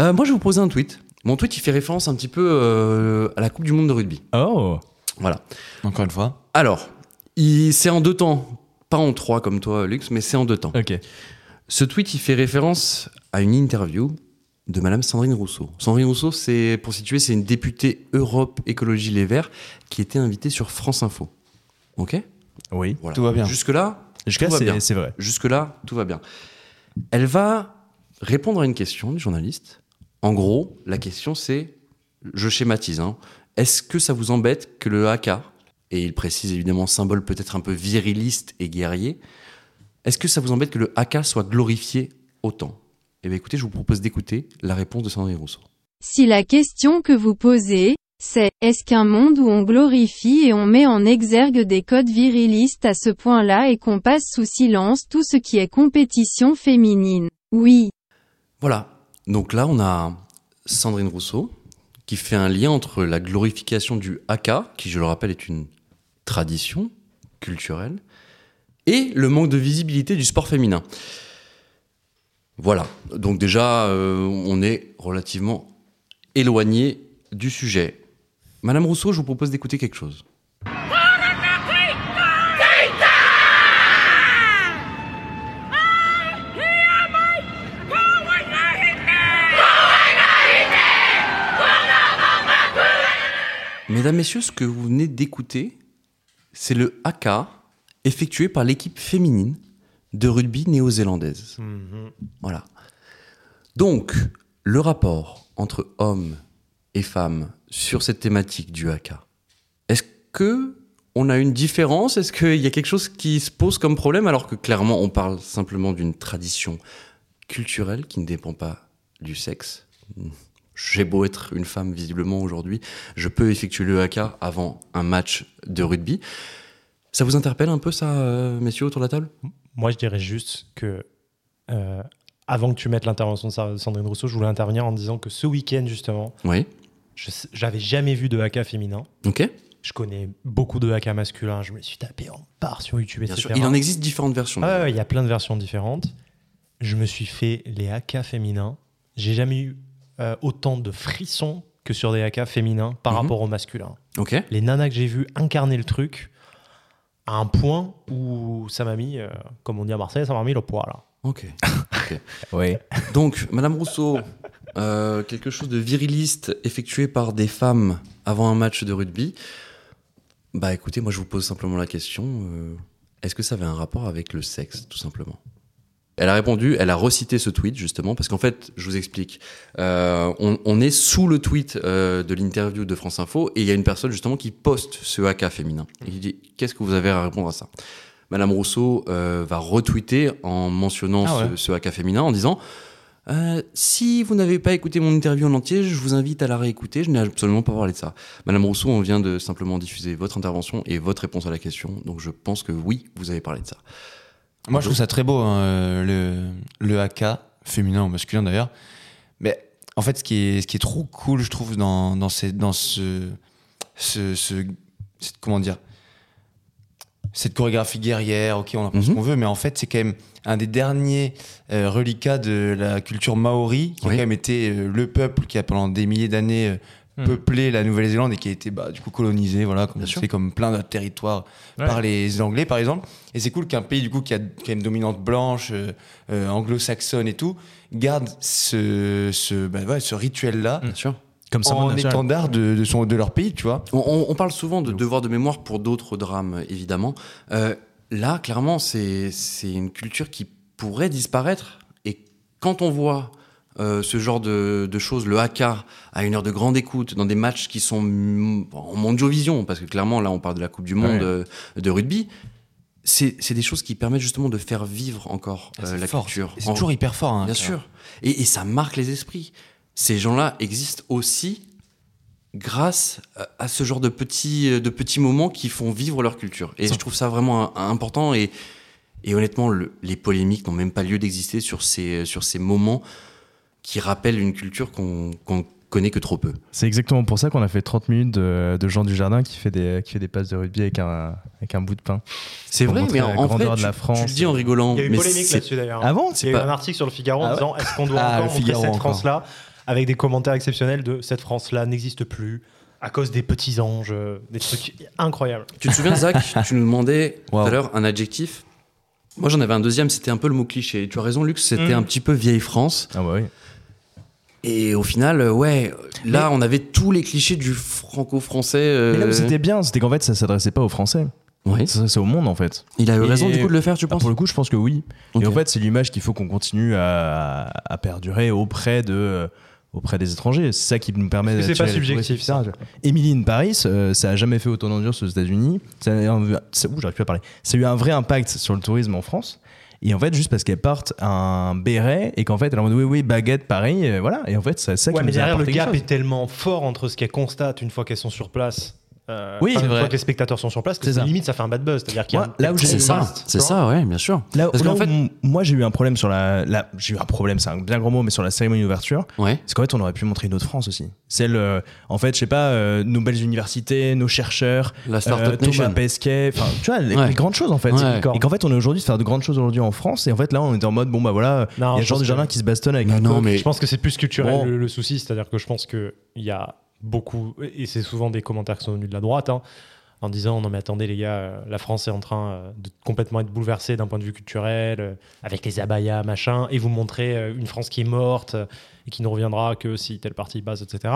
A: Euh, moi, je vais vous poser un tweet. Mon tweet, il fait référence un petit peu euh, à la Coupe du Monde de rugby.
B: Oh.
A: Voilà.
D: Encore une fois.
A: Alors, il- c'est en deux temps. Pas en trois comme toi, Lux, mais c'est en deux temps.
B: Ok.
A: Ce tweet, il fait référence à une interview de Madame Sandrine Rousseau. Sandrine Rousseau, c'est pour situer, c'est une députée Europe Écologie Les Verts qui était invitée sur France Info. Ok
B: Oui.
A: Voilà.
D: Tout va bien.
A: Jusque là,
B: Jusqu'à
A: Tout va bien.
B: c'est c'est vrai.
A: jusque là, tout va bien. Elle va répondre à une question du journaliste. En gros, la question c'est, je schématise, hein, est-ce que ça vous embête que le AK ait et il précise évidemment symbole peut-être un peu viriliste et guerrier. Est-ce que ça vous embête que le AK soit glorifié autant Eh bien écoutez, je vous propose d'écouter la réponse de Sandrine Rousseau.
F: Si la question que vous posez, c'est, est-ce qu'un monde où on glorifie et on met en exergue des codes virilistes à ce point-là et qu'on passe sous silence tout ce qui est compétition féminine Oui.
A: Voilà. Donc là, on a Sandrine Rousseau qui fait un lien entre la glorification du haka, qui je le rappelle est une tradition culturelle, et le manque de visibilité du sport féminin. Voilà. Donc déjà, euh, on est relativement éloigné du sujet. Madame Rousseau, je vous propose d'écouter quelque chose. Mesdames, Messieurs, ce que vous venez d'écouter, c'est le haka effectué par l'équipe féminine de rugby néo-zélandaise. Voilà. Donc, le rapport entre hommes et femmes sur cette thématique du haka, est-ce que on a une différence Est-ce qu'il y a quelque chose qui se pose comme problème alors que clairement on parle simplement d'une tradition culturelle qui ne dépend pas du sexe j'ai beau être une femme visiblement aujourd'hui, je peux effectuer le haka avant un match de rugby. Ça vous interpelle un peu ça, euh, messieurs, autour de la table
C: Moi, je dirais juste que, euh, avant que tu mettes l'intervention de Sa- Sandrine Rousseau, je voulais intervenir en disant que ce week-end, justement,
A: Oui.
C: je sais- j'avais jamais vu de haka féminin.
A: Ok.
C: Je connais beaucoup de haka masculins. Je me suis tapé en part sur YouTube,
A: Bien
C: etc.
A: sûr. Il en existe différentes versions.
C: Ah ouais, il y a plein de versions différentes. Je me suis fait les haka féminins. J'ai jamais eu euh, autant de frissons que sur des haka féminins par
A: Mhm.
C: rapport aux masculins.
A: Ok.
C: les nanas que j'ai vues incarner le truc à un point où ça m'a mis, euh, comme on dit à Marseille, ça m'a mis le hein. poids là.
A: Ok.
B: Ouais.
A: Donc, Madame Rousseau, euh, quelque chose de viriliste effectué par des femmes avant un match de rugby. Bah écoutez, moi je vous pose simplement la question euh, est-ce que ça avait un rapport avec le sexe, tout simplement Elle a répondu, elle a recité ce tweet justement, parce qu'en fait, je vous explique. euh, on, on est sous le tweet euh, de l'interview de France Info et il y a une personne justement qui poste ce haka féminin. Et il dit qu'est-ce que vous avez à répondre à ça Madame Rousseau euh, va retweeter en mentionnant
C: Ah ouais.
A: ce, ce haka féminin en disant euh, si vous n'avez pas écouté mon interview en entier, je vous invite à la réécouter. Je n'ai absolument pas parlé de ça. Madame Rousseau, on vient de simplement diffuser votre intervention et votre réponse à la question. Donc je pense que oui, vous avez parlé de ça.
D: Moi, je trouve ça très beau, hein, euh, le, le AK, féminin ou masculin d'ailleurs. Mais en fait, ce qui est, ce qui est trop cool, je trouve, dans, dans, ces- dans ce, ce, ce- cette- Comment dire Cette chorégraphie guerrière, ok, on en pense
A: Mhm.
D: qu'on veut, mais en fait, c'est quand même un des derniers euh, reliquats de la culture maori, qui a
A: Oui.
D: quand même été euh, le peuple qui a pendant des milliers d'années. euh,
C: Mhm.
D: peuplé la Nouvelle-Zélande et qui a été bah, du coup colonisé voilà comme
A: Bien
D: tu
A: sûr.
D: sais, comme plein d'autres territoires
C: Ouais.
D: par les Anglais par exemple et c'est cool qu'un pays, du coup, qui a, qui a une dominante blanche, euh, euh, anglo-saxonne et tout, garde ce, ce, bah ouais, ce rituel-là
A: Bien sûr.
B: Comme ça,
D: en
B: mon naturel.
D: étendard de, de, son, de leur pays, tu vois.
A: On, on- on parle souvent de devoir de mémoire pour d'autres drames, évidemment. Euh, là, clairement, c'est c'est une culture qui pourrait disparaître. Et quand on voit euh, ce genre de, de choses, le haka, à une heure de grande écoute, dans des matchs qui sont mm, en mondiovision, parce que clairement, là, on parle de la Coupe du Monde
D: Ouais.
A: euh, de rugby, c'est c'est des choses qui permettent justement de faire vivre encore euh,
D: Ah, C'est
A: la
D: fort.
A: culture.
D: Et C'est
A: En-
D: toujours hyper fort. hein,
A: Bien
D: ça.
A: sûr. Et, et ça marque les esprits. Ces gens-là existent aussi grâce à- à ce genre de petits, de petits moments qui font vivre leur culture. Et je trouve ça vraiment un- un important. Et, et honnêtement, le- les polémiques n'ont même pas lieu d'exister sur ces, sur ces moments qui rappellent une culture qu'on qu'on connaît que trop peu.
B: C'est exactement pour ça qu'on a fait 30 minutes de, de Jean Dujardin qui fait, des, qui fait des passes de rugby avec un, avec un bout de pain.
A: C'est
B: Pour
A: vrai,
B: montrer
A: mais
B: la
A: en, en vrai,
B: grandeur de
A: tu,
B: la
A: tu
B: France.
A: le dis en rigolant.
C: Il y a eu
A: mais
C: avant
A: c'est-
C: là-dessus d'ailleurs.
B: Ah bon
C: Il y a eu
A: pas-
C: un article sur le Figaro
B: Ah
C: en
B: ouais.
C: disant est-ce qu'on doit
D: Ah, le
C: encore montrer
D: Figaro
C: cette
D: encore.
C: France-là avec des commentaires exceptionnels de cette France-là n'existe plus à cause des petits anges, euh, des trucs incroyables.
A: Tu te souviens, Zach, tu nous demandais
D: Wow.
A: tout à l'heure un adjectif. Moi, j'en avais un deuxième, c'était un peu le mot cliché. Et Tu as raison, Luc, c'était
C: Mm.
A: un petit peu vieille France.
B: Ah bah oui.
A: Et au final, euh, ouais, euh, là, on avait tous les clichés du franco-français. euh,
B: Mais là où c'était bien, c'était qu'en fait, ça s'adressait pas aux Français.
A: Ouais.
B: Ça s'adressait au monde, en fait.
A: Il a eu raison,
B: Et-
A: du coup, de le faire, tu
B: Ah,
A: penses
B: pour le coup, je pense que oui.
A: Ok.
B: Et en fait, c'est l'image qu'il faut qu'on continue à, à perdurer auprès de, auprès des étrangers. C'est ça qui nous permet
C: Est-ce que c'est pas
B: d'attirer les touristes,
C: subjectif,
B: etc. Emily in Paris, euh, ça a jamais fait autant d'audience aux États-Unis. Ça, a eu un- ça- ouh, j'arrive plus à parler. Ça a eu un vrai impact sur le tourisme en France. Et en fait, juste parce qu'elles partent un béret et qu'en fait, elles en mode oui, oui, baguette, Paris, euh, voilà. Et en fait, c'est ça
C: Ouais,
B: qui
C: mais
B: nous a
C: derrière, le
B: apporté quelque
C: gap
B: chose.
C: est tellement fort entre ce qu'elles constatent une fois qu'elles sont sur place. euh,
B: Oui,
C: enfin,
B: c'est
C: une
B: vrai.
C: fois que les spectateurs sont sur place, que
B: C'est
C: c'est-
B: ça.
C: limite ça fait un bad buzz. C'est-à-dire qu'il y a
B: Moi, là où j'ai-
A: C'est ça,
C: Contraste,
A: c'est
C: tu vois.
A: ça, ouais, bien sûr.
B: Là,
A: Parce
B: là
A: qu'en
B: où
A: fait-
B: m- moi j'ai eu un problème sur la, la- j'ai eu un problème, c'est un bien gros mot, mais sur la cérémonie d'ouverture,
A: Ouais.
B: Parce qu'en fait, on aurait pu montrer une autre France aussi. Celle, euh, en fait, je sais pas, euh, nos belles universités, nos chercheurs,
A: La Startup
B: euh, Thomas
A: Nation.
B: Pesquet, enfin, tu vois, les,
A: Ouais.
B: les grandes choses en fait.
A: Ouais.
B: Et qu'en fait, on est aujourd'hui de faire de grandes choses aujourd'hui en France. Et en fait, là, on était en mode, bon, bah voilà,
A: Ah,
B: il y
C: Non,
B: a
C: je
B: Jean
C: pense
B: Desjardins
C: que-
B: qui se bastonne avec
A: Non,
B: un
A: non,
B: coq.
A: mais
C: Je pense que c'est plus culturel
B: Bon.
C: le, le souci, c'est-à-dire que je pense qu'il y a beaucoup, et c'est souvent des commentaires qui sont venus de la droite, hein, en disant non mais attendez les gars, euh, la France est en train euh, de complètement être bouleversée d'un point de vue culturel, euh, avec les abayas, machin, et vous montrez euh, une France qui est morte euh, et qui ne reviendra que si telle partie passe, etc.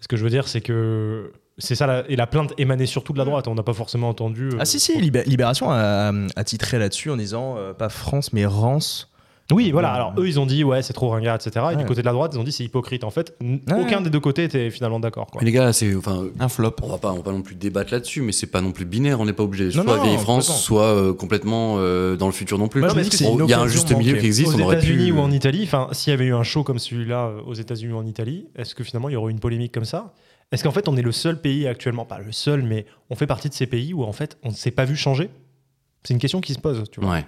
C: Ce que je veux dire, c'est que c'est ça, la- et la plainte émanait surtout de la droite, on n'a pas forcément entendu. euh,
B: Ah si, si, Libé- Libération a, a titré là-dessus en disant, euh, pas France, mais Rance.
C: Oui, voilà.
B: Euh,
C: Alors, eux, ils ont dit, ouais, c'est trop ringard, etc. Et
B: Ouais.
C: du côté de la droite, ils ont dit, c'est hypocrite. En fait, n-
B: Ouais.
C: aucun des deux côtés était finalement d'accord. quoi.
A: Mais les gars, c'est enfin,
D: Un flop.
A: on va pas, on va pas non plus débattre là-dessus, mais c'est pas non plus binaire. On n'est pas obligé
B: Non,
A: soit
B: non,
A: vieille
B: non,
A: France,
B: complètement.
A: soit euh, complètement euh, dans le futur non plus.
B: Moi, je
A: On-
B: me dis que c'est une
A: Il y a un
B: occasion
A: juste milieu
B: manquée.
A: qui existe.
C: aux
A: on aurait
C: États-Unis
A: pu.
C: ou en Italie, enfin, s'il y avait eu un show comme celui-là euh, aux États-Unis ou en Italie, est-ce que finalement il y aurait eu une polémique comme ça Est-ce qu'en fait on est le seul pays actuellement, pas le seul, mais on fait partie de ces pays où en fait on ne s'est pas vu changer C'est une question qui se pose, tu vois.
A: Ouais.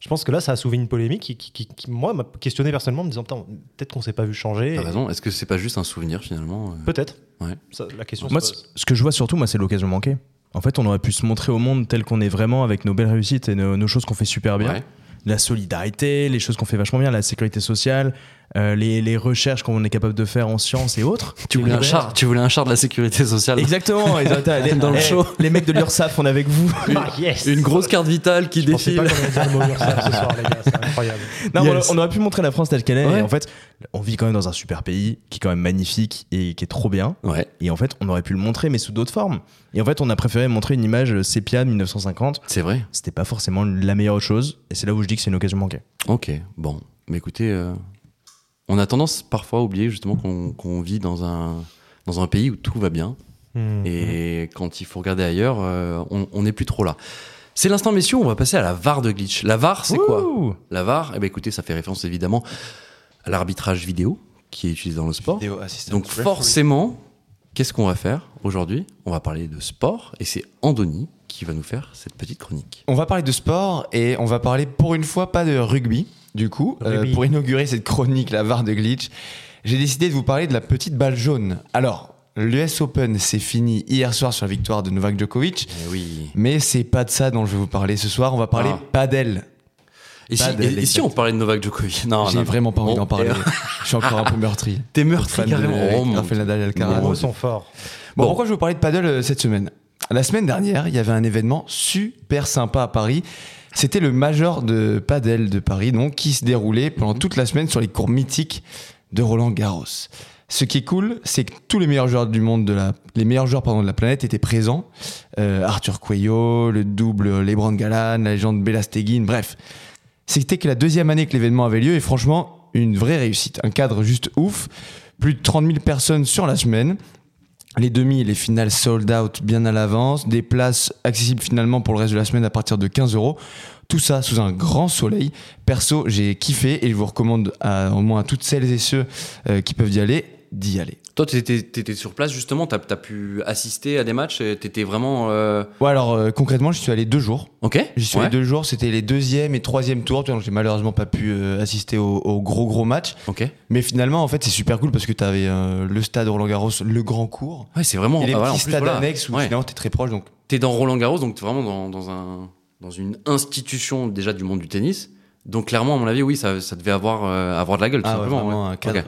C: Je pense que là ça a soulevé une polémique qui, qui- qui- qui, moi m'a questionné personnellement en me disant putain, peut-être qu'on s'est pas vu changer.
A: T'as raison. Est-ce que c'est pas juste un souvenir finalement euh,
C: Peut-être.
A: Ouais.
C: Ça, la question
B: Moi,
C: se
B: ce
C: pose.
B: ce que je vois surtout, moi, c'est l'occasion manquée. En fait, on aurait pu se montrer au monde tel qu'on est vraiment avec nos belles réussites et nos, nos choses qu'on fait super bien.
A: ouais.
B: la solidarité, les choses qu'on fait vachement bien, la sécurité sociale, euh, les, les recherches qu'on est capable de faire en sciences et ben, autres.
A: Tu voulais un
B: Ouais.
A: char, tu voulais un char de la sécurité sociale.
B: Exactement, ils ont été à- les,
A: Dans le
B: eh,
A: show.
B: les mecs de l'URSSAF, on est avec vous.
C: Ah, yes
A: Une grosse carte vitale qui
C: Je pensais
A: défile.
C: pas qu'on allait dire le mot Ursaf ce soir, les gars, c'est incroyable.
B: Non,
A: Yes.
B: on, on aurait pu montrer la France telle qu'elle est.
A: Ouais.
B: Et en fait, on vit quand même dans un super pays qui est quand même magnifique et qui est trop bien.
A: Ouais.
B: Et en fait, on aurait pu le montrer, mais sous d'autres formes. Et en fait, on a préféré montrer une image euh, sépia de 1950.
A: C'est vrai.
B: C'était pas forcément la meilleure chose. Et c'est là où je dis que c'est une occasion manquée.
A: Ok, bon. Mais écoutez, euh, on a tendance parfois à oublier justement qu'on qu'on vit dans un, dans un pays où tout va bien.
C: Hmm.
A: Et quand il faut regarder ailleurs, euh, on on n'est plus trop là. C'est l'instant, messieurs, on va passer à la VAR de glitch. La VAR, c'est quoi
B: Ouh.
A: La VAR, eh ben, écoutez, ça fait référence évidemment à l'arbitrage vidéo qui est utilisé dans le sport. Donc forcément, qu'est-ce qu'on va faire aujourd'hui On va parler de sport et c'est Andoni qui va nous faire cette petite chronique.
D: On va parler de sport et on va parler pour une fois pas de rugby, du coup, euh,
C: Rugby.
D: pour inaugurer cette chronique, la VAR de glitch. J'ai décidé de vous parler de la petite balle jaune. Alors, l'US Open s'est fini hier soir sur la victoire de Novak Djokovic,
A: Eh oui.
D: mais c'est pas de ça dont je vais vous parler ce soir. On va parler
A: Ah.
D: padel.
A: Et si,
D: Pas de-
A: et- et si on parlait de Novak Djokovic Non,
D: J'ai
A: Ah, non,
D: vraiment pas envie
A: Bon,
D: d'en parler.
A: euh,
D: je suis encore un peu meurtri.
A: T'es meurtri
D: Fan de-
A: carrément.
D: avec
A: Oh, mon
D: Rafael Nadal et Alcaraz.
C: Les
A: Bon.
C: mots sont forts.
D: Bon,
A: Bon.
D: pourquoi je veux parler de paddle euh, cette semaine La semaine dernière, il y avait un événement super sympa à Paris. C'était le Major de paddle de Paris, donc qui se déroulait pendant toute la semaine sur les cours mythiques de Roland Garros. Ce qui est cool, c'est que tous les meilleurs joueurs du monde, de la, les meilleurs joueurs pardon, de la planète étaient présents. Euh, Arthur Coelho, le double Lebron Galan, la légende Belasteguin, bref. C'était que la deuxième année que l'événement avait lieu et franchement, une vraie réussite. Un cadre juste ouf. Plus de 30 000 personnes sur la semaine. Les demi et les finales sold out bien à l'avance, des places accessibles finalement pour le reste de la semaine à partir de 15 euros. Tout ça sous un grand soleil. Perso, j'ai kiffé et je vous recommande à- au moins à toutes celles et ceux euh, qui peuvent y aller d'y aller.
A: Toi, t'étais, t'étais sur place justement, t'as, t'as pu assister à des matchs, et t'étais vraiment. euh,
D: Ouais, alors euh, concrètement, je suis allé deux jours.
A: Ok
D: J'y suis
A: Ouais.
D: allé deux jours, c'était les deuxième et troisième tours, tu vois, donc j'ai malheureusement pas pu euh, assister au, au gros gros match.
A: Ok.
D: Mais finalement, en fait, c'est super cool parce que tu avais le stade Roland Garros, le grand cours.
A: Ouais, c'est vraiment.
D: Et les
A: ah, voilà, en
D: petits
A: plus,
D: stades
A: voilà.
D: annexes où
A: Ouais.
D: finalement t'es très proche, donc
A: T'es dans Roland Garros, donc t'es vraiment dans, dans, un, dans une institution déjà du monde du tennis. Donc clairement, à mon avis, oui, ça, ça devait avoir, euh, avoir de la gueule, tout
D: Ah ouais,
A: simplement.
D: vraiment
A: ouais.
D: un cadre
A: Ok.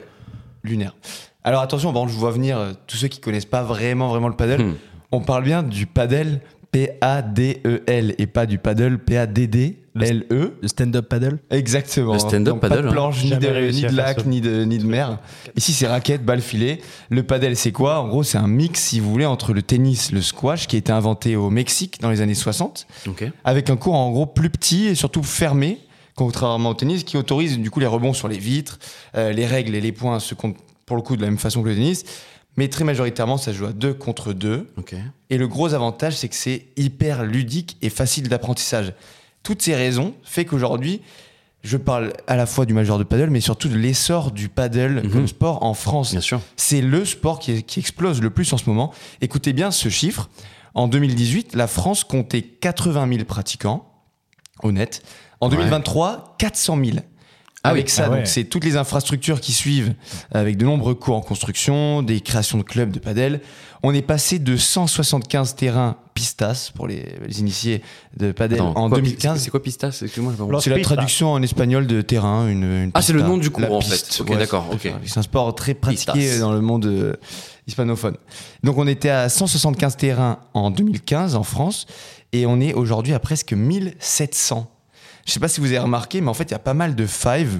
D: lunaire. Alors attention, avant, je vous vois venir euh, tous ceux qui connaissent pas vraiment vraiment le paddle.
A: Hmm.
D: On parle bien du paddle P-A-D-E-L E et pas du paddle P-A-D-D-L-E.
B: Le stand-up paddle
D: E. Exactement.
A: Le stand-up
D: Donc, Pas
A: paddle,
D: de
A: hein.
D: planche, ni
C: Jamais
D: de,
C: réussi
D: ni de
C: à faire
D: lac,
C: ce-
D: ni de, ni de mer. Ici, c'est raquette, balle, filet. Le paddle, c'est quoi En gros, c'est un mix, si vous voulez, entre le tennis, le squash, qui a été inventé au Mexique dans les années 60
A: Ok.
D: avec un cours en gros plus petit et surtout fermé, contrairement au tennis, qui autorise du coup les rebonds sur les vitres, euh, les règles et les points se comptent pour le coup de la même façon que le tennis, mais très majoritairement ça se joue à deux contre deux.
A: Ok.
D: Et le gros avantage, c'est que c'est hyper ludique et facile d'apprentissage. Toutes ces raisons fait qu'aujourd'hui, je parle à la fois du major de paddle, mais surtout de l'essor du paddle
A: Mhm.
D: comme sport en France.
A: Bien sûr.
D: C'est le sport qui, qui explose le plus en ce moment. Écoutez bien ce chiffre. En 2018, la France comptait 80 000 pratiquants, honnête. En
A: Ouais.
D: 2023, 400 000.
A: Ah
D: avec
A: oui.
D: ça,
C: Ah ouais.
D: donc, c'est toutes les infrastructures qui suivent, avec de nombreux cours en construction, des créations de clubs de padel. On est passé de 175 terrains pistas pour les, les initiés de padel
A: Attends,
D: en
A: quoi,
D: 2015.
A: c'est- C'est quoi Pistas Excuse-moi, j'ai pas
C: Los
D: C'est la
C: Pistas.
D: traduction en espagnol de terrain. Une, une
A: Ah, c'est le
D: pista.
A: nom du cours,
D: La
A: en fait.
D: piste,
A: Ok, d'accord,
D: tout à
A: ok.
D: fait. C'est un sport très pratiqué
A: Pistas.
D: dans le monde euh, hispanophone. Donc, on était à 175 terrains en 2015 en France et on est aujourd'hui à presque 1700. Je sais pas si vous avez remarqué, mais en fait, il y a pas mal de five,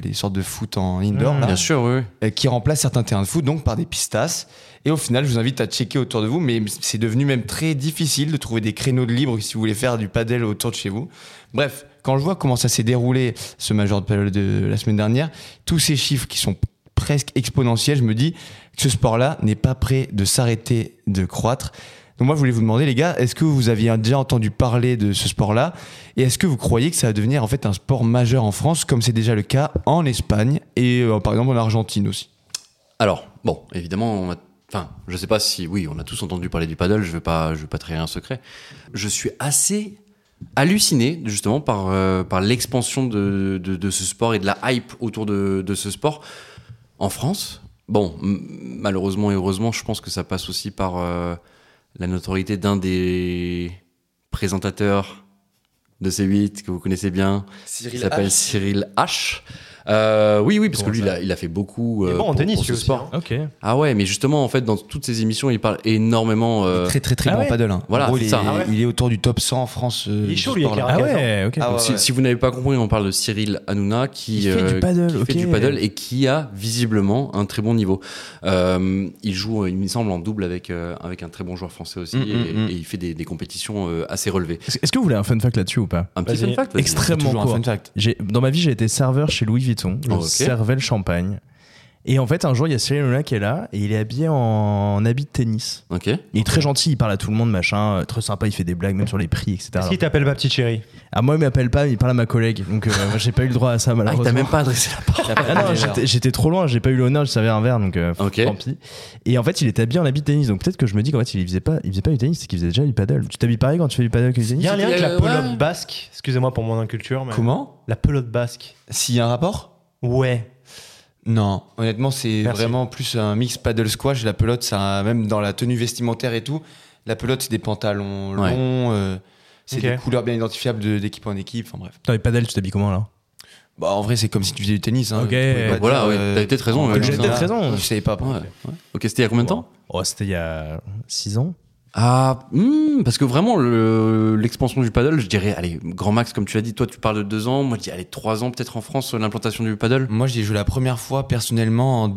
D: les sortes de foot en indoor,
C: Mmh.
D: là,
A: Bien sûr, oui. oui.
D: euh, qui remplacent certains terrains de foot, donc par des pistas. Et au final, je vous invite à checker autour de vous, mais c'est devenu même très difficile de trouver des créneaux de libre si vous voulez faire du padel autour de chez vous. Bref, quand je vois comment ça s'est déroulé, ce major de padel de la semaine dernière, tous ces chiffres qui sont presque exponentiels, je me dis que ce sport-là n'est pas prêt de s'arrêter de croître. Donc moi, je voulais vous demander, les gars, est-ce que vous aviez déjà entendu parler de ce sport-là Et est-ce que vous croyez que ça va devenir en fait un sport majeur en France, comme c'est déjà le cas en Espagne et euh, par exemple en Argentine aussi
A: Alors, bon, évidemment, on a- enfin, je sais pas si, oui, on a tous entendu parler du paddle, je vais pas, je vais pas trahir un secret. Je suis assez halluciné, justement, par, euh, par l'expansion de, de, de ce sport et de la hype autour de, de ce sport en France. Bon, m- malheureusement et heureusement, je pense que ça passe aussi par euh, la notoriété d'un des présentateurs de C8 que vous connaissez bien, qui
D: Cyril
A: s'appelle Cyril H. Euh, oui, oui, parce que
C: Comment
A: lui, il
C: ça
A: a, il a fait beaucoup
C: Il est
A: euh,
C: bon en
A: pour,
C: tennis,
A: pour ce
C: lui aussi,
A: sport.
C: hein.
B: Ok.
A: Ah ouais, mais justement, en fait, dans toutes ces émissions, il parle énormément. euh,
D: Très très très
C: Ah
D: bon
C: ouais.
D: paddle. hein.
A: Voilà,
D: En gros,
A: c'est
D: il, est,
A: ça. Ah
C: ouais.
D: il est autour du top 100 en France. euh,
C: Il est
D: de
C: chaud,
D: ce
C: lui, avec
D: sport-là.
C: la-
B: Ah ouais, ok.
D: Ah ouais,
A: si,
D: ouais.
A: si vous n'avez pas compris, on parle de Cyril Hanouna qui, euh,
B: Il fait du paddle,
A: qui fait
B: ok.
A: du paddle et qui a visiblement un très bon niveau. Euh, il joue, il me semble, en double avec, euh, avec un très bon joueur français aussi
D: Mm,
A: et,
D: mm, mm.
A: et il fait des, des compétitions euh, assez relevées.
B: Est-ce est-ce que vous voulez un fun fact là-dessus ou pas
A: Un petit
C: Vas-y.
A: fun fact vas-y.
B: Extrêmement
D: Toujours un
B: court.
D: fun fact.
B: J'ai- dans ma vie, j'ai été serveur chez Louis Vuitton. Je
A: Ok.
B: servais le champagne. Et en fait, un jour, il y a Cyril Hanouna qui est là et il est habillé en, en habit de tennis.
A: Ok.
B: Il est très gentil, il parle à tout le monde, machin, euh, très sympa, il fait des blagues même sur les prix, etc.
C: Est-ce qu'il t'appelle ma petite chérie
B: Ah, moi, il m'appelle pas, mais il parle à ma collègue. Donc, euh, moi, j'ai pas eu le droit à ça,
A: Ah, il
B: malheureusement.
A: t'a même pas adressé la parole.
B: Ah non, j'étais- j'étais trop loin, j'ai pas eu l'honneur, je savais un verre, donc euh,
A: Ok.
B: tant pis. Et en fait, il était habillé en habit de tennis, donc peut-être que je me dis qu'en fait, il faisait pas, il faisait pas du tennis, c'est qu'il faisait déjà du paddle. Tu t'habilles pareil quand tu fais du paddle que du
C: Il
B: tennis
C: y a un lien avec la
A: Ouais.
C: pelote basque. Excusez-moi pour mon inculture, mais.
D: Comment
C: La pelote basque.
D: S'il y a un rapport
C: Ouais.
D: Non, honnêtement, c'est
C: Merci.
D: vraiment plus un mix paddle squash. La pelote, ça, même dans la tenue vestimentaire et tout, la pelote, c'est des pantalons
A: Ouais.
D: longs, euh, c'est
C: Ok.
D: des couleurs bien identifiables de- d'équipe en équipe. Enfin bref.
B: Dans les paddles, tu t'habilles comment là
D: Bah, en vrai, c'est comme si tu faisais du tennis. Hein. Tu
B: Ok.
D: pouvais pas
A: Bah, Voilà,
D: dire,
A: ouais,
D: euh,
A: t'avais peut-être raison,
D: en
A: mais
D: tennis,
B: j'ai peut-être
D: hein.
B: raison.
D: Je savais pas. par
A: Ouais,
D: contre.
A: ouais. Ok, c'était il y a combien de temps
B: Oh, c'était il y a 6 ans.
A: Ah, hmm, parce que vraiment, le- l'expansion du paddle, je dirais, allez, grand max, comme tu l'as dit, toi tu parles de deux ans, moi je dis, allez, trois ans peut-être en France, l'implantation du paddle.
D: Moi, j'ai joué la première fois personnellement en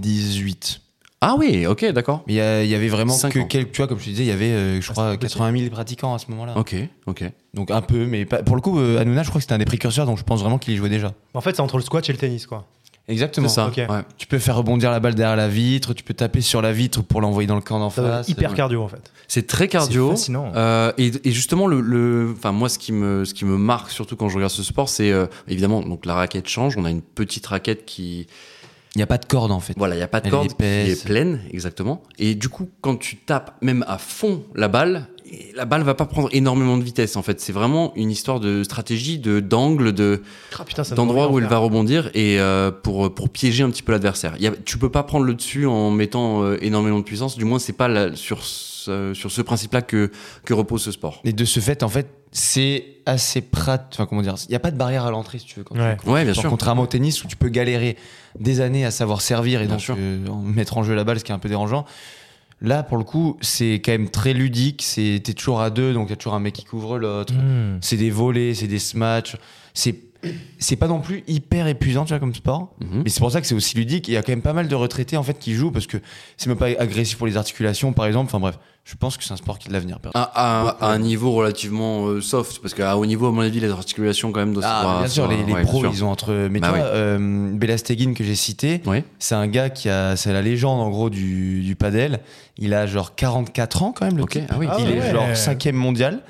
D: 2018.
A: Ah oui, ok, d'accord.
D: Mais il y, a- il y avait vraiment
A: Cinq
D: que
A: ans. Ah,
D: quelques, tu vois, comme je te disais, il y avait, euh, je crois, 80 000 pratiquants à ce moment-là.
A: Ok, ok.
D: Donc un peu, mais pas- pour le coup, euh, Hanouna, je crois que c'était un des précurseurs, donc je pense vraiment qu'il y jouait déjà.
C: En fait, c'est entre le squash et le tennis, quoi.
A: C'est
D: Exactement.
A: ça,
C: ok.
A: ouais.
D: Tu peux faire rebondir la balle derrière la vitre, tu peux taper sur la vitre pour l'envoyer dans le camp d'en
C: Ça doit être
D: face.
C: hyper
A: ouais.
C: cardio, en fait.
A: C'est très cardio.
B: C'est fascinant.
A: Euh, et, et justement, le, le- enfin moi, ce qui me, ce qui me marque surtout quand je regarde ce sport, c'est euh, évidemment donc la raquette change. On a une petite raquette qui,
D: Il n'y a pas de corde en fait.
A: voilà, il y a pas de
D: Elle
A: corde,
D: est
A: qui
D: épaisse.
A: est pleine, exactement. Et du coup, quand tu tapes même à fond la balle, et la balle va pas prendre énormément de vitesse. En fait, c'est vraiment une histoire de stratégie, de d'angle, de
C: Ah putain, ça me
A: d'endroit
C: donne
A: où
C: envie
A: elle
C: d'en
A: va
C: faire.
A: rebondir et euh, pour pour piéger un petit peu l'adversaire. Il y a- Tu peux pas prendre le dessus en mettant euh, énormément de puissance. Du moins, c'est pas la- sur ce, sur ce principe-là que que repose ce sport.
D: Et de ce fait, en fait, c'est assez prat. Enfin, comment dire Il n'y a pas de barrière à l'entrée, si tu veux. Quand
C: Ouais.
A: Ouais, bien
D: Genre,
A: sûr.
D: contrairement au tennis où tu peux galérer des années à savoir servir et
A: Bien
D: donc
A: sûr.
D: euh, en mettre en jeu la balle, ce qui est un peu dérangeant. Là, pour le coup, c'est quand même très ludique.
A: Mm. Euh,
B: Hmm.
D: C'est t'es toujours à deux, donc il y a toujours un mec qui couvre l'autre. C'est des volets, c'est des smatchs. C'est c'est pas non plus hyper épuisant, tu vois, comme sport.
A: Mhm.
D: Mais c'est pour ça que c'est aussi ludique. Et Il y a quand même pas mal de retraités, en fait, qui jouent parce que c'est même pas agressif pour les articulations, par exemple. Enfin bref, je pense que c'est un sport qui est de l'avenir. perso.
A: À, à- à un niveau relativement euh, soft, parce qu'à haut niveau, à mon avis, les articulations, quand même, doivent
D: Ah,
A: savoir-
D: mais bien sûr, les,
A: savoir-
D: les
A: ouais,
D: pros,
A: bien sûr.
D: ils ont entre. Mais
A: Bah
D: tu vois,
A: oui.
D: euh, Belasteguin que j'ai cité,
A: Oui.
D: c'est un gars qui a. C'est la légende, en gros, du, du padel. Il a genre 44 ans, quand même, le
A: Ok,
D: type.
A: ah oui.
D: il
C: Ah
D: est
C: ouais.
D: genre cinquième mondial.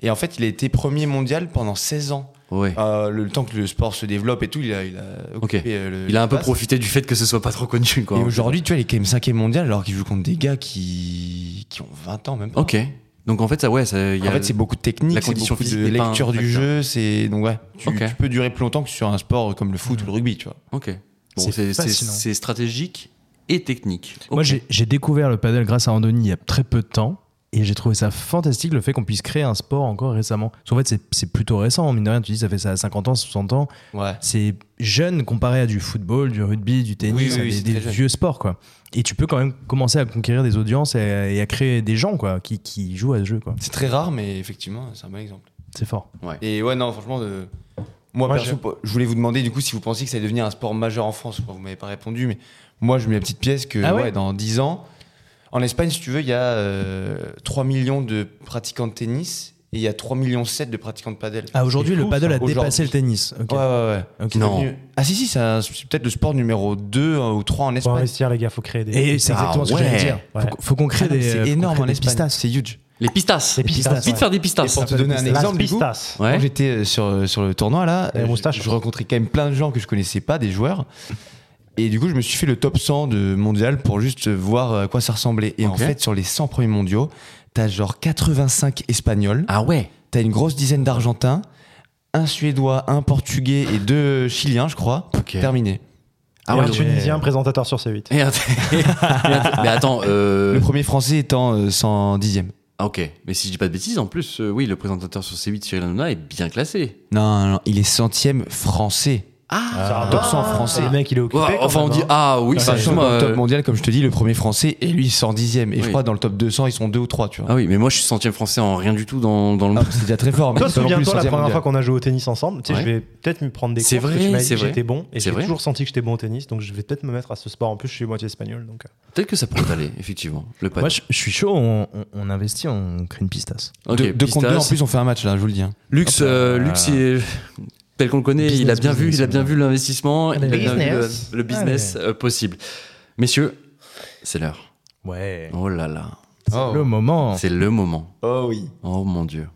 D: Et en fait, il a été premier mondial pendant 16 ans.
A: Ouais.
D: Euh, le temps que le sport se développe et tout, il a, il a occupé
A: Ok.
D: euh, le.
A: Il a un peu
D: l'espace.
A: profité du fait que ce soit pas trop connu, quoi.
D: Et aujourd'hui, tu vois, il est quand même cinquième mondial alors qu'il joue contre des gars qui, qui ont 20 ans même pas.
A: Ok. Donc en fait, ça, ouais, ça, il y
D: En
A: a-
D: fait, c'est beaucoup de
A: la
D: technique, c'est
A: condition
D: beaucoup de
A: physique n'est pas un
D: lecture du
A: facteur.
D: jeu, c'est donc ouais, tu,
A: Ok.
D: tu peux durer plus longtemps que sur un sport comme le foot ou le rugby, tu vois.
A: Ok. Bon,
B: C'est
A: c'est- c'est
B: fascinant.
A: c'est stratégique et technique.
B: Moi,
A: Ok.
B: j'ai- j'ai découvert le padel grâce à Andoni il y a très peu de temps. Et j'ai trouvé ça fantastique le fait qu'on puisse créer un sport encore récemment. Parce qu'en fait, c'est- c'est plutôt récent. Mine de rien, tu dis, ça fait ça à 50 ans, 60 ans.
D: Ouais.
B: C'est jeune comparé à du football, du rugby, du
D: Oui,
B: tennis,
D: oui,
B: à
D: oui,
B: des,
D: c'est
B: des
D: très jeune.
B: vieux sports, quoi. Et tu peux quand même commencer à conquérir des audiences et, à- et à créer des gens, quoi, qui, qui jouent à ce jeu, quoi.
D: C'est très rare, mais effectivement, c'est un bon exemple.
B: C'est fort.
D: Et ouais, non, franchement, euh, moi,
C: Moi,
D: perso,
C: j'ai-
D: po- je voulais vous demander du coup si vous pensiez que ça allait devenir un sport majeur en France. Bon, Vous m'avez pas répondu, mais moi, je mets la petite pièce que
B: Ah ouais
D: ouais, dans 10 ans, en Espagne, si tu veux, il y a euh, 3 millions de pratiquants de tennis et il y a 3 millions 7 de pratiquants de padel.
B: Ah, aujourd'hui,
D: C'est
B: le
D: fou,
B: paddle
D: ça.
B: a dépassé
D: Aujourd'hui.
B: le tennis. Ok.
D: Ouais, ouais, ouais.
B: Ok.
D: C'est
A: Non.
D: devenu- Ah si, si, c'est un- c'est peut-être le sport numéro 2 ou 3 en
C: Faut
D: Espagne.
C: investir, les gars, faut créer des.
B: Et c'est
A: Ah
B: exactement ce que
A: ouais.
B: j'allais dire.
C: Ouais.
B: Faut, qu'on- faut qu'on crée
D: Ah non,
B: des. faut
D: c'est
B: qu'on
D: énorme
B: crée
D: en
B: des
D: Espagne,
B: pistas.
D: c'est huge.
A: Les pistas.
C: Les pistas,
A: Vite
C: ouais.
A: faire des pistas.
D: Et pour te donner un
C: Las
D: exemple, du coup,
C: pistas.
A: Ouais.
D: Quand j'étais euh, sur, sur le tournoi, là,
C: Les
D: euh,
C: moustaches.
D: je, je rencontrais quand même plein de gens que je connaissais pas, des joueurs. Et du coup, je me suis fait le top 100 de mondial pour juste voir euh, à quoi ça ressemblait. Et en
A: Ok.
D: fait, sur les 100 premiers mondiaux, t'as genre 85 Espagnols,
A: Ah ouais.
D: t'as une grosse dizaine d'Argentins, un Suédois, un Portugais et deux Chiliens, je crois.
A: Ok.
D: Terminé.
A: Ah
C: Et
A: ouais.
C: un Tunisien présentateur sur C8.
A: Et un- et un- mais attends, euh,
D: Le premier français étant euh, 110e.
A: ah, ok. Mais si je dis pas de bêtises, en plus, euh, oui, le présentateur sur C8, Cyril Hanouna, est bien classé.
D: Non, non, non, il est centième français.
A: Ah,
D: top 100 français.
C: Le mec, il est bah, occupé.
A: Ouais,
C: quand
A: enfin,
C: même,
A: on dit
C: hein.
A: ah oui,
D: Sachant que
A: franchement.
D: dans le top
A: euh,
D: mondial, comme je te dis, le premier français et lui 110e. Et
A: Oui.
D: je crois dans le top 200, ils sont deux ou trois, tu vois.
A: Ah oui, mais moi je suis centième français en rien du tout dans, dans le
D: Ah, c'est déjà très fort. mais
C: Toi,
D: c'est pas non plus
C: souviens-toi la
D: le centième
C: première
D: mondial.
C: fois qu'on a joué au tennis ensemble, tu sais,
A: Ouais.
C: je vais peut-être me prendre des cours
A: C'est
C: parce que
A: vrai,
C: tu m'as dit
A: c'est
C: que
A: vrai.
C: j'étais bon et
A: C'est
C: j'ai
A: vrai.
C: toujours senti que j'étais bon au tennis, donc je vais peut-être me mettre à ce sport. En plus, je suis moitié espagnol, donc. euh,
A: Peut-être que ça pourrait aller, effectivement. Le pad.
B: Moi, je, je suis chaud, on, on- on investit, on crée une pistas.
A: Ok,
D: Deux- deux contre deux, en
A: Pistas.
D: plus, on fait un match, là, je vous le dis. hein.
A: Lux, euh, Lux, il est- tel qu'on le connaît, il a
B: Business,
A: bien vu,
B: business,
A: il a bien
B: ouais.
A: vu l'investissement, il a bien vu le,
C: Business.
A: le business euh, possible. Messieurs, c'est l'heure.
B: Ouais.
A: Oh là là,
B: Le moment.
A: c'est le moment.
D: Oh oui.
A: Oh mon dieu.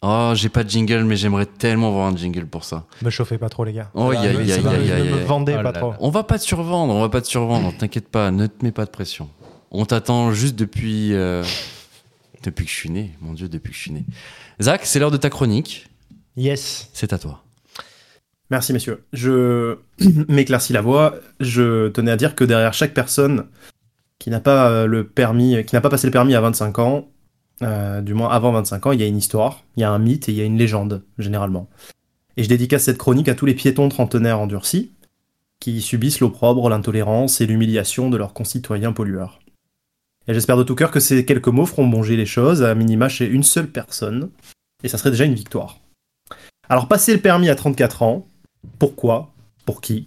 A: Oh, j'ai pas de jingle, mais j'aimerais tellement avoir un jingle pour ça.
C: Me chauffez pas trop, les gars.
A: Oh,
D: Ah,
A: y a,
D: mais
A: y a-
D: c'est
A: y a-
D: pas-
A: y a-
C: Ne
A: y a-
C: me vendez
B: Oh là
C: pas trop.
A: On va pas te survendre, on va pas te survendre, t'inquiète pas, ne te mets pas de pression. On t'attend juste depuis, euh, depuis que je suis né, mon dieu, depuis que je suis né. Zach, c'est l'heure de ta chronique,
C: Yes.
A: c'est à toi.
G: Merci messieurs. Je m'éclaircis la voix. Je tenais à dire que derrière chaque personne qui n'a pas euh, le permis, qui n'a pas passé le permis à 25 ans, euh, du moins avant 25 ans, il y a une histoire, il y a un mythe et il y a une légende généralement. Et je dédicace cette chronique à tous les piétons trentenaires endurcis qui subissent l'opprobre, l'intolérance et l'humiliation de leurs concitoyens pollueurs. Et j'espère de tout cœur que ces quelques mots feront bonger les choses à minima chez une seule personne, et ça serait déjà une victoire. Alors passer le permis à 34 ans, pourquoi, pour qui.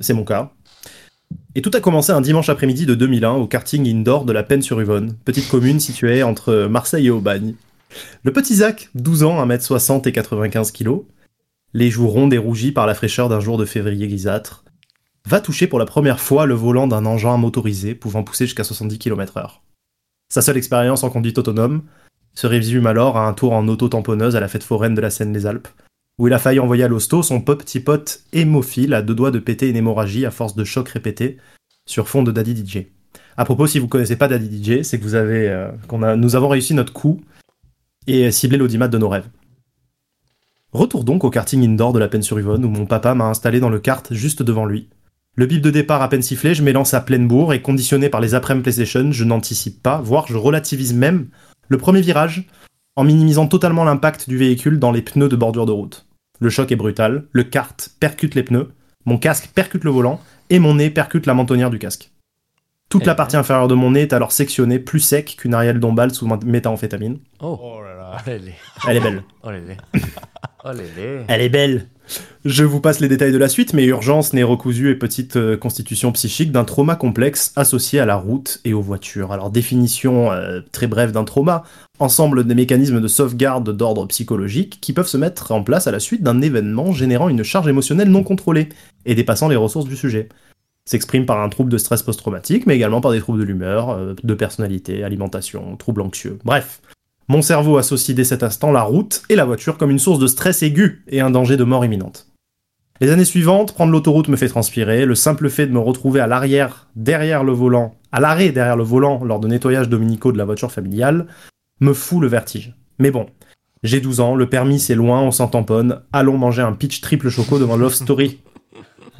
G: C'est mon cas. Et tout a commencé un dimanche après-midi de 2001 au karting indoor de la Peine-sur-Yvonne, petite commune située entre Marseille et Aubagne. Le petit Zach, 12 ans, 1m60 et 95 kg, les joues rondes et rougies par la fraîcheur d'un jour de février grisâtre, va toucher pour la première fois le volant d'un engin motorisé pouvant pousser jusqu'à 70 km/h. Sa seule expérience en conduite autonome se résume alors à un tour en auto-tamponneuse à la fête foraine de la Seine-les-Alpes, où il a failli envoyer à l'hosto son petit pote hémophile à deux doigts de péter une hémorragie à force de chocs répétés sur fond de Daddy DJ. À propos, si vous connaissez pas Daddy DJ, c'est que vous avez, euh, qu'on a, nous avons réussi notre coup et ciblé l'audimat de nos rêves. Retour donc au karting indoor de la peine sur Yvonne où mon papa m'a installé dans le kart juste devant lui. Le bip de départ à peine sifflé, je m'élance à pleine bourre et conditionné par les après PlayStation, je n'anticipe pas, voire je relativise même le premier virage en minimisant totalement l'impact du véhicule dans les pneus de bordure de route. Le choc est brutal, le kart percute les pneus, mon casque percute le volant et mon nez percute la mentonnière du casque. Toute
D: Eh
G: la partie inférieure de mon nez est alors sectionnée plus sec qu'une Ariel Dombal sous méthamphétamine.
A: Oh,
C: là là.
A: allez,
G: Elle est belle.
A: allez,
G: Elle est belle. Je vous passe les détails de la suite, mais Urgence n'est recousue et petite euh, constitution psychique d'un trauma complexe associé à la route et aux voitures. Alors définition euh, très brève d'un trauma, ensemble des mécanismes de sauvegarde d'ordre psychologique qui peuvent se mettre en place à la suite d'un événement générant une charge émotionnelle non contrôlée et dépassant les ressources du sujet. S'exprime par un trouble de stress post-traumatique, mais également par des troubles de l'humeur, euh, de personnalité, alimentation, troubles anxieux. Bref. Mon cerveau associe dès cet instant la route et la voiture comme une source de stress aigu et un danger de mort imminente. Les années suivantes, prendre l'autoroute me fait transpirer, le simple fait de me retrouver à l'arrière, derrière le volant, à l'arrêt derrière le volant lors de nettoyage dominicaux de la voiture familiale, me fout le vertige. Mais bon, j'ai 12 ans, le permis c'est loin, on s'en tamponne, allons manger un pitch triple choco devant Love Story.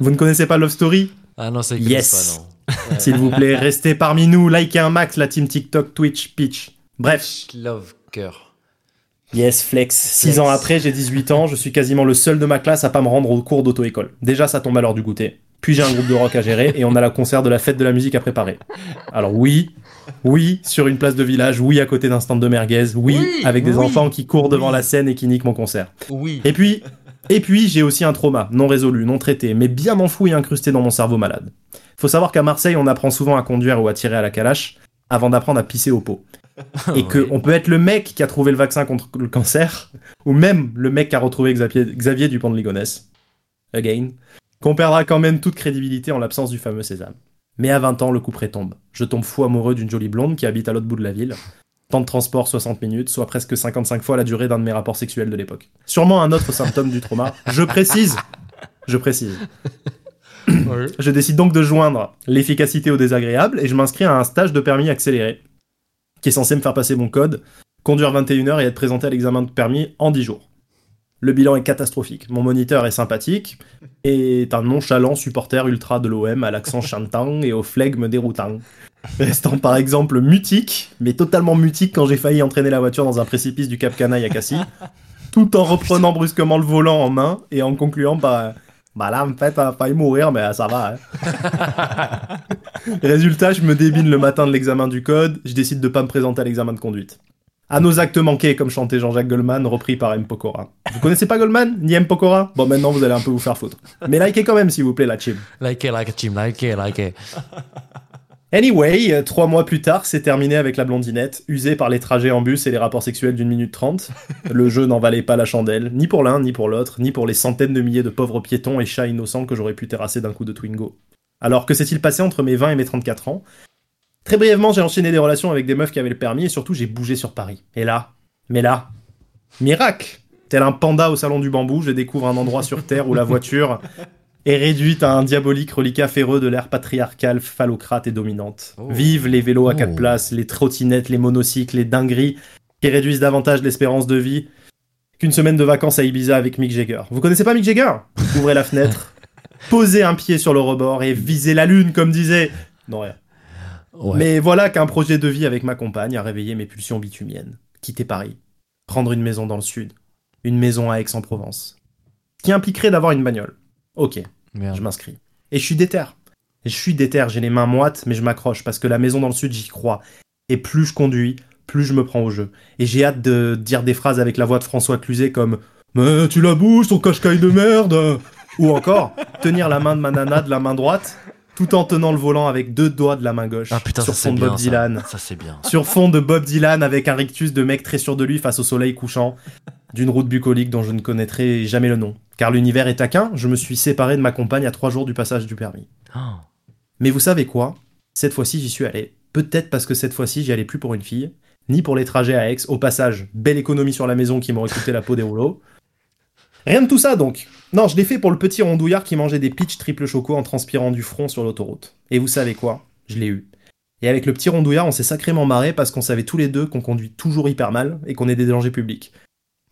G: Vous ne connaissez pas Love Story
A: Ah non, ça
G: existe
A: existe
G: Yes.
A: pas, non.
G: S'il vous plaît, restez parmi nous, likez un max la team TikTok, Twitch, Pitch. Bref,
A: Love cœur.
G: Yes, flex. Six
A: Flex.
G: ans après, j'ai 18 ans, je suis quasiment le seul de ma classe à pas me rendre aux cours d'auto-école. Déjà, ça tombe à l'heure du goûter. Puis j'ai un groupe de rock à gérer et on a la concert de la fête de la musique à préparer. Alors oui, oui, sur une place de village, oui, à côté d'un stand de merguez, oui,
A: Oui,
G: avec des
A: oui,
G: enfants qui courent devant la scène et qui niquent mon concert.
A: Oui.
G: Et puis, et puis j'ai aussi un trauma, non résolu, non traité, mais bien enfoui et incrusté dans mon cerveau malade. Faut savoir qu'à Marseille, on apprend souvent à conduire ou à tirer à la calache avant d'apprendre à pisser au pot. Et que
A: Ouais.
G: on peut être le mec qui a trouvé le vaccin contre le cancer, ou même le mec qui a retrouvé Xavier, Xavier Dupont de Ligonnès. Again. Qu'on perdra quand même toute crédibilité en l'absence du fameux Sésame. Mais à 20 ans, le coup près tombe. Je tombe fou amoureux d'une jolie blonde qui habite à l'autre bout de la ville. Temps de transport 60 minutes, soit presque 55 fois la durée d'un de mes rapports sexuels de l'époque. Sûrement un autre symptôme du trauma. Je précise. Je précise. Je décide donc de joindre l'efficacité au désagréable et je m'inscris à un stage de permis accéléré qui est censé me faire passer mon code, conduire 21h et être présenté à l'examen de permis en 10 jours. Le bilan est catastrophique. Mon moniteur est sympathique et est un nonchalant supporter ultra de l'OM à l'accent chantant et au flegme déroutant. Restant par exemple mutique, mais totalement mutique quand j'ai failli entraîner la voiture dans un précipice du Cap Canaille à Cassis, tout en reprenant brusquement le volant en main et en concluant par Bah là, en fait, t'as failli mourir, mais ah, ça va. hein. Résultat, je me débine le matin de l'examen du code, je décide de pas me présenter à l'examen de conduite. À nos actes manqués, comme chantait Jean-Jacques Goldman, repris par M. Pokora. Vous connaissez pas Goldman Ni M. Pokora Bon, maintenant, vous allez un peu vous faire foutre. Mais likez quand même, s'il vous plaît, la chip.
A: Like it, like it, Jim, like it, like it.
G: Anyway, euh, trois mois plus tard, c'est terminé avec la blondinette, usée par les trajets en bus et les rapports sexuels d'une minute trente. Le jeu n'en valait pas la chandelle, ni pour l'un, ni pour l'autre, ni pour les centaines de milliers de pauvres piétons et chats innocents que j'aurais pu terrasser d'un coup de Twingo. Alors que s'est-il passé entre mes 20 et mes 34 ans Très brièvement, j'ai enchaîné des relations avec des meufs qui avaient le permis et surtout j'ai bougé sur Paris. Et là, mais là, miracle Tel un panda au salon du bambou, je découvre un endroit sur Terre où la voiture est réduite à un diabolique reliquat féreux de l'ère patriarcale, phallocrate et dominante.
A: Oh.
G: Vive les vélos à quatre
A: Oh.
G: places, les trottinettes, les monocycles, les dingueries qui réduisent davantage l'espérance de vie qu'une semaine de vacances à Ibiza avec Mick Jagger. Vous connaissez pas Mick Jagger Ouvrez la fenêtre, posez un pied sur le rebord et visez la lune, comme disait... Non, rien.
A: Ouais.
G: Mais voilà qu'un projet de vie avec ma compagne a réveillé mes pulsions bitumiennes. Quitter Paris, prendre une maison dans le sud, une maison à Aix-en-Provence, ce qui impliquerait d'avoir une bagnole. Ok,
A: Merde.
G: je m'inscris. Et je suis déter. Et Je suis déter, j'ai les mains moites, mais je m'accroche parce que la maison dans le sud, j'y crois. Et plus je conduis, plus je me prends au jeu. Et j'ai hâte de dire des phrases avec la voix de François Cluzet comme Mais tu la bouges, ton cache-caille de merde Ou encore, tenir la main de ma nana de la main droite tout en tenant le volant avec deux doigts de la main gauche
A: Ah putain,
G: sur
A: ça c'est
G: fond de
A: bien.
G: Bob
A: ça.
G: Dylan
A: Ça, c'est bien.
G: sur fond de Bob Dylan avec un rictus de mec très sûr de lui face au soleil couchant, d'une route bucolique dont je ne connaîtrai jamais le nom. Car l'univers est taquin, je me suis séparé de ma compagne à trois jours du passage du permis.
A: Oh.
G: Mais vous savez quoi Cette fois-ci, j'y suis allé. Peut-être parce que cette fois-ci, j'y allais plus pour une fille, ni pour les trajets à Aix. Au passage, belle économie sur la maison qui m'aurait coûté la peau des rouleaux. Rien de tout ça donc. Non, je l'ai fait pour le petit rondouillard qui mangeait des pitchs triple choco en transpirant du front sur l'autoroute. Et vous savez quoi Je l'ai eu. Et avec le petit rondouillard, on s'est sacrément marré parce qu'on savait tous les deux qu'on conduit toujours hyper mal et qu'on est des dangers publics.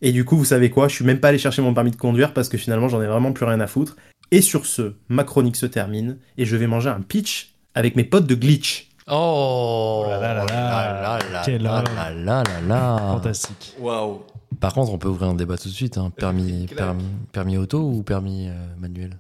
G: Et du coup, vous savez quoi Je suis même pas allé chercher mon permis de conduire parce que finalement, j'en ai vraiment plus rien à foutre. Et sur ce, ma chronique se termine et je vais manger un pitch avec mes potes de glitch.
A: Oh
B: Oh là là là là.
A: là là
B: Quel
A: là
B: homme.
A: là là là
B: Ah.
A: là.
B: Fantastique.
D: Waouh.
A: Par contre, on peut ouvrir un débat tout de suite. hein. Permis,
D: Claire.
A: permis, permis auto ou permis euh, manuel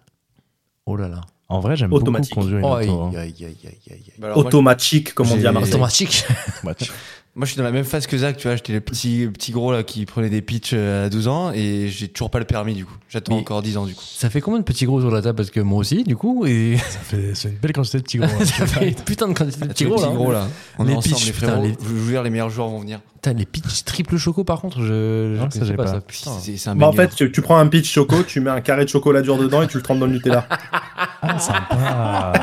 A: Oh là là.
B: En vrai, j'aime beaucoup
G: Automatique.
B: conduire une
A: Oh,
B: auto. hein.
A: aïe, aïe, aïe, aïe, aïe, aïe.
D: Bah alors, moi,
G: Automatique, comme on dit à
D: j'ai-
G: Marseille.
A: Automatique.
B: Automatique.
D: Moi, je suis dans la même phase que Zach, tu vois. J'étais le petit, petit gros là qui prenait des pitchs euh, à 12 ans et j'ai toujours pas le permis du coup. J'attends
A: Mais-
D: encore 10 ans du coup.
A: Ça fait combien de petits gros sur la table Parce que moi aussi, du coup, et
B: Ça fait- C'est une belle quantité de petits gros. hein.
A: ça fait une putain de quantité de
D: Ah,
A: petits
D: tu es le
A: gros.
D: petit
A: là.
D: gros là. On
A: Les
D: est ensemble,
A: pitchs,
D: les
A: putain,
D: frérots.
A: les-
D: Je vous jure, les meilleurs joueurs vont venir.
A: Putain, les pitchs triple choco, par contre, je, je
B: Ah, ça,
A: connaissais
B: j'ai
A: pas,
B: pas.
A: ça.
D: Puis
A: Putain.
D: C'est c'est un
G: Bah, en fait,
D: banger.
G: tu, tu prends un pitch choco, tu mets un carré de chocolat dur dedans et tu le trempes dans le Nutella.
B: Ah, sympa.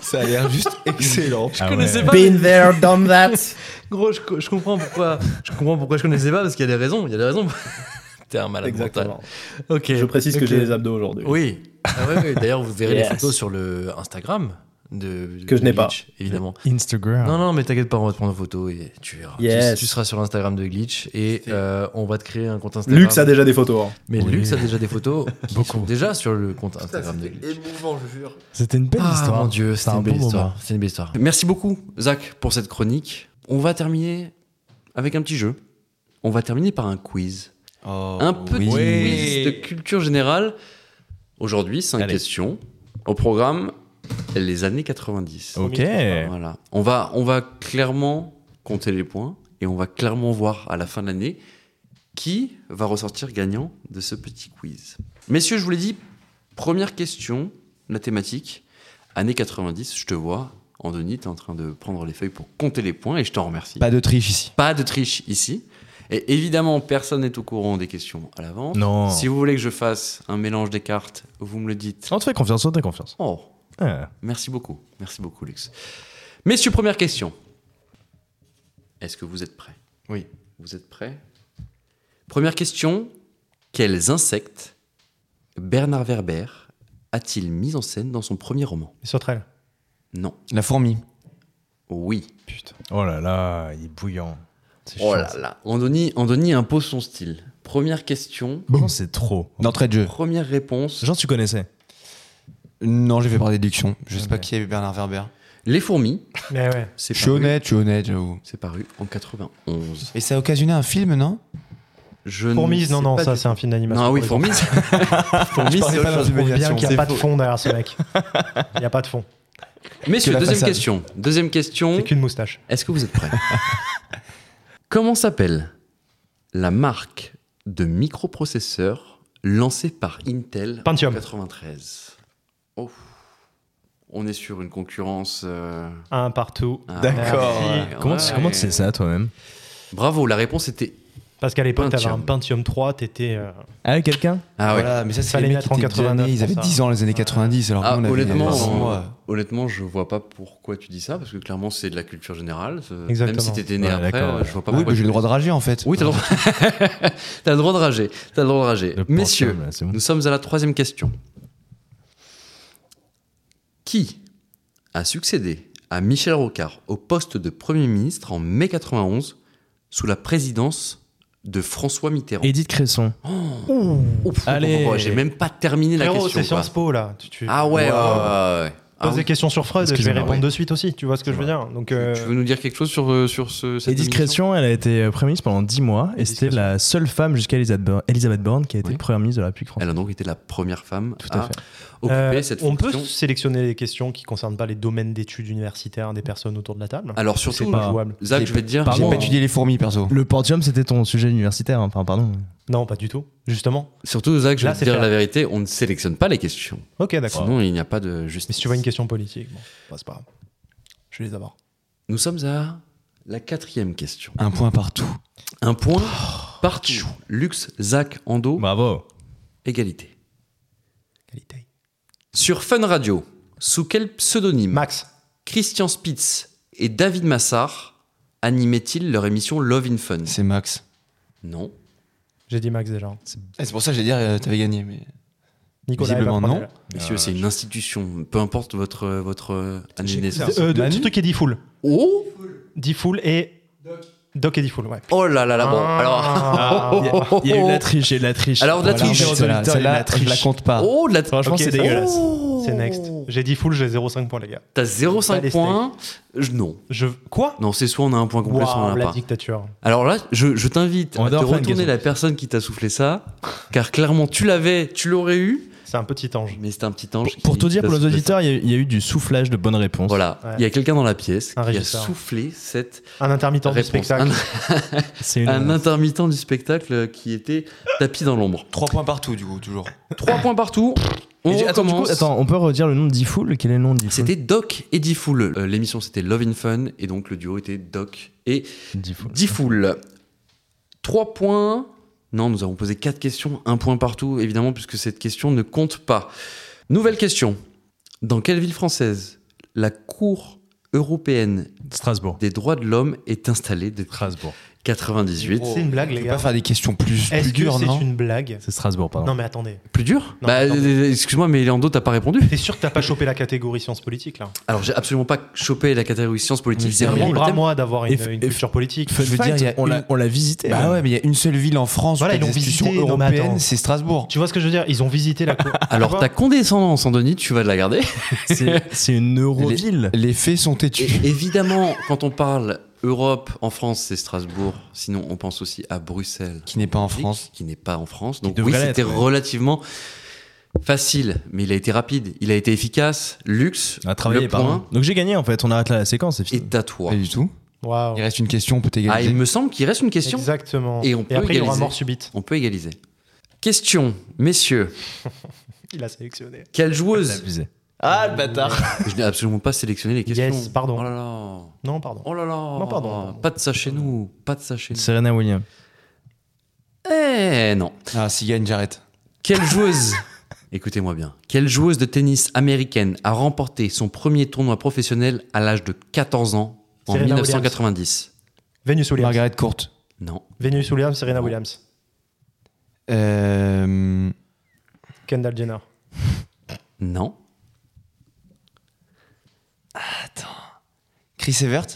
D: ça a l'air juste excellent.
B: Ah ouais.
G: Been there, done that.
A: Gros, je, co- je comprends pourquoi, je comprends pourquoi je connaissais pas, parce qu'il y a des raisons. Il y a des raisons. T'es un malade mental.
G: Exactement.
A: Ok.
G: Je précise que
A: ok.
G: j'ai les abdos aujourd'hui.
A: Oui. Ah ouais, ouais. D'ailleurs, vous verrez
G: Yes.
A: les photos sur le Instagram de
G: Que je
A: de
G: n'ai pas.
A: Glitch, évidemment.
B: Instagram.
A: Non, non, mais t'inquiète pas, on va te prendre en photo et tu verras.
G: Yes.
A: Tu, tu seras sur l'Instagram de Glitch et euh, on va te créer un compte Instagram.
G: Lux a déjà des photos. hein.
A: Mais
B: Oui.
A: Lux a déjà des photos. qui
B: Beaucoup.
A: sont déjà sur le compte Instagram de Glitch.
D: Émouvant, je jure.
B: C'était une belle
A: Ah
B: histoire.
A: mon dieu,
B: C'était
A: c'est
B: un
A: une belle
B: bon
A: histoire.
B: moment.
A: C'est une belle histoire. Merci beaucoup, Zach, pour cette chronique. On va terminer avec un petit jeu. On va terminer par un quiz. un petit quiz de culture générale. Aujourd'hui, cinq
B: Allez.
A: questions. Au programme, les années 90.
B: Ok.
A: Voilà. On va, on va clairement compter les points et on va clairement voir à la fin de l'année qui va ressortir gagnant de ce petit quiz. Messieurs, je vous l'ai dit, première question, la thématique, années 90, je te vois, Andoni, tu es en train de prendre les feuilles pour compter les points et je t'en remercie.
D: Pas de triche ici.
A: Pas de triche ici. Et évidemment, personne n'est au courant des questions à l'avance.
B: Non.
A: Si vous voulez que je fasse un mélange des cartes, vous me le dites.
B: On te fait confiance, on te fait confiance.
A: Oh,
B: Ah.
A: Merci beaucoup. Merci beaucoup, Lux. Messieurs, première question. Est-ce que vous êtes prêts Oui. Vous êtes prêts Première question. Quels insectes Bernard Werber a-t-il mis en scène dans son premier roman
C: Les sauterelles.
A: Non.
D: La fourmi.
A: Oui.
C: Putain.
B: Oh là là, il est bouillant. C'est
A: Oh
B: chiant,
A: là
B: ça.
A: là. Andoni, Andoni impose son style. Première question.
B: Non, c'est trop.
D: D'entrée de jeu.
A: Première réponse.
B: Genre, tu connaissais.
D: Non, j'ai fait par déduction. Je sais
B: Ok.
D: pas qui est Bernard Werber.
A: Les fourmis.
C: Mais ouais.
A: C'est
D: Je suis
A: paru,
D: honnête, je suis honnête, j'avoue.
A: c'est paru en 91.
D: Et ça a occasionné un film, non
A: Je ne
C: Fourmise, non,
A: sais
C: non,
A: pas
C: ça
A: du-
C: c'est un film d'animation.
A: Non, oui,
C: pour les
A: fourmis. fourmis, c'est
D: parlais pas
A: autre chose.
D: d'un film
C: enfants. On voit bien
D: d'animation,
C: qu'il n'y
D: c'est
C: a pas de
D: faux.
C: fond derrière ce mec. Il n'y a pas de fond.
A: Messieurs,
D: Que la
A: deuxième
D: façade.
A: question. Deuxième question.
C: C'est qu'une moustache.
A: Est-ce que vous êtes prêts Comment s'appelle la marque de microprocesseurs lancée par Intel
C: Pentium.
A: en 93 Oh. On est sur une concurrence. euh,
C: Un partout.
A: ah,
D: D'accord.
A: ouais,
B: Comment,
A: ouais.
B: tu, comment tu sais ça, toi-même
A: Bravo, la réponse était.
C: Parce qu'à l'époque, t'avais un
A: Pentium.
C: Pentium 3, t'étais. euh,
B: Ah, quelqu'un
A: Ah ouais.
D: Voilà, mais ça, c'est
C: Fallait
D: les mecs
C: naître
D: qui
C: en
D: étaient déjà
C: 89
D: nés, Ils
C: pour
D: avaient
C: ça.
D: 10 ans les années 90, alors
A: Ah,
D: nous, on avait
A: honnêtement,
D: 6
A: euh,
D: mois.
A: honnêtement, je vois pas pourquoi tu dis ça, parce que clairement, c'est de la culture générale. Euh, Même
C: Exactement.
A: si t'étais né
B: Ouais,
A: après,
B: d'accord,
A: euh, je vois pas
D: Oui,
A: pourquoi.
D: mais
A: tu-
D: j'ai le droit de rager, en fait.
A: Oui, t'as le droit. t'as le droit de rager. T'as le droit de rager.
B: Le
A: Messieurs,
B: Pentium, là, c'est bon.
A: nous sommes à la troisième question. Qui a succédé à Michel Rocard au poste de Premier ministre en mai 91 sous la présidence de François Mitterrand
B: Edith Cresson.
A: Oh, pff,
B: Allez.
A: oh, oh, J'ai même pas terminé la
C: Frérot,
A: question.
C: c'est
A: quoi.
C: Sciences Po là. Tu, tu-
A: Ah ouais, ouais, ouais, ouais,
C: Wow.
A: ouais. Ah
C: Pose
A: oui.
C: des questions sur Freud, je vais
B: Excusez-moi,
C: répondre
A: ouais.
C: de suite aussi. Tu vois ce que je veux dire Donc, euh,
A: Tu veux nous dire quelque chose sur, euh, sur ce, cette
B: Edith
A: émission
B: Cresson, elle a été euh, première ministre pendant 10 mois et
A: Edith
B: c'était la seule femme jusqu'à Elisabeth Borne- Elisabeth Borne qui a été
A: Oui.
B: première ministre de la République française.
A: Elle a donc été la première femme
B: Tout à
A: à,
B: fait.
A: occuper
C: euh,
A: cette
C: on
A: fonction.
C: peut sélectionner les questions qui concernent pas les domaines d'études universitaires des personnes autour de la table.
A: Alors
C: c'est
A: surtout,
C: pas
B: pas-
C: jouable.
A: Zach,
D: J'ai-
A: je vais te dire,
D: J'ai
B: Pardon.
D: pas étudié les fourmis, perso.
B: Le Pentium, c'était ton sujet universitaire, hein. enfin pardon.
C: Non, pas du tout. Justement.
A: Surtout, Zach, je
C: Là,
A: vais te
C: c'est
A: dire
C: fair.
A: la vérité, on ne sélectionne pas les questions.
C: Ok, d'accord.
A: Sinon, il n'y a pas de
C: Mais
A: justice.
C: si tu vois une question politique, bon, bah, c'est pas grave. Je vais les avoir.
A: Nous sommes à la quatrième question.
D: Un point partout.
A: Un point
C: Oh,
A: partout. Lux, Zach, Ando,
B: Bravo.
A: égalité.
C: Qualité.
A: Sur Fun Radio, sous quel pseudonyme
C: Max.
A: Christian Spitz et David Massard animaient-ils leur émission Love in Fun
D: C'est Max.
A: Non.
C: Ah, J'ai dit Max déjà.
D: Eh, C'est pour ça que j'allais dire, euh, t'avais gagné. Mais...
C: Nicolas
D: Visiblement,
C: Herbert,
D: non.
C: prenez-le.
A: Messieurs, c'est une institution. Peu importe votre, votre euh, année de
C: C'est-
A: naissance.
C: euh, de-
D: Manu
C: ce truc est dit full.
A: Oh
C: Dit full et. Doc est dit full, ouais.
A: Oh là là là, bon.
C: Ah. Il y a-
A: Alors.
B: Il y a eu de la triche, il y a eu de la triche.
A: Alors, de la
B: Voilà,
A: triche.
B: en fait,
D: Celle-là,
B: celle-là,
D: celle-là, je la compte pas.
A: Oh, de la.
B: Franchement,
C: Ok,
B: c'est
C: Ah. c'est-
B: dégueulasse.
A: Oh.
C: C'est next. J'ai dit full, j'ai 0,5 points, les gars.
A: T'as
C: Pas les
A: 0,5
C: steaks.
A: points. Je- non.
C: Je... Quoi
A: Non, c'est soit on a un point complet, soit on
C: Waouh,
A: en a
C: la
A: pas.
C: dictature.
A: Alors là, je, je t'invite
B: On
A: à te
B: adore faire une
A: retourner
B: gazon.
A: la personne qui t'a soufflé ça, car clairement, tu l'avais, tu l'aurais eu,
C: C'est un petit ange.
A: Mais c'est un petit ange.
B: Pour
A: qui-
B: tout dire, pour les
A: ça-
B: auditeurs, il y a eu- il y, a eu du soufflage de bonnes réponses.
A: Voilà,
C: Ouais.
A: il y a quelqu'un dans la pièce
C: Un
A: qui a
C: régisseur.
A: soufflé cette
C: Un intermittent du
A: réponse.
C: spectacle.
A: Un,
B: C'est une-
A: un intermittent du spectacle qui était tapis dans l'ombre.
D: 3 points partout, du coup, toujours.
A: Trois points partout. On
D: Et du- attends, du coup,
A: recommence.
B: Attends, on peut redire le nom de Diffoul Quel est le nom de Diffoul
A: C'était Doc et Diffoul. Euh, L'émission c'était Love in Fun et donc le duo était Doc et
B: Diffoul.
A: Diffoul. Trois points. Non, nous avons posé quatre questions, un point partout évidemment puisque cette question ne compte pas. Nouvelle question. Dans quelle ville française la Cour européenne
B: Strasbourg.
A: des droits de l'homme est installée depuis
B: Strasbourg.
A: 98
C: C'est une blague, Ah, les
D: Tu
C: gars.
D: pas faire des questions plus,
C: Est-ce
D: plus
C: que
D: dures,
C: c'est
D: non
C: une blague
B: C'est Strasbourg, pardon.
C: Non, mais attendez.
A: Plus dur
C: Non,
A: Bah,
C: attendez.
A: euh, Excuse-moi, mais Léando, t'as pas répondu
C: T'es sûr que t'as pas chopé la catégorie sciences politiques là
A: Alors, j'ai absolument pas chopé la catégorie sciences politiques.
B: Mais
A: C'est
B: c'est
A: vraiment
C: Libre
A: le
C: à
A: thème.
C: moi d'avoir une,
B: F-
C: une
B: F-
C: culture politique.
B: Fun
D: Je veux
B: fact,
D: dire, il y a
B: on l'a-
D: une-
B: on l'a visité.
D: Bah
B: hein.
D: ouais, mais il y a une seule ville en France
C: Voilà,
D: où il y a
C: ils
D: des
C: l'ont
D: discussions
C: visité, non, mais attends.
D: européennes, c'est Strasbourg.
C: Tu vois ce que je veux dire Ils ont visité la cour.
A: Alors, ta condescendance, Andoni, tu vas de la garder.
B: C'est c'est une neuroville.
D: Les faits sont
A: Et
D: têtus.
A: évidemment, quand on parle Europe, en France, c'est Strasbourg. Sinon, on pense aussi à Bruxelles.
D: Qui n'est pas en France.
A: Qui n'est pas en France. Donc, oui,
B: devrait
A: c'était
B: l'être, ouais.
A: relativement facile, mais il a été rapide. Il a été efficace. Luxe,
B: À travailler,
A: le
B: pardon.
A: point
B: Donc j'ai gagné en fait, on arrête là la séquence, c'est fini.
A: est à toi.
D: Pas du tout.
C: Waouh.
D: Il reste une question, on peut
A: Ah, il
D: égaliser.
A: me semble qu'il reste une question.
C: Exactement.
A: Et on peut
C: après, il y aura
A: égaliser.
C: mort subite.
A: On peut égaliser. Question, messieurs,
C: Il a sélectionné.
A: quelle joueuse
B: Abusé.
D: Ah, le bâtard
A: Je n'ai absolument pas sélectionné les questions.
C: Yes, pardon.
A: Oh là là.
C: Non, pardon.
A: Oh là là.
C: Non, pardon.
A: Pas de ça chez nous. Pas de ça chez nous.
B: Serena Williams.
A: Eh non.
D: Ah, s'il gagne, j'arrête.
A: Quelle joueuse Écoutez-moi bien. Quelle joueuse de tennis américaine a remporté son premier tournoi professionnel à l'âge de 14 ans en
C: Serena
A: 1990
C: Venus Williams.
D: Margaret Courte.
A: Non.
C: Venus Williams, Serena Williams.
D: Euh,
C: Kendall Jenner.
A: Non.
D: Chris Evert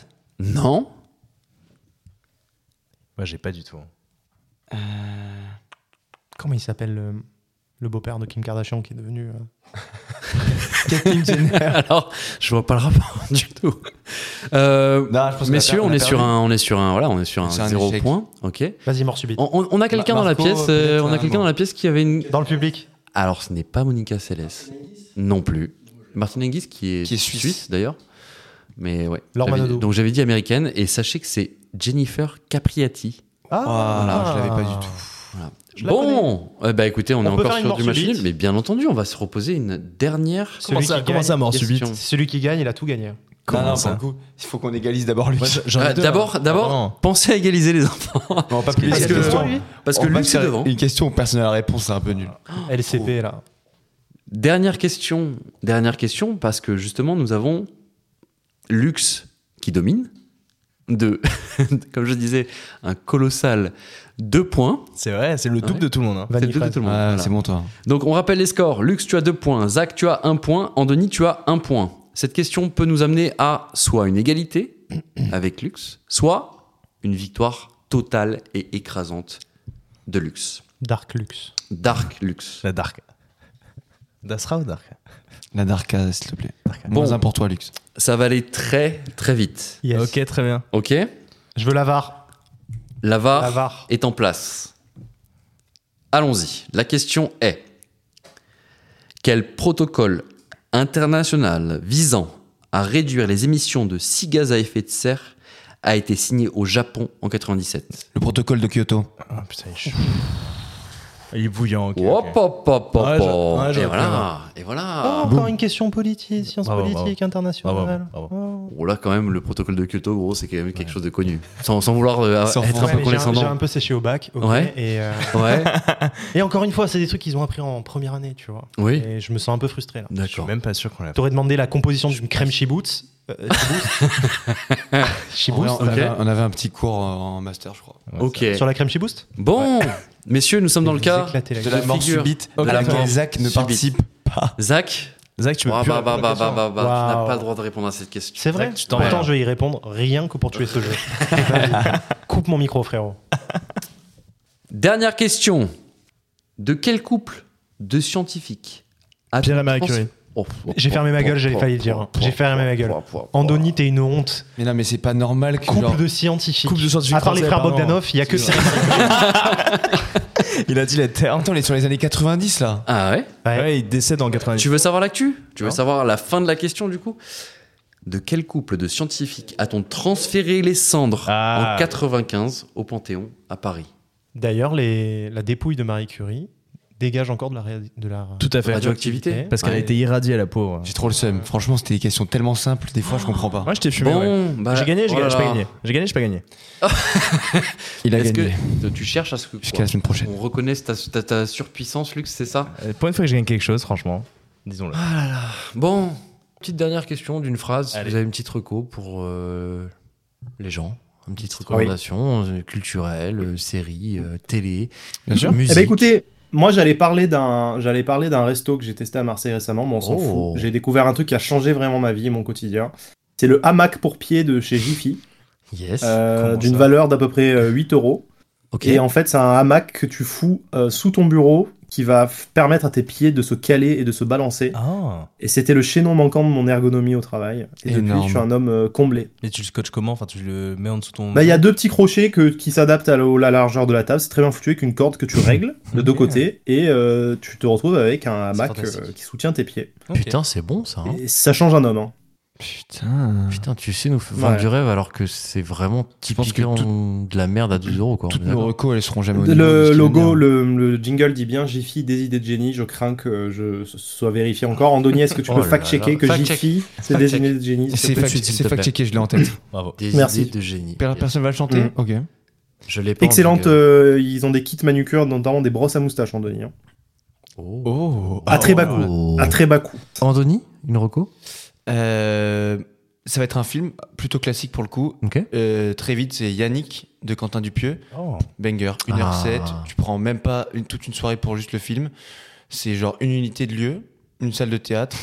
A: Non.
B: Moi j'ai pas du tout.
C: Comment il s'appelle le, le beau-père de Kim Kardashian qui est devenu. euh,
D: Kathleen Jenner
A: Alors, je vois pas le rapport du tout. Euh,
D: Non, je pense qu'on a
A: messieurs,
D: per-
A: on,
D: on a
A: est sur
D: perdu.
A: un, on est sur un, voilà, on est sur un
D: C'est un
A: zéro
D: échec.
A: point. Ok.
C: Vas-y, mort subite.
A: On, on- on a quelqu'un
D: Ma-
A: dans la
D: Marco,
A: pièce. euh,
D: peut-être
A: on a quelqu'un
D: un-
A: dans la pièce qui avait une.
C: Dans le public.
A: Alors, ce n'est pas Monica Seles. Non plus. Martin Hingis, qui est,
D: Qui est suisse.
A: d'ailleurs. Mais ouais.
C: Laure
A: J'avais-
C: Manodou.
A: Donc j'avais dit américaine. Et sachez que c'est Jennifer Capriati.
D: Ah, je l'avais pas du tout.
A: Voilà.
C: Je la
A: Bon, Eh ben, écoutez, on, est
C: On peut
A: encore
C: faire une
A: sur
C: mort
A: du match
C: subite.
A: nul, mais bien entendu, on va se reposer une dernière.
C: Celui qui gagne-
B: Comment ça, mort
A: question.
B: subite
C: Celui qui gagne, il a tout gagné.
B: Comment
D: non, non,
B: ça
D: pour le coup, il faut qu'on égalise d'abord lui.
B: Moi, j'en ai
A: Euh,
B: deux,
A: D'abord,
B: hein.
A: d'abord, pensez à égaliser les enfants.
D: On va pas publier
A: Parce
D: cette
A: que-
D: question.
A: Parce que
D: On va
A: Luc, c'est
D: faire
A: devant.
D: Une question personnelle à la réponse, c'est un peu nul.
C: LCP, là.
A: Dernière question, dernière question, parce que justement, nous avons Lux qui domine, de, comme je disais, un colossal 2 points.
B: C'est vrai, c'est le double
A: Ouais.
B: de tout le monde. hein.
A: C'est le
C: Vanille
A: deux de
C: Fan.
A: tout le monde.
D: Ah,
A: Voilà.
D: C'est bon, toi.
A: Donc on rappelle les scores. Lux, tu as 2 points. Zach, tu as 1 point. Andoni, tu as 1 point. Cette question peut nous amener à soit une égalité avec Lux, soit une victoire totale et écrasante de Lux.
C: Dark Lux.
A: Dark Lux.
B: La Dark. Dasra ou Dark
D: La Darka, s'il te plaît.
A: Bon.
D: Moins un pour toi, Lux.
A: Ça va aller très très vite.
C: Yes.
B: Ok, très bien.
A: Ok
C: Je veux l'avare.
A: La VAR
C: L'avare.
A: est en place. Allons-y. La question est quel protocole international visant à réduire les émissions de 6 gaz à effet de serre a été signé au Japon en 97
D: Le protocole de Kyoto.
B: Ah putain, il est chaud. Il est bouillant, ok.
A: Hop,
B: ok.
A: hop, hop, hop,
B: Ouais, je-
A: hop.
B: ouais, je
A: Et
B: reconnais.
A: voilà, et voilà.
C: Oh, encore une question politique, science
B: Bravo,
C: politique internationale.
B: Bravo,
A: Oh là, quand même, le protocole de Kyoto, gros, c'est quand même quelque chose de connu. Sans, sans vouloir euh,
D: Sans
A: être
D: vouloir.
A: un
C: Ouais,
A: peu
C: mais j'ai, un, j'ai
A: condescendant.
C: un peu séché au bac. ok,
A: Ouais.
C: Et, euh,
A: Ouais,
C: et encore une fois, c'est des trucs qu'ils ont appris en première année, tu vois.
A: oui.
C: Et je me sens un peu frustré là.
B: Je suis
A: D'accord.
B: même pas sûr qu'on l'a fait.
C: T'aurais demandé la composition d'une crème Chibouts. Euh, Chibouts.
D: En vrai,
C: Chibouts.
D: on,
A: ok.
D: avait, on avait un petit cours euh, en master, je crois.
A: Ok.
C: Sur la crème Chibouts
A: Bon, messieurs, nous sommes dans le cas.
D: De la mort
A: figure.
D: subite,
A: Ok.
D: à
A: La mort
D: laquelle Zach ne
A: subite.
D: participe pas.
A: Zach,
B: Zach, tu veux
A: Ah
B: plus
A: bah, bah,
B: répondre à
A: bah,
B: la question
A: bah, bah, bah, tu n'as
C: Waouh.
A: pas le droit de répondre à cette question.
C: C'est vrai.
B: Zach, tu t'en
C: Pourtant,
B: vas.
C: je vais y répondre rien que pour tuer ce jeu. Vas-y. Coupe mon micro, frérot.
A: Dernière question. De quel couple de scientifiques a-t-on
B: Pierre et Marie
A: trans- Oh,
B: Curie.
C: J'ai fermé ma gueule, j'avais failli le dire. J'ai fermé ma gueule. Andoni, t'es une honte.
D: Mais non, mais c'est pas normal que.
C: Couple
D: genre-
C: de scientifiques.
B: Couple de scientifiques
C: À part les
B: français,
C: frères
B: pardon.
C: Bogdanov, il y a que ça.
D: Il a dit la terre. Attends, on est sur les années 90 là.
A: Ah ouais
B: Ouais, il décède en 90.
A: Tu veux savoir l'actu Tu
C: Hein
A: veux savoir la fin de la question du coup De quel couple de scientifiques a-t-on transféré les cendres
C: Ah.
A: en 95 au Panthéon à Paris
C: D'ailleurs, les- la dépouille de Marie Curie dégage encore de la, réa- de la
B: Tout à fait.
A: Radioactivité
C: radioactivité.
B: Parce qu'elle a
A: Ouais.
B: été irradiée à la pauvre.
D: J'ai trop le seum. Franchement, c'était des questions tellement simples. Des fois, je comprends pas.
B: Moi, je t'ai fumé. ouais.
A: Bon, bah,
B: J'ai gagné, j'ai
A: oh là
B: gagné, j'ai pas
A: là.
B: gagné. J'ai gagné, j'ai pas gagné.
D: Il a
A: Est-ce
D: gagné.
A: que tu cherches à ce que
D: Jusqu'à
A: quoi,
D: la semaine prochaine.
A: on reconnaisse ta, ta- ta surpuissance, Luc, c'est ça
B: Euh, Pour une fois que je gagne quelque chose, franchement, disons-le.
A: Bon, petite dernière question d'une phrase. si
B: Allez.
A: Vous avez une petite reco pour euh, les gens une petite recommandation euh, culturelle, euh, série, euh, télé,
D: Bien sûr.
A: musique.
G: Eh ben écoutez, moi j'allais parler d'un j'allais parler d'un resto que j'ai testé à Marseille récemment, mais on s'en
A: Oh.
G: fout. J'ai découvert un truc qui a changé vraiment ma vie et mon quotidien. C'est le hamac pour pied de chez Jiffy,
A: yes.
G: euh,
B: Comment
G: d'une
B: ça
G: valeur d'à peu près euh, 8 euros.
A: ok.
G: Et en fait, c'est un hamac que tu fous euh, sous ton bureau qui va f- permettre à tes pieds de se caler et de se balancer.
B: Ah,
G: Et c'était le chaînon manquant de mon ergonomie au travail. Et
D: Énorme.
G: depuis, je suis un homme euh, comblé.
B: mais tu le scotches comment Enfin, tu le mets en dessous ton.
G: Bah, il y a deux petits crochets que, qui s'adaptent à la, à la largeur de la table. C'est très bien foutu avec une corde que tu règles de deux côtés et euh, tu te retrouves avec un hamac
B: fantastique.
G: euh, qui soutient tes pieds.
B: Ok.
A: Putain, c'est bon ça. hein.
G: Et ça change un homme. hein.
D: Putain.
A: Putain, tu sais nous f- vendre
G: Ouais.
A: du rêve alors que c'est vraiment
D: pense que
A: typiquement de la merde à 2 euros quoi.
D: Toutes
A: On est
D: nos recos, elles seront jamais au niveau de ce
G: Le
D: qu'il vient
G: logo,
D: de dire.
G: le, le jingle dit bien Jiffy, des idées de génie. Je crains que je ce soit vérifié encore. Andoni, est-ce que tu
A: Oh
G: peux
A: là
G: fact-checker
A: là.
G: que
A: Fact-check.
G: Jiffy, c'est des idées de génie
D: C'est
G: s'il
A: tout
G: te plaît
A: de
D: fact-
A: suite,
D: c'est
A: s'il te
D: fact-checké, je l'ai en tête.
B: Bravo.
A: Des
G: Merci.
A: idées de génie.
D: Per- Personne va le chanter
G: Mm.
D: Ok.
A: Je l'ai pas. en
G: Excellente,
A: jingle.
G: euh, ils ont des kits manucure, notamment des brosses à moustache, Andoni. hein.
A: Oh.
D: Oh.
G: À très bas coût.
A: Oh.
B: Ah.
G: À très bas coût.
A: Andoni, une reco
D: Euh, ça va être un film plutôt classique pour le coup.
A: Ok.
D: Euh, très vite, c'est Yannick de Quentin Dupieux.
B: Oh.
D: Banger. 1h07.
A: Ah.
D: Tu prends même pas une- toute une soirée pour juste le film. C'est genre une unité de lieu, une salle de théâtre.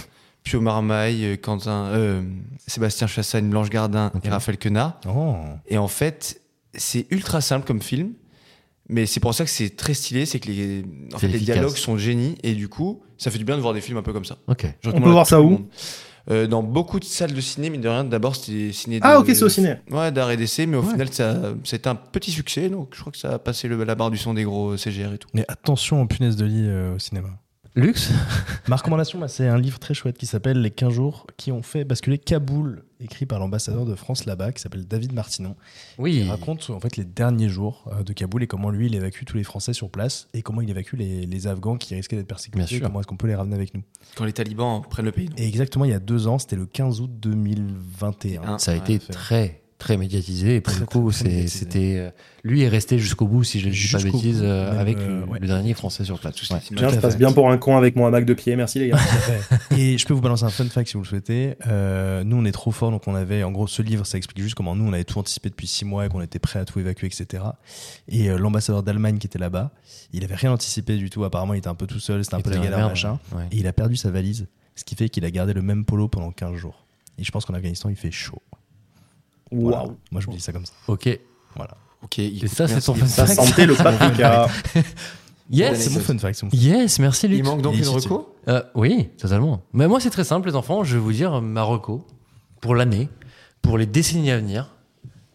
D: Pio Marmaille, euh, Quentin, euh, Sébastien Chassagne, Blanche Gardin
A: Ok.
D: et Raphaël Quenard.
B: Oh.
D: Et en fait, c'est ultra simple comme film, mais c'est pour ça que c'est très stylé, c'est que les,
A: C'est
D: en fait, les
A: efficace.
D: dialogues sont de génie, et du coup, ça fait du bien de voir des films un peu comme ça.
A: Ok.
D: Je
G: On
D: recommande
G: peut
D: à
G: voir
D: tout
G: ça
D: le
G: où
D: monde. Euh, Dans beaucoup de salles de ciné, mine de rien, d'abord c'était ciné.
G: Ah,
D: de-
G: ok, c'est au ciné.
D: Ouais, d'arrêt d'essai, mais au
A: Ouais.
D: final, ça, c'était un petit succès, donc je crois que ça a passé le, la barre du son des gros CGR et tout.
B: Mais attention aux punaises de lit euh, au cinéma.
A: Luxe
B: Ma recommandation, moi, c'est un livre très chouette qui s'appelle Les 15 jours qui ont fait basculer Kaboul, écrit par l'ambassadeur de France là-bas, qui s'appelle David Martinon.
A: Oui.
B: Il raconte en fait les derniers jours euh, de Kaboul et comment lui il évacue tous les Français sur place et comment il évacue les, les Afghans qui risquaient d'être
A: Bien
B: persécutés.
A: sûr.
B: Et comment est-ce qu'on peut les ramener avec nous
D: Quand les talibans prennent le pays. donc.
B: Et exactement, il y a deux ans, c'était le 15 août 2021.
D: Un-
A: hein, Ça a
D: Ah, ouais.
A: été
B: fait.
A: très très médiatisé et pour
B: Très,
A: le coup
B: très, très
A: c'est-
B: médiatisé.
A: c'était euh, lui est resté jusqu'au bout si je ne dis pas
B: Jusqu'au
A: bêtise
B: bout,
A: euh,
B: même,
A: avec
B: euh,
A: le,
B: ouais.
A: le dernier français sur place.
D: Tout
A: Ouais.
D: ça,
G: Tiens,
B: Tout
G: je
B: à
G: passe
B: fait.
G: bien pour un con avec mon hamac de pied. Merci les gars.
B: et je peux vous balancer un fun fact si vous le souhaitez. Euh, nous, on est trop forts, donc on avait, en gros, ce livre, ça explique juste comment nous, on avait tout anticipé depuis six mois et qu'on était prêt à tout évacuer, etc. Et euh, l'ambassadeur d'Allemagne qui était là-bas, il avait rien anticipé du tout. Apparemment, il était un peu tout seul, c'était un
A: Il
B: peu
A: était
B: la
A: dans la
B: galère,
A: merde,
B: machin.
A: ouais.
B: Et il a perdu sa valise, ce qui fait qu'il a gardé le même polo pendant 15 jours. Et je pense qu'en Afghanistan, il fait chaud.
G: Waouh.
B: Voilà. Moi, je vous dis ça comme ça.
A: Ok.
B: Voilà.
D: Ok, il-
A: Et ça c'est
D: merci.
A: ton fun
G: Ça
A: fact.
G: sentait le paprika.
A: Yes.
B: C'est mon fun fact. c'est mon fun fact.
A: Yes, merci Luc.
D: Il manque donc une
B: Il est subtil.
D: reco
A: Euh, oui, totalement. Mais moi, c'est très simple, les enfants. Je vais vous dire Marocco pour l'année, pour les décennies à venir,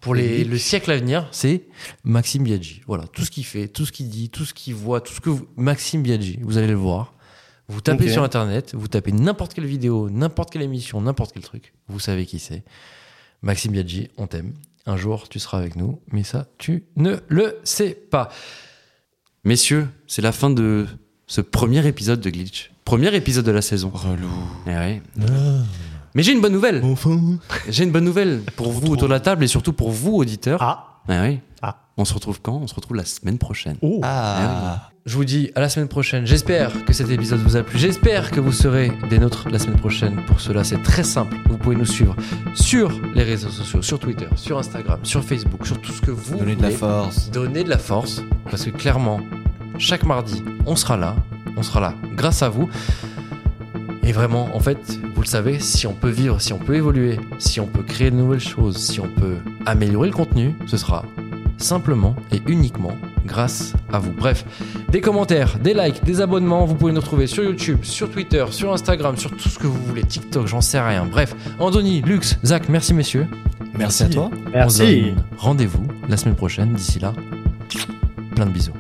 A: pour les, le siècle à venir, c'est Maxime Biaggi. Voilà, tout ce qu'il fait, tout ce qu'il dit, tout ce qu'il voit, tout ce que vous... Maxime Biaggi, vous allez le voir. Vous tapez
G: Ok.
A: sur Internet, vous tapez n'importe quelle vidéo, n'importe quelle émission, n'importe quel truc. Vous savez qui c'est. Maxime Biaggi, on t'aime. Un jour, tu seras avec nous, mais ça, tu ne le sais pas. Messieurs, c'est la fin de ce premier épisode de Glitch. Premier épisode de la saison.
D: Relou.
A: Eh ouais.
C: Ah.
A: Mais j'ai une bonne nouvelle.
C: Oh.
B: Enfin.
A: J'ai une bonne nouvelle pour vous autour de la table et surtout pour vous, auditeurs.
C: Ah,
A: Eh oui.
C: Ah.
A: On se retrouve quand On se retrouve la semaine prochaine.
C: oh.
D: Ah.
A: Je vous dis à la semaine prochaine. J'espère que cet épisode vous a plu. J'espère que vous serez des nôtres la semaine prochaine. Pour cela, c'est très simple. Vous pouvez nous suivre sur les réseaux sociaux, sur Twitter, sur Instagram, sur Facebook, sur tout ce que vous
D: Donnez de la
A: voulez.
D: force.
A: Donnez de la force, parce que clairement, chaque mardi, on sera là, on sera là grâce à vous. Et vraiment, en fait, vous le savez, si on peut vivre, si on peut évoluer, si on peut créer de nouvelles choses, si on peut améliorer le contenu, ce sera simplement et uniquement grâce à vous. Bref, des commentaires, des likes, des abonnements, vous pouvez nous retrouver sur YouTube, sur Twitter, sur Instagram, sur tout ce que vous voulez, TikTok, j'en sais rien. Bref, Anthony, Lux, Zach, merci messieurs.
D: Merci à toi.
A: On se donne rendez-vous la semaine prochaine. D'ici là, plein de bisous.